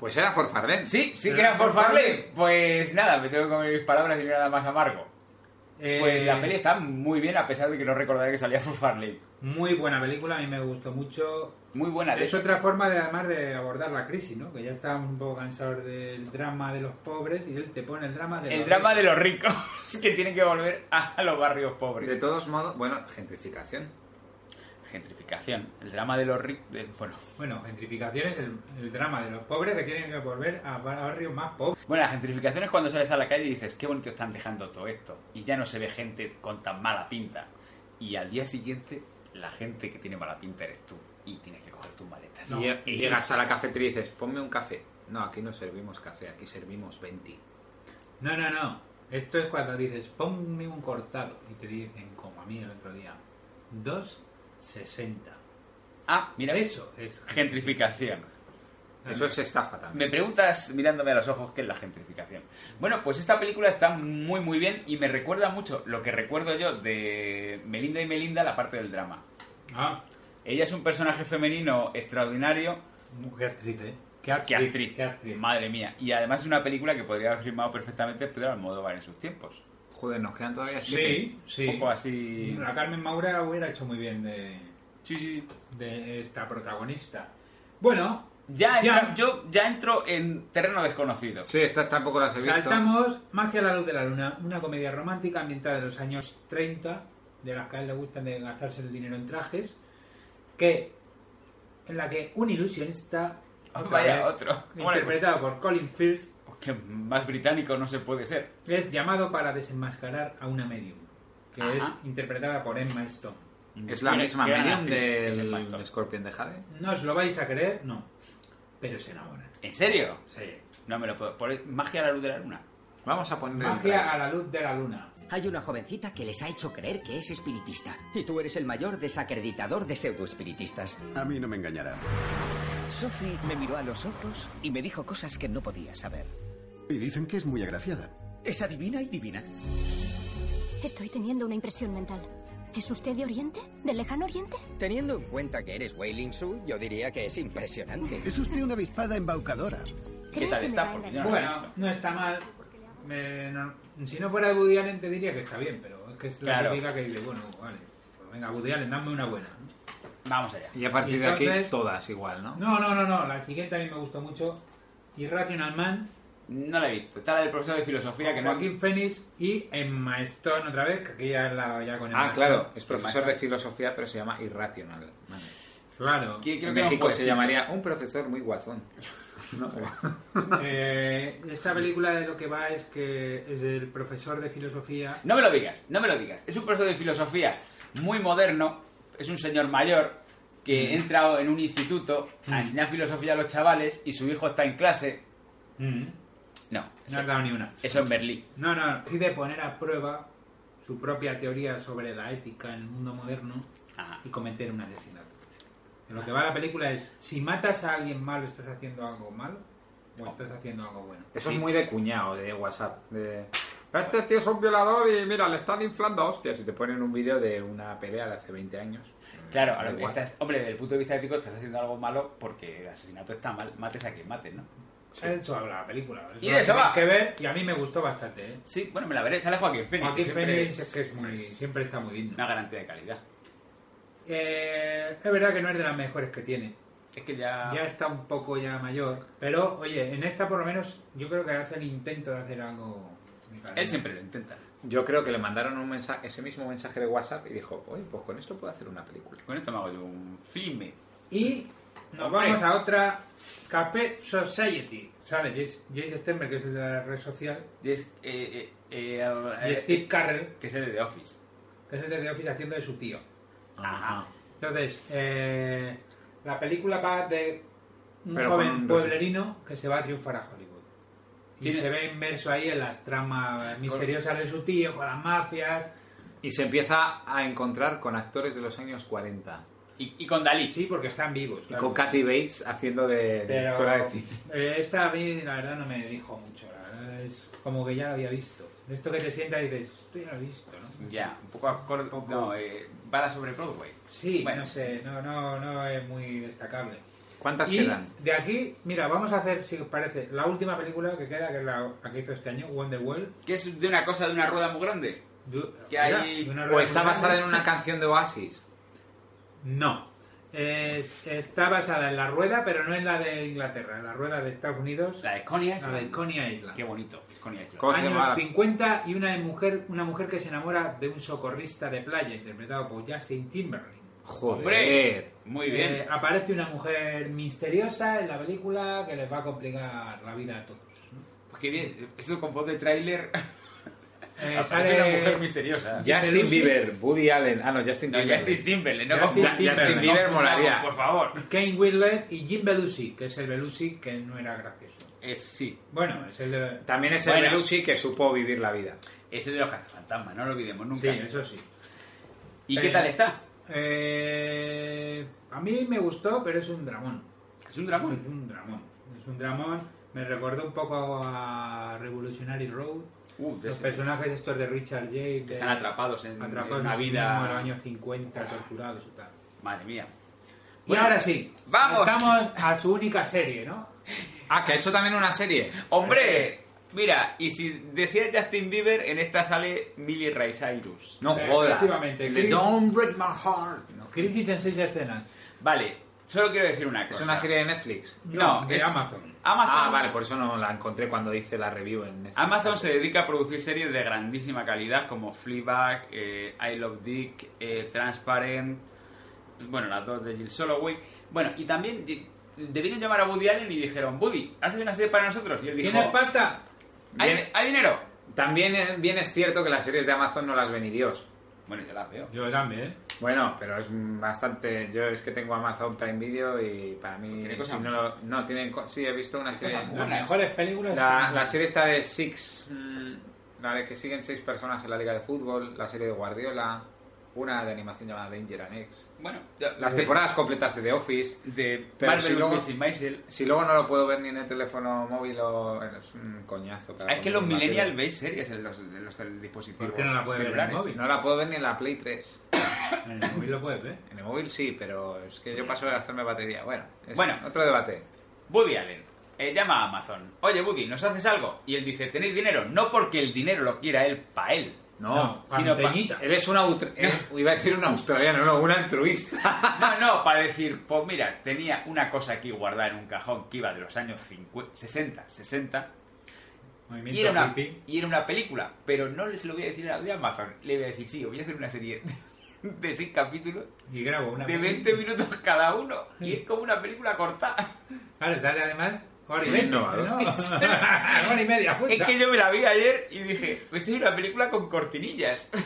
Speaker 1: Pues era por Farlane.
Speaker 2: Sí, sí que
Speaker 6: Pero
Speaker 2: era por
Speaker 6: por
Speaker 2: Farley. Pues nada, me tengo que comer mis palabras y no hay nada más amargo.
Speaker 6: Eh,
Speaker 2: Pues la peli está muy bien a pesar de que no recordaré que salía por Farley.
Speaker 6: Muy buena película, a mí me gustó mucho.
Speaker 2: Muy buena, de
Speaker 6: Es
Speaker 2: hecho.
Speaker 6: otra forma de además de abordar la crisis, ¿no? Que ya estábamos un poco cansados del drama de los pobres y él te pone el drama de
Speaker 2: El
Speaker 6: los
Speaker 2: drama de los ricos que tienen que volver a los barrios pobres.
Speaker 1: De todos modos, bueno, gentrificación.
Speaker 2: Gentrificación. El drama de los ricos. Bueno.
Speaker 6: Bueno, gentrificación es el, el drama de los pobres que tienen que volver a barrios más pobres.
Speaker 2: Bueno, la gentrificación es cuando sales a la calle y dices, qué bonito están dejando todo esto. Y ya no se ve gente con tan mala pinta. Y al día siguiente, la gente que tiene mala pinta eres tú. Y tienes que coger tus maletas.
Speaker 1: y, lle- y llegas a la cafetería y dices, ponme un café. No, aquí no servimos café, aquí servimos 20.
Speaker 6: No, no, no. Esto es cuando dices, ponme un cortado. Y te dicen, como a mí el otro día, 2,60.
Speaker 2: Ah, mira.
Speaker 6: Eso es
Speaker 2: Gentrificación.
Speaker 1: Eso es estafa también.
Speaker 2: Me preguntas mirándome a los ojos qué es la gentrificación. Bueno, pues esta película está muy muy bien y me recuerda mucho lo que recuerdo yo de Melinda y Melinda, la parte del drama.
Speaker 6: Ah,
Speaker 2: Ella es un personaje femenino extraordinario.
Speaker 6: qué actriz, ¿eh? Qué actriz.
Speaker 2: ¡Qué actriz!
Speaker 6: qué actriz.
Speaker 2: Madre mía. Y además es una película que podría haber filmado perfectamente Pedro Almodóvar en sus tiempos.
Speaker 1: Joder, nos quedan todavía siete.
Speaker 6: Sí,
Speaker 2: Un
Speaker 6: sí.
Speaker 2: poco así...
Speaker 6: La Carmen Maura hubiera hecho muy bien de,
Speaker 2: Sí, sí.
Speaker 6: de esta protagonista. Bueno,
Speaker 2: Ya,
Speaker 6: Ya.
Speaker 2: entra- yo ya entro en terreno desconocido.
Speaker 1: Sí, estas tampoco las he visto.
Speaker 6: Saltamos Magia a la luz de la luna, una comedia romántica ambientada en los años 30, de las que a él le gustan de gastarse el dinero en trajes, que en la que un ilusionista,
Speaker 2: Ah,
Speaker 6: otra
Speaker 2: Vaya,
Speaker 6: vez,
Speaker 2: otro.
Speaker 6: interpretado por Colin Firth,
Speaker 2: Pues Que más británico no se puede ser.
Speaker 6: es llamado para desenmascarar a una medium, que
Speaker 2: Ajá.
Speaker 6: es interpretada por Emma Stone.
Speaker 1: Es la
Speaker 2: Mira,
Speaker 1: misma
Speaker 2: qué gran
Speaker 1: medium
Speaker 2: actriz es el
Speaker 1: del
Speaker 2: Pacto.
Speaker 1: Scorpion de Jade.
Speaker 6: No os lo vais a creer, no, pero se enamoran.
Speaker 2: ¿En serio?
Speaker 6: Sí.
Speaker 2: No me lo puedo. Por magia a la luz de la luna.
Speaker 1: Vamos a poner el
Speaker 6: Magia a la luz de la luna.
Speaker 9: Hay una jovencita que les ha hecho creer que es espiritista. Y tú eres el mayor desacreditador de pseudoespiritistas.
Speaker 7: A mí no me engañará.
Speaker 9: Sophie me miró a los ojos y me dijo cosas que no podía saber.
Speaker 7: Y dicen que es muy agraciada.
Speaker 9: Es adivina y divina.
Speaker 3: Estoy teniendo una impresión mental. ¿Es usted de Oriente? ¿Del lejano Oriente?
Speaker 9: Teniendo en cuenta que eres Wailing Su, yo diría que es impresionante.
Speaker 7: Es usted una avispada embaucadora.
Speaker 2: ¿Qué
Speaker 3: Creo
Speaker 2: tal
Speaker 3: que me
Speaker 2: está?
Speaker 3: va a
Speaker 2: Porque yo
Speaker 3: engañar.
Speaker 2: no la he visto.
Speaker 6: Bueno, no está mal. Me- no- si no fuera de Woody Allen te diría que está bien, pero es que es la
Speaker 2: Claro.
Speaker 6: típica que dice, bueno, vale, pues venga, Woody Allen, dame una buena.
Speaker 2: Vamos allá.
Speaker 1: Y a partir de aquí,
Speaker 6: Entonces-
Speaker 1: todas igual, ¿no?
Speaker 6: No, no, no, no, la siguiente a mí me gustó mucho. Irrational Man,
Speaker 2: No la he visto. Está la del profesor de filosofía que no.
Speaker 6: Joaquín Phoenix y Emma Stone otra vez, que aquí ya la ya con Emma
Speaker 1: Ah, claro,
Speaker 6: Stone.
Speaker 1: es profesor de filosofía, pero se llama Irrational. Man.
Speaker 6: Claro.
Speaker 2: Qui- Creo
Speaker 1: en
Speaker 2: que era un
Speaker 1: México se
Speaker 2: jueguecito.
Speaker 1: llamaría un profesor muy guasón.
Speaker 6: Eh, esta película de lo que va es que es el profesor de filosofía.
Speaker 2: No me lo digas, no me lo digas. Es un profesor de filosofía muy moderno. Es un señor mayor que entra en un instituto a enseñar filosofía a los chavales y su hijo está en clase. Mm. No,
Speaker 6: No
Speaker 2: eso,
Speaker 6: has dado ni una.
Speaker 2: eso en Berlín.
Speaker 6: No, no, pide poner a prueba su propia teoría sobre la ética en el mundo moderno
Speaker 2: Ajá.
Speaker 6: y cometer un asesinato. En lo que va la película es, si matas a alguien malo, ¿estás haciendo algo malo? ¿O estás haciendo algo bueno?
Speaker 1: Eso es muy de cuñado, de WhatsApp. De... Este tío es un violador y mira, le están inflando a hostias. Y te ponen un vídeo de una pelea de hace 20 años.
Speaker 2: Claro, a
Speaker 1: Da
Speaker 2: lo que
Speaker 1: igual.
Speaker 2: estás- hombre, desde el punto de vista ético estás haciendo algo malo porque el asesinato está mal, mates a quien mates, ¿no?
Speaker 6: Eso habla la película.
Speaker 2: Y de eso
Speaker 6: la
Speaker 2: va.
Speaker 6: tenéis que ver y a mí me gustó bastante. ¿eh?
Speaker 2: Sí, bueno, me la veré, sale Joaquín Phoenix.
Speaker 6: Joaquín
Speaker 2: que siempre
Speaker 6: Phoenix
Speaker 2: es-
Speaker 6: es que es muy- siempre está muy digno.
Speaker 2: Una garantía de calidad.
Speaker 6: Eh, es verdad que no es de las mejores que tiene.
Speaker 2: Es que ya...
Speaker 6: Ya está un poco ya mayor. Pero, oye, en esta por lo menos yo creo que hace el intento de hacer algo...
Speaker 2: Él siempre lo intenta.
Speaker 1: Yo creo que le mandaron un mensaje, ese mismo mensaje de WhatsApp y dijo, oye, pues con esto puedo hacer una película.
Speaker 2: Con esto me hago yo un filme.
Speaker 6: Y nos
Speaker 2: Hombre.
Speaker 6: vamos a otra Café Society. ¿Sabes? Jace, Jace Stenberg, que es el de la red social.
Speaker 2: Y es... eh, eh, eh, el-
Speaker 6: Y
Speaker 2: eh,
Speaker 6: Steve Carrell,
Speaker 2: que es el de The Office.
Speaker 6: que es el de The Office haciendo de su tío.
Speaker 2: Ajá.
Speaker 6: Entonces, eh, la película va de un
Speaker 1: Pero
Speaker 6: joven
Speaker 1: con un dos-
Speaker 6: pueblerino que se va a triunfar a Hollywood. Y
Speaker 2: Tiene-
Speaker 6: se ve inmerso ahí en las tramas misteriosas de su tío, con las mafias.
Speaker 1: Y se empieza a encontrar con actores de los años 40.
Speaker 2: Y, y con Dalí.
Speaker 6: Sí, porque están vivos.
Speaker 1: Y
Speaker 6: claro.
Speaker 1: con Kathy Bates haciendo de directora
Speaker 6: Pero
Speaker 1: de cine.
Speaker 6: eh, esta a mí, la verdad, no me dijo mucho. La verdad, es como que ya la había visto. De esto que te sientas y dices, esto ya lo he visto, ¿no?
Speaker 2: Ya, un poco acorde... No, eh, bala sobre Broadway.
Speaker 6: Sí,
Speaker 2: Bueno.
Speaker 6: no sé, no, no, no es muy destacable.
Speaker 1: ¿Cuántas
Speaker 6: Y
Speaker 1: quedan?
Speaker 6: de aquí, mira, vamos a hacer, si os parece, la última película que queda, que es la, la que hizo este año, Wonder World.
Speaker 2: Que es de una cosa, de una rueda muy grande.
Speaker 6: Du-
Speaker 2: Que
Speaker 6: mira,
Speaker 2: hay-
Speaker 6: de una
Speaker 1: ¿O
Speaker 6: rueda
Speaker 1: está
Speaker 6: muy
Speaker 1: basada en
Speaker 6: grande.
Speaker 1: una canción de Oasis?
Speaker 6: No. Es- está basada en la rueda, pero no en la de Inglaterra, en la rueda de Estados Unidos, Ah,
Speaker 2: La de Conia
Speaker 6: la de Coney Island.
Speaker 2: Qué bonito, es Coney Island.
Speaker 1: Co- ¿Cómo se
Speaker 6: años
Speaker 1: llamaba?
Speaker 6: 50 y una mujer, una mujer que se enamora de un socorrista de playa, interpretado por Justin Timberlake.
Speaker 1: Joder.
Speaker 2: ¡Hombre! Muy bien.
Speaker 6: Eh, aparece una mujer misteriosa en la película que les va a complicar la vida a todos.
Speaker 2: Pues qué bien. Eso con voz de tráiler...
Speaker 6: Eh,
Speaker 2: Aparece una mujer misteriosa.
Speaker 1: Justin Bieber, Woody Allen. Ah, no, Justin
Speaker 2: No,
Speaker 1: Bieber.
Speaker 2: Justin Timberlake, no
Speaker 6: Justin
Speaker 2: confundamos.
Speaker 6: Timberlake. Justin
Speaker 2: no
Speaker 1: Bieber
Speaker 2: confundamos,
Speaker 1: molaría.
Speaker 2: Por favor.
Speaker 6: Kane Whitlet y Jim Belushi, que es el Belushi que no era gracioso.
Speaker 2: Es, sí,
Speaker 6: Bueno, es el de...
Speaker 1: También es el
Speaker 2: Bueno.
Speaker 1: Belushi que supo vivir la vida.
Speaker 2: ese de los cazafantasmas, no lo olvidemos
Speaker 6: Sí,
Speaker 2: nunca.
Speaker 6: eso sí.
Speaker 2: ¿Y
Speaker 6: Eh,
Speaker 2: qué tal está?
Speaker 6: Eh, a mí me gustó, pero es un dramón.
Speaker 2: Es un
Speaker 6: Es
Speaker 2: dramón.
Speaker 6: un dramón. Es un dramón. Me recordó un poco a Revolutionary Road.
Speaker 2: Uh, de
Speaker 6: Los
Speaker 2: ese-
Speaker 6: personajes estos de Richard Jay
Speaker 2: que están atrapados en,
Speaker 6: atrapados
Speaker 2: en una
Speaker 6: en sí
Speaker 2: vida.
Speaker 6: mismo en los años 50, torturados y tal.
Speaker 2: Madre mía.
Speaker 6: Y
Speaker 2: Bueno,
Speaker 6: ahora sí,
Speaker 2: ¡vamos!
Speaker 6: Estamos a su única serie, ¿no?
Speaker 1: Ah, que ha hecho también una serie.
Speaker 2: ¡Hombre! Mira, y si decía Justin Bieber, en esta sale Millie Ray Cyrus.
Speaker 1: No
Speaker 6: Eh,
Speaker 1: jodas.
Speaker 6: efectivamente,
Speaker 1: Le-
Speaker 6: Chris-
Speaker 1: Don't break my heart.
Speaker 6: Crisis en seis escenas.
Speaker 2: Vale, solo quiero decir una
Speaker 1: Es
Speaker 2: cosa.
Speaker 1: una serie de Netflix.
Speaker 2: No,
Speaker 6: de
Speaker 2: es-
Speaker 6: Amazon.
Speaker 2: Amazon,
Speaker 1: Ah, vale, por eso no la encontré cuando hice la review en Netflix.
Speaker 2: Amazon se dedica a producir series de grandísima calidad como Fleabag, eh, I Love Dick, eh, Transparent, bueno, las dos de Jill Soloway. Bueno, y también di- debieron llamar a Woody Allen y dijeron, Woody, ¿haces una serie para nosotros? Y él dijo,
Speaker 6: ¿Tienes pata?
Speaker 2: ¿Hay, hay dinero?
Speaker 1: También eh, bien es cierto que las series de Amazon no las ven ni Dios.
Speaker 2: Bueno, yo las veo.
Speaker 6: Yo también. ¿eh?
Speaker 1: Bueno, pero es bastante... Yo es que tengo Amazon Prime Video y para mí...
Speaker 2: Tiene cosas
Speaker 1: si no, lo- no, tienen... co- Sí, he visto una serie...
Speaker 2: cosas
Speaker 6: Las
Speaker 2: Buenas.
Speaker 6: mejores películas.
Speaker 1: La, la serie está de Six, mm, la de que siguen seis personas en la liga de fútbol, la serie de Guardiola, una de animación llamada Danger and X.
Speaker 2: Bueno, ya-
Speaker 1: Las
Speaker 2: de-
Speaker 1: temporadas completas de The Office.
Speaker 2: de
Speaker 1: Pero
Speaker 2: Marvel
Speaker 1: si luego-
Speaker 2: Mrs. Maisel.
Speaker 1: Si luego no lo puedo ver ni en el teléfono móvil o... Es un coñazo. para
Speaker 2: Ah, Es que los
Speaker 1: ponerme una
Speaker 2: millennials
Speaker 1: tele.
Speaker 2: veis series en los, en los tel- dispositivos
Speaker 6: ¿Por qué no la puede ver en el
Speaker 2: celulares.
Speaker 6: móvil?
Speaker 1: No la puedo ver ni en la Play 3.
Speaker 6: En el móvil lo puedes ver.
Speaker 1: En el móvil sí, pero es que yo paso de gastarme batería. Bueno, es
Speaker 2: Bueno.
Speaker 1: otro debate.
Speaker 2: Woody Allen eh, llama a Amazon. Oye, Woody, ¿nos haces algo? Y él dice, ¿tenéis dinero? No porque el dinero lo quiera él, pa' él.
Speaker 1: No,
Speaker 2: sino pa-
Speaker 6: Panteñita.
Speaker 1: Él es un aut- él- iba a decir un australiano, no, un altruista.
Speaker 2: No, no, para decir, pues mira, tenía una cosa aquí guardada en un cajón que iba de los años 50, 60, 60, y era, una, y era una película, pero no les lo voy a decir a de Amazon, le voy a decir, sí, os voy a hacer una serie de 6 capítulos
Speaker 6: Y grabo una.
Speaker 2: de 20 minutos cada uno, y es como una película corta.
Speaker 6: Claro, sale además hora y
Speaker 1: Qué
Speaker 6: media.
Speaker 1: innovador.
Speaker 6: ¿no? hora y media, justa.
Speaker 2: Es que yo me la vi ayer y dije, pues es una película con cortinillas.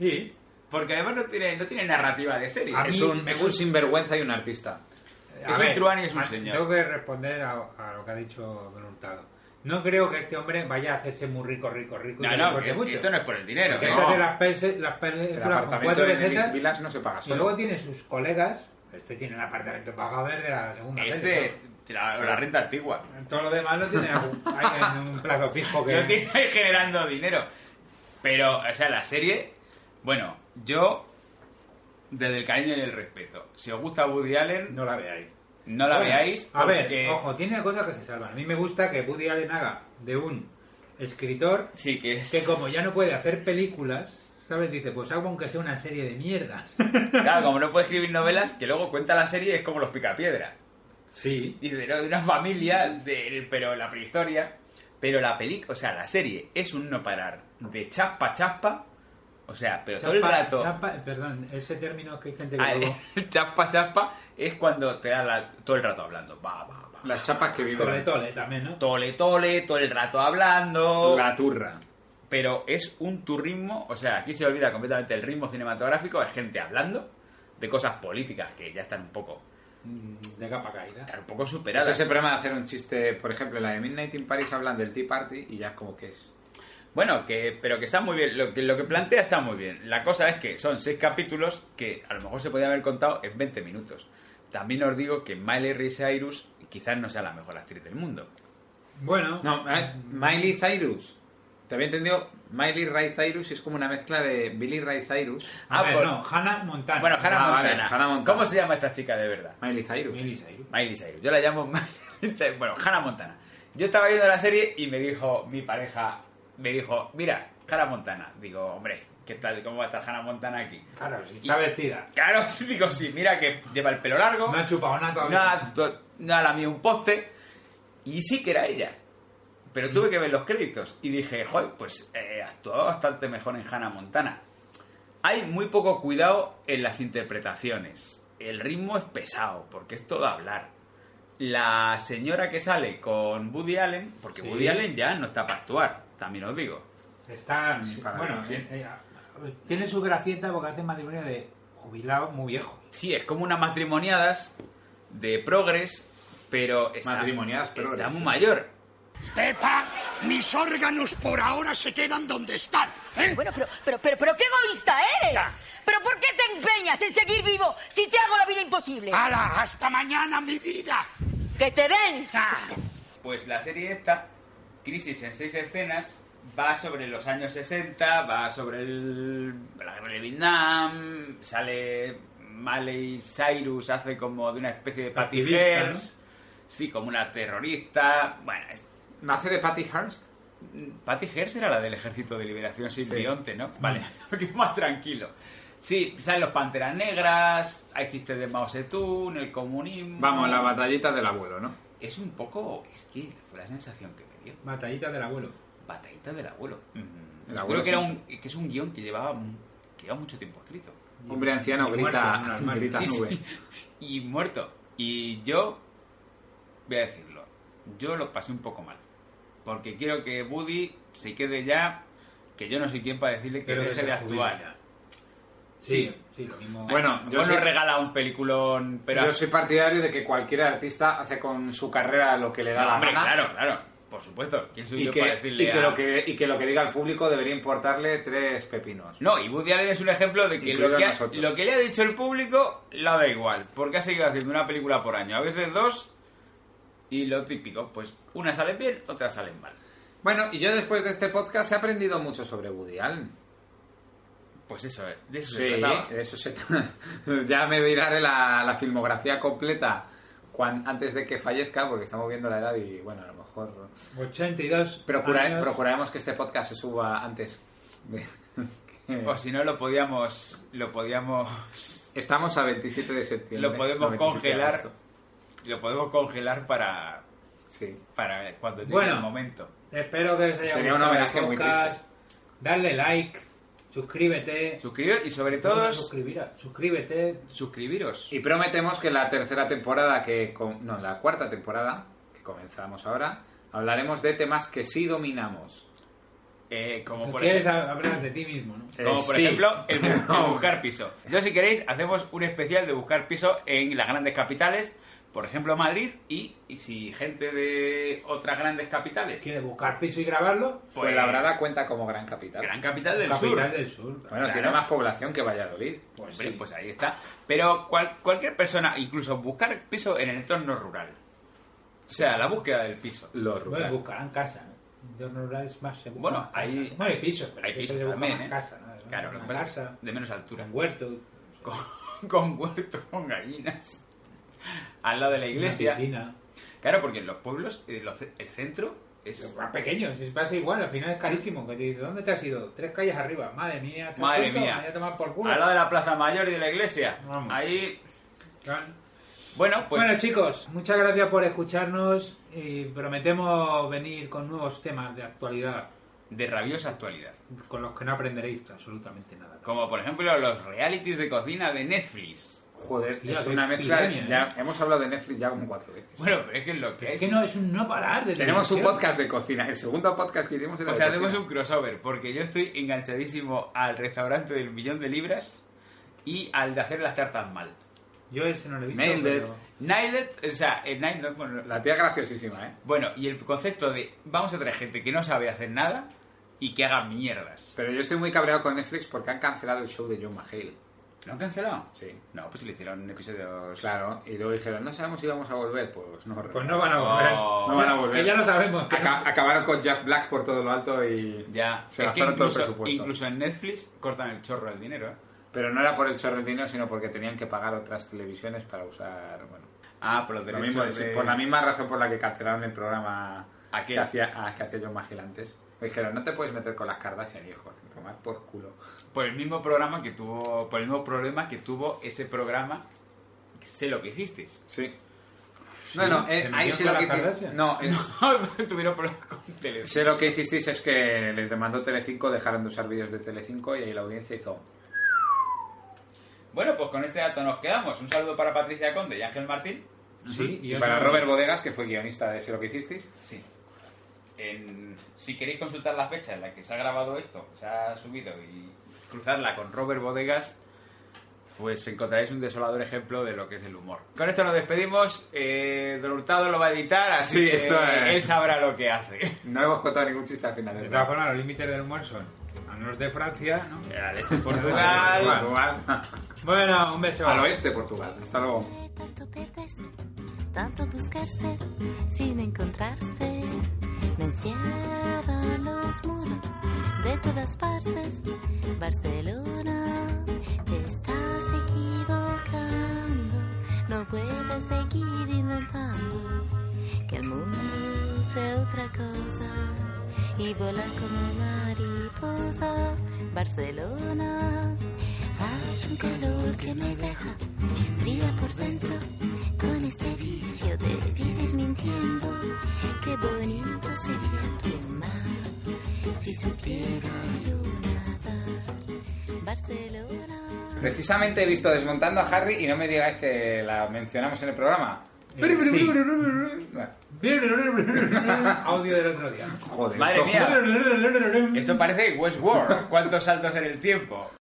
Speaker 6: Sí.
Speaker 2: Porque además no tiene, no tiene narrativa de serie.
Speaker 6: A
Speaker 1: es
Speaker 6: mí
Speaker 1: un,
Speaker 6: me
Speaker 1: es un
Speaker 6: gusta-
Speaker 1: sinvergüenza y un artista.
Speaker 6: A
Speaker 2: Es un truán y es un
Speaker 6: a-
Speaker 2: señor.
Speaker 6: Tengo que responder a, a lo que ha dicho Don Hurtado. No creo que este hombre vaya a hacerse muy rico, rico, rico. y
Speaker 2: No,
Speaker 6: que le
Speaker 2: no,
Speaker 6: importe
Speaker 2: que
Speaker 6: mucho.
Speaker 2: esto no es por el dinero.
Speaker 6: Porque
Speaker 2: ¿no?
Speaker 6: esto es de las, pelse- las
Speaker 1: El
Speaker 6: películas con
Speaker 1: apartamento
Speaker 6: cuatro
Speaker 1: de Nevis
Speaker 6: pesetas.
Speaker 1: Vilas no se paga
Speaker 6: Y luego
Speaker 1: solo.
Speaker 6: tiene sus colegas. Este tiene el apartamento pagado desde la segunda
Speaker 2: Este
Speaker 6: peli,
Speaker 2: La, la renta antigua.
Speaker 6: Todo lo demás lo tienen algún- hay en un plazo fijo que...
Speaker 2: Lo tiene generando dinero. Pero, o sea, la serie, bueno, yo, desde el cariño y el respeto, si os gusta Woody Allen,
Speaker 6: No la veáis.
Speaker 2: no la
Speaker 6: Bueno,
Speaker 2: veáis.
Speaker 6: A
Speaker 2: porque-
Speaker 6: ver, ojo, tiene cosas que se salvan. A mí me gusta que Woody Allen haga de un escritor
Speaker 2: Sí, que es.
Speaker 6: que como ya no puede hacer películas, ¿sabes? Dice, pues hago aunque sea una serie de mierdas.
Speaker 2: Claro, como no puede escribir novelas, que luego cuenta la serie, es como los picapiedra.
Speaker 6: Sí.
Speaker 2: Dice, ¿no? De una familia, de, pero la prehistoria. Pero la película, o sea, la serie es un no parar de chaspa a chaspa. O sea, pero todo el
Speaker 6: Chapa-
Speaker 2: rato.
Speaker 6: chapa- perdón, ese término que hay gente que...
Speaker 2: Ah,
Speaker 6: luego-
Speaker 2: el chaspa chaspa es cuando te da la- todo el rato hablando. Va, va, va.
Speaker 1: Las chapas que
Speaker 6: Tole,
Speaker 1: vibran.
Speaker 6: tole también, ¿no?
Speaker 2: Tole, tole, todo el rato hablando.
Speaker 1: La turra.
Speaker 2: Pero es un turrismo, o sea, aquí se olvida completamente el ritmo cinematográfico, es gente hablando de cosas políticas que ya están un poco,
Speaker 6: De capa caída.
Speaker 2: están un poco superadas.
Speaker 1: Es ese problema de hacer un chiste, por ejemplo, en la de Midnight in Paris hablan del Tea Party y ya es como que es.
Speaker 2: Bueno, que, pero que está muy bien, lo, que- lo que plantea está muy bien. La cosa es que son seis capítulos que a lo mejor se podían haber contado en 20 minutos. También os digo que Miley Ray Cyrus quizás no sea la mejor actriz del mundo.
Speaker 6: Bueno,
Speaker 1: No, eh, Miley Cyrus. Te había entendido, Miley Ray Cyrus es como una mezcla de Billy Ray Cyrus.
Speaker 6: a
Speaker 2: Ah,
Speaker 6: ver,
Speaker 2: por-
Speaker 6: no, Hannah Montana.
Speaker 2: Bueno, Hannah,
Speaker 1: Ah, vale,
Speaker 2: Montana.
Speaker 1: Hannah Montana.
Speaker 2: ¿Cómo se llama esta chica de verdad?
Speaker 1: Miley Cyrus.
Speaker 6: Miley Cyrus.
Speaker 2: Miley Cyrus. Yo la llamo Miley Cyrus. Bueno, Hannah Montana. Yo estaba viendo la serie y me dijo mi pareja, me dijo, mira, Hannah Montana. Digo, hombre, ¿qué tal? ¿Cómo va a estar Hannah Montana aquí?
Speaker 6: Claro, sí, está
Speaker 2: Y-
Speaker 6: vestida.
Speaker 2: Claro, sí, digo, sí, mira que lleva el pelo largo.
Speaker 6: No ha chupado nada
Speaker 2: no
Speaker 6: todavía.
Speaker 2: ha, to- no ha lamido un poste. Y sí que era ella. Pero tuve
Speaker 1: Mm.
Speaker 2: que ver los créditos y dije, joder, pues eh, actuaba bastante mejor en Hannah Montana. Hay muy poco cuidado en las interpretaciones. El ritmo es pesado, porque es todo hablar. La señora que sale con Woody Allen, porque
Speaker 6: Sí.
Speaker 2: Woody Allen ya no está para actuar, también os digo.
Speaker 6: Está,
Speaker 1: para
Speaker 6: bueno,
Speaker 1: mí, sí.
Speaker 6: eh, eh, tiene su gracieta porque hace matrimonio de jubilado muy viejo.
Speaker 2: Sí, es como unas matrimoniadas de progres, pero está,
Speaker 1: Matrimoniadas
Speaker 2: está
Speaker 1: progres,
Speaker 2: muy
Speaker 1: sí.
Speaker 2: mayor.
Speaker 4: Pepa, mis órganos por ahora se quedan donde están. ¿eh?
Speaker 10: Bueno, pero, pero, pero, pero qué egoísta eres. ¿Pero por qué te empeñas en seguir vivo si te hago la vida imposible?
Speaker 2: Ah.
Speaker 4: ¡Hala! ¡Hasta mañana, mi vida!
Speaker 10: ¡Que te den!
Speaker 4: Ah.
Speaker 2: Pues la serie esta, Crisis en seis escenas, va sobre los años 60, va sobre el, la guerra de Vietnam, sale Maley Cyrus, hace como de una especie de Patty
Speaker 6: Activista,
Speaker 2: Hearst, sí, como una terrorista, bueno, es-
Speaker 1: ¿Nace de Patty Hearst?
Speaker 2: Patty Hearst era la del Ejército de Liberación Simbionte,
Speaker 1: Mm.
Speaker 2: ¿no? Vale, me quedo más tranquilo. Sí, salen los Panteras Negras, hay chistes de Mao Zedong, el comunismo...
Speaker 1: Vamos, la batallita del abuelo, ¿no?
Speaker 2: Es un poco... Es que fue la sensación que me dio.
Speaker 6: Batallita del abuelo.
Speaker 2: Batallita del abuelo.
Speaker 1: El abuelo
Speaker 2: Creo que, era
Speaker 1: Simpson.
Speaker 2: un, que es un guión que llevaba, un- que lleva mucho tiempo escrito.
Speaker 1: Hombre anciano
Speaker 6: Y muerto en un
Speaker 1: grita,
Speaker 6: armario.
Speaker 1: grita
Speaker 2: Sí,
Speaker 1: nube.
Speaker 2: sí. Y muerto. Y yo, voy a decirlo, yo lo pasé un poco mal. Porque quiero que Woody se quede ya, que yo no soy quien para decirle que
Speaker 6: Pero que
Speaker 2: deje
Speaker 6: se
Speaker 2: de
Speaker 6: jubile
Speaker 2: actuar.
Speaker 6: ya. Sí, sí, lo mismo.
Speaker 1: Bueno, yo
Speaker 2: Yo
Speaker 1: soy-
Speaker 2: no regala un peliculón, pero...
Speaker 1: Yo soy partidario de que cualquier artista hace con su carrera lo que le da
Speaker 2: No,
Speaker 1: la
Speaker 2: hombre,
Speaker 1: gana.
Speaker 2: claro, claro. Por supuesto. ¿Quién soy
Speaker 1: Y
Speaker 2: yo
Speaker 1: que,
Speaker 2: para decirle
Speaker 1: y que
Speaker 2: a-
Speaker 1: lo que, y que lo que diga el público debería importarle tres pepinos.
Speaker 2: No, y Woody Allen es un ejemplo de que
Speaker 1: Incluido
Speaker 2: lo que,
Speaker 1: a
Speaker 2: ha-
Speaker 1: nosotros.
Speaker 2: lo que le ha dicho el público la da igual, porque ha seguido haciendo una película por año, a veces dos, y lo típico, pues unas salen bien, otras salen mal.
Speaker 1: Bueno, y yo después de este podcast he aprendido mucho sobre Woody Allen.
Speaker 2: Pues eso, eh, de eso
Speaker 1: Sí,
Speaker 2: se trataba.
Speaker 1: de eso se trata. Ya me miraré la, la filmografía completa cuan- antes de que fallezca, porque estamos viendo la edad y, bueno, a lo mejor...
Speaker 6: 82
Speaker 2: eh,
Speaker 1: Procura-
Speaker 6: años.
Speaker 1: procuraremos que este podcast se suba antes de...
Speaker 2: O si no, lo podíamos, lo podíamos,
Speaker 1: Estamos a 27 de septiembre.
Speaker 2: lo podemos
Speaker 1: No, 27 de
Speaker 2: congelar,
Speaker 1: agosto.
Speaker 2: lo podemos congelar para,
Speaker 1: Sí.
Speaker 2: para cuando llegue
Speaker 6: Bueno.
Speaker 2: el momento.
Speaker 6: Espero que os haya
Speaker 1: Sería un
Speaker 6: gustado el
Speaker 1: homenaje muy
Speaker 6: podcast. Darle like, suscríbete.
Speaker 2: Suscribiros y sobre todo,
Speaker 6: Todos suscríbete.
Speaker 2: suscribiros.
Speaker 1: Y prometemos que la tercera temporada, que com- no, la cuarta temporada, que comenzamos ahora, hablaremos de temas que sí dominamos.
Speaker 2: Eh, como por
Speaker 6: quieres
Speaker 2: ejemplo-
Speaker 6: hablar de ti mismo, ¿no?
Speaker 1: Eh,
Speaker 2: Como por
Speaker 1: sí.
Speaker 2: ejemplo el, bu- el buscar piso. Yo si queréis hacemos un especial de buscar piso en las grandes capitales, por ejemplo Madrid y, y si gente de otras grandes capitales.
Speaker 6: ¿Quieres buscar piso y grabarlo?
Speaker 2: Pues,
Speaker 1: Pues la verdad cuenta como gran capital.
Speaker 2: Gran capital del
Speaker 6: Capital
Speaker 2: sur.
Speaker 6: del Sur.
Speaker 1: Bueno, tiene
Speaker 2: Claro.
Speaker 1: más población que Valladolid.
Speaker 2: Pues, hombre, pues ahí está. Pero cual- cualquier persona, incluso buscar piso en el entorno rural. O sea, la búsqueda del piso.
Speaker 1: Los
Speaker 6: Bueno, buscarán casa, ¿no? Yo no es más seguro.
Speaker 2: Bueno, hay,
Speaker 6: Bueno, hay pisos, pero
Speaker 2: hay
Speaker 6: siempre
Speaker 2: pisos
Speaker 6: se busca
Speaker 2: también,
Speaker 6: más
Speaker 2: ¿eh?
Speaker 6: casa, ¿no?
Speaker 2: Claro,
Speaker 6: Una
Speaker 2: lo que pasa es
Speaker 6: casa.
Speaker 2: de menos altura.
Speaker 6: Con huerto.
Speaker 2: Con, con huerto, con gallinas. Al lado de la iglesia. Claro, porque en los pueblos, eh, los ce- el centro es...
Speaker 6: Más pequeños, si pasa igual, al final es carísimo. Que te dice, ¿dónde te has ido? Tres calles arriba, madre mía. te
Speaker 2: Madre
Speaker 6: has vuelto,
Speaker 2: mía.
Speaker 6: vaya a tomar por culo.
Speaker 2: Al lado de la Plaza Mayor y de la iglesia. Ahí... Bueno, pues...
Speaker 6: Bueno, chicos, muchas gracias por escucharnos y prometemos venir con nuevos temas de actualidad.
Speaker 2: De rabiosa actualidad.
Speaker 6: Con los que no aprenderéis absolutamente nada.
Speaker 2: Como por ejemplo los realities de cocina de Netflix.
Speaker 1: Joder,
Speaker 6: Tío,
Speaker 1: es
Speaker 6: qué
Speaker 1: una mezcla.
Speaker 2: ¿eh?
Speaker 6: piraña,
Speaker 1: ya hemos hablado de Netflix ya como cuatro veces.
Speaker 2: Bueno, pero es que es lo que
Speaker 6: Es que no, es un no parar. De
Speaker 1: Tenemos un
Speaker 6: televisión.
Speaker 1: podcast de cocina. El segundo podcast que hicimos era
Speaker 2: O
Speaker 1: de
Speaker 2: sea,
Speaker 1: cocina.
Speaker 2: hacemos un crossover, porque yo estoy enganchadísimo al restaurante del millón de libras y al de hacer las tartas mal.
Speaker 6: Yo ese no lo he visto.
Speaker 1: Nailed.
Speaker 6: pero-
Speaker 2: Nailet, o sea, el Nailet, bueno,
Speaker 1: La tía graciosísima, ¿eh?
Speaker 2: bueno, y el concepto de vamos a traer gente que no sabe hacer nada y que haga mierdas.
Speaker 1: Pero yo estoy muy cabreado con Netflix porque han cancelado el show de John McHale.
Speaker 2: ¿Lo han cancelado?
Speaker 1: Sí.
Speaker 2: No, pues le hicieron episodios...
Speaker 1: Claro, y luego dijeron, no sabemos si vamos a volver. Pues no,
Speaker 6: Pues no van a volver.
Speaker 2: No.
Speaker 1: no van a volver.
Speaker 6: Que ya lo sabemos. que
Speaker 1: Aca- acabaron con Jack Black por todo lo alto y
Speaker 2: Ya,
Speaker 1: se
Speaker 2: es que
Speaker 1: gastaron todo el
Speaker 2: incluso,
Speaker 1: presupuesto.
Speaker 2: incluso en Netflix cortan el chorro del dinero, ¿eh?
Speaker 1: Pero no era por el chorro de dinero, sino porque tenían que pagar otras televisiones para usar. Bueno,
Speaker 2: Ah, por los
Speaker 1: lo
Speaker 2: derechos
Speaker 1: mismo,
Speaker 2: de-
Speaker 1: por la misma razón por la que cancelaron el programa
Speaker 2: Aquel.
Speaker 1: que hacía, ah, que hacía John Magill antes. Me dijeron, no te puedes meter con las Kardashian, hijo, tomar por culo.
Speaker 2: Por el mismo programa que tuvo, por el mismo problema que tuvo ese programa, sé lo que hicisteis.
Speaker 1: Sí. No, no, eh,
Speaker 6: ¿Se metió
Speaker 1: ahí sí
Speaker 6: con
Speaker 1: lo que
Speaker 6: las
Speaker 1: hicisteis.
Speaker 6: Kardashian?
Speaker 1: No, es-
Speaker 2: tuvieron problemas con Telegram.
Speaker 1: sé lo que hicisteis es que les demandó Telecinco, dejaron de usar vídeos de Telecinco y ahí la audiencia hizo.
Speaker 2: Bueno, pues con este dato nos quedamos. Un saludo para Patricia Conde y Ángel Martín.
Speaker 6: Sí,
Speaker 1: Y
Speaker 6: yo
Speaker 1: para
Speaker 6: no-
Speaker 1: Robert Bodegas, que fue guionista de Sé lo que hicisteis.
Speaker 2: Sí. En- si queréis consultar la fecha en la que se ha grabado esto, se ha subido y cruzarla con Robert Bodegas, pues encontraréis un desolador ejemplo de lo que es el humor. Con esto nos despedimos. Eh, Don Hurtado lo va a editar, así
Speaker 1: Sí,
Speaker 2: que
Speaker 1: esto es-
Speaker 2: él sabrá lo que hace.
Speaker 1: No hemos contado ningún chiste al final. ¿eh?
Speaker 6: De
Speaker 1: ¿verdad?
Speaker 6: todas formas, los límites del humor son al norte de Francia, ¿no?
Speaker 2: Portugal.
Speaker 1: Portugal.
Speaker 6: Bueno, un beso.
Speaker 1: Al oeste de Portugal. Hasta luego.
Speaker 11: tanto perderse, tanto buscarse sin encontrarse. Me encierran los muros de todas partes. Barcelona, te estás equivocando. No puedes seguir inventando que el mundo sea otra cosa y volar como mariposa. Barcelona, hace un calor que me deja fría por dentro con este vicio de vivir mintiendo. Qué bonito sería tu mar si supiera yo nadar. Barcelona.
Speaker 1: Precisamente he visto desmontando a Harry y no me digáis que la mencionamos en el programa.
Speaker 6: Eh, Audio del otro día.
Speaker 1: Joder,
Speaker 2: Madre
Speaker 1: esto-
Speaker 2: mía. Esto parece Westworld. ¿Cuántos saltos en el tiempo?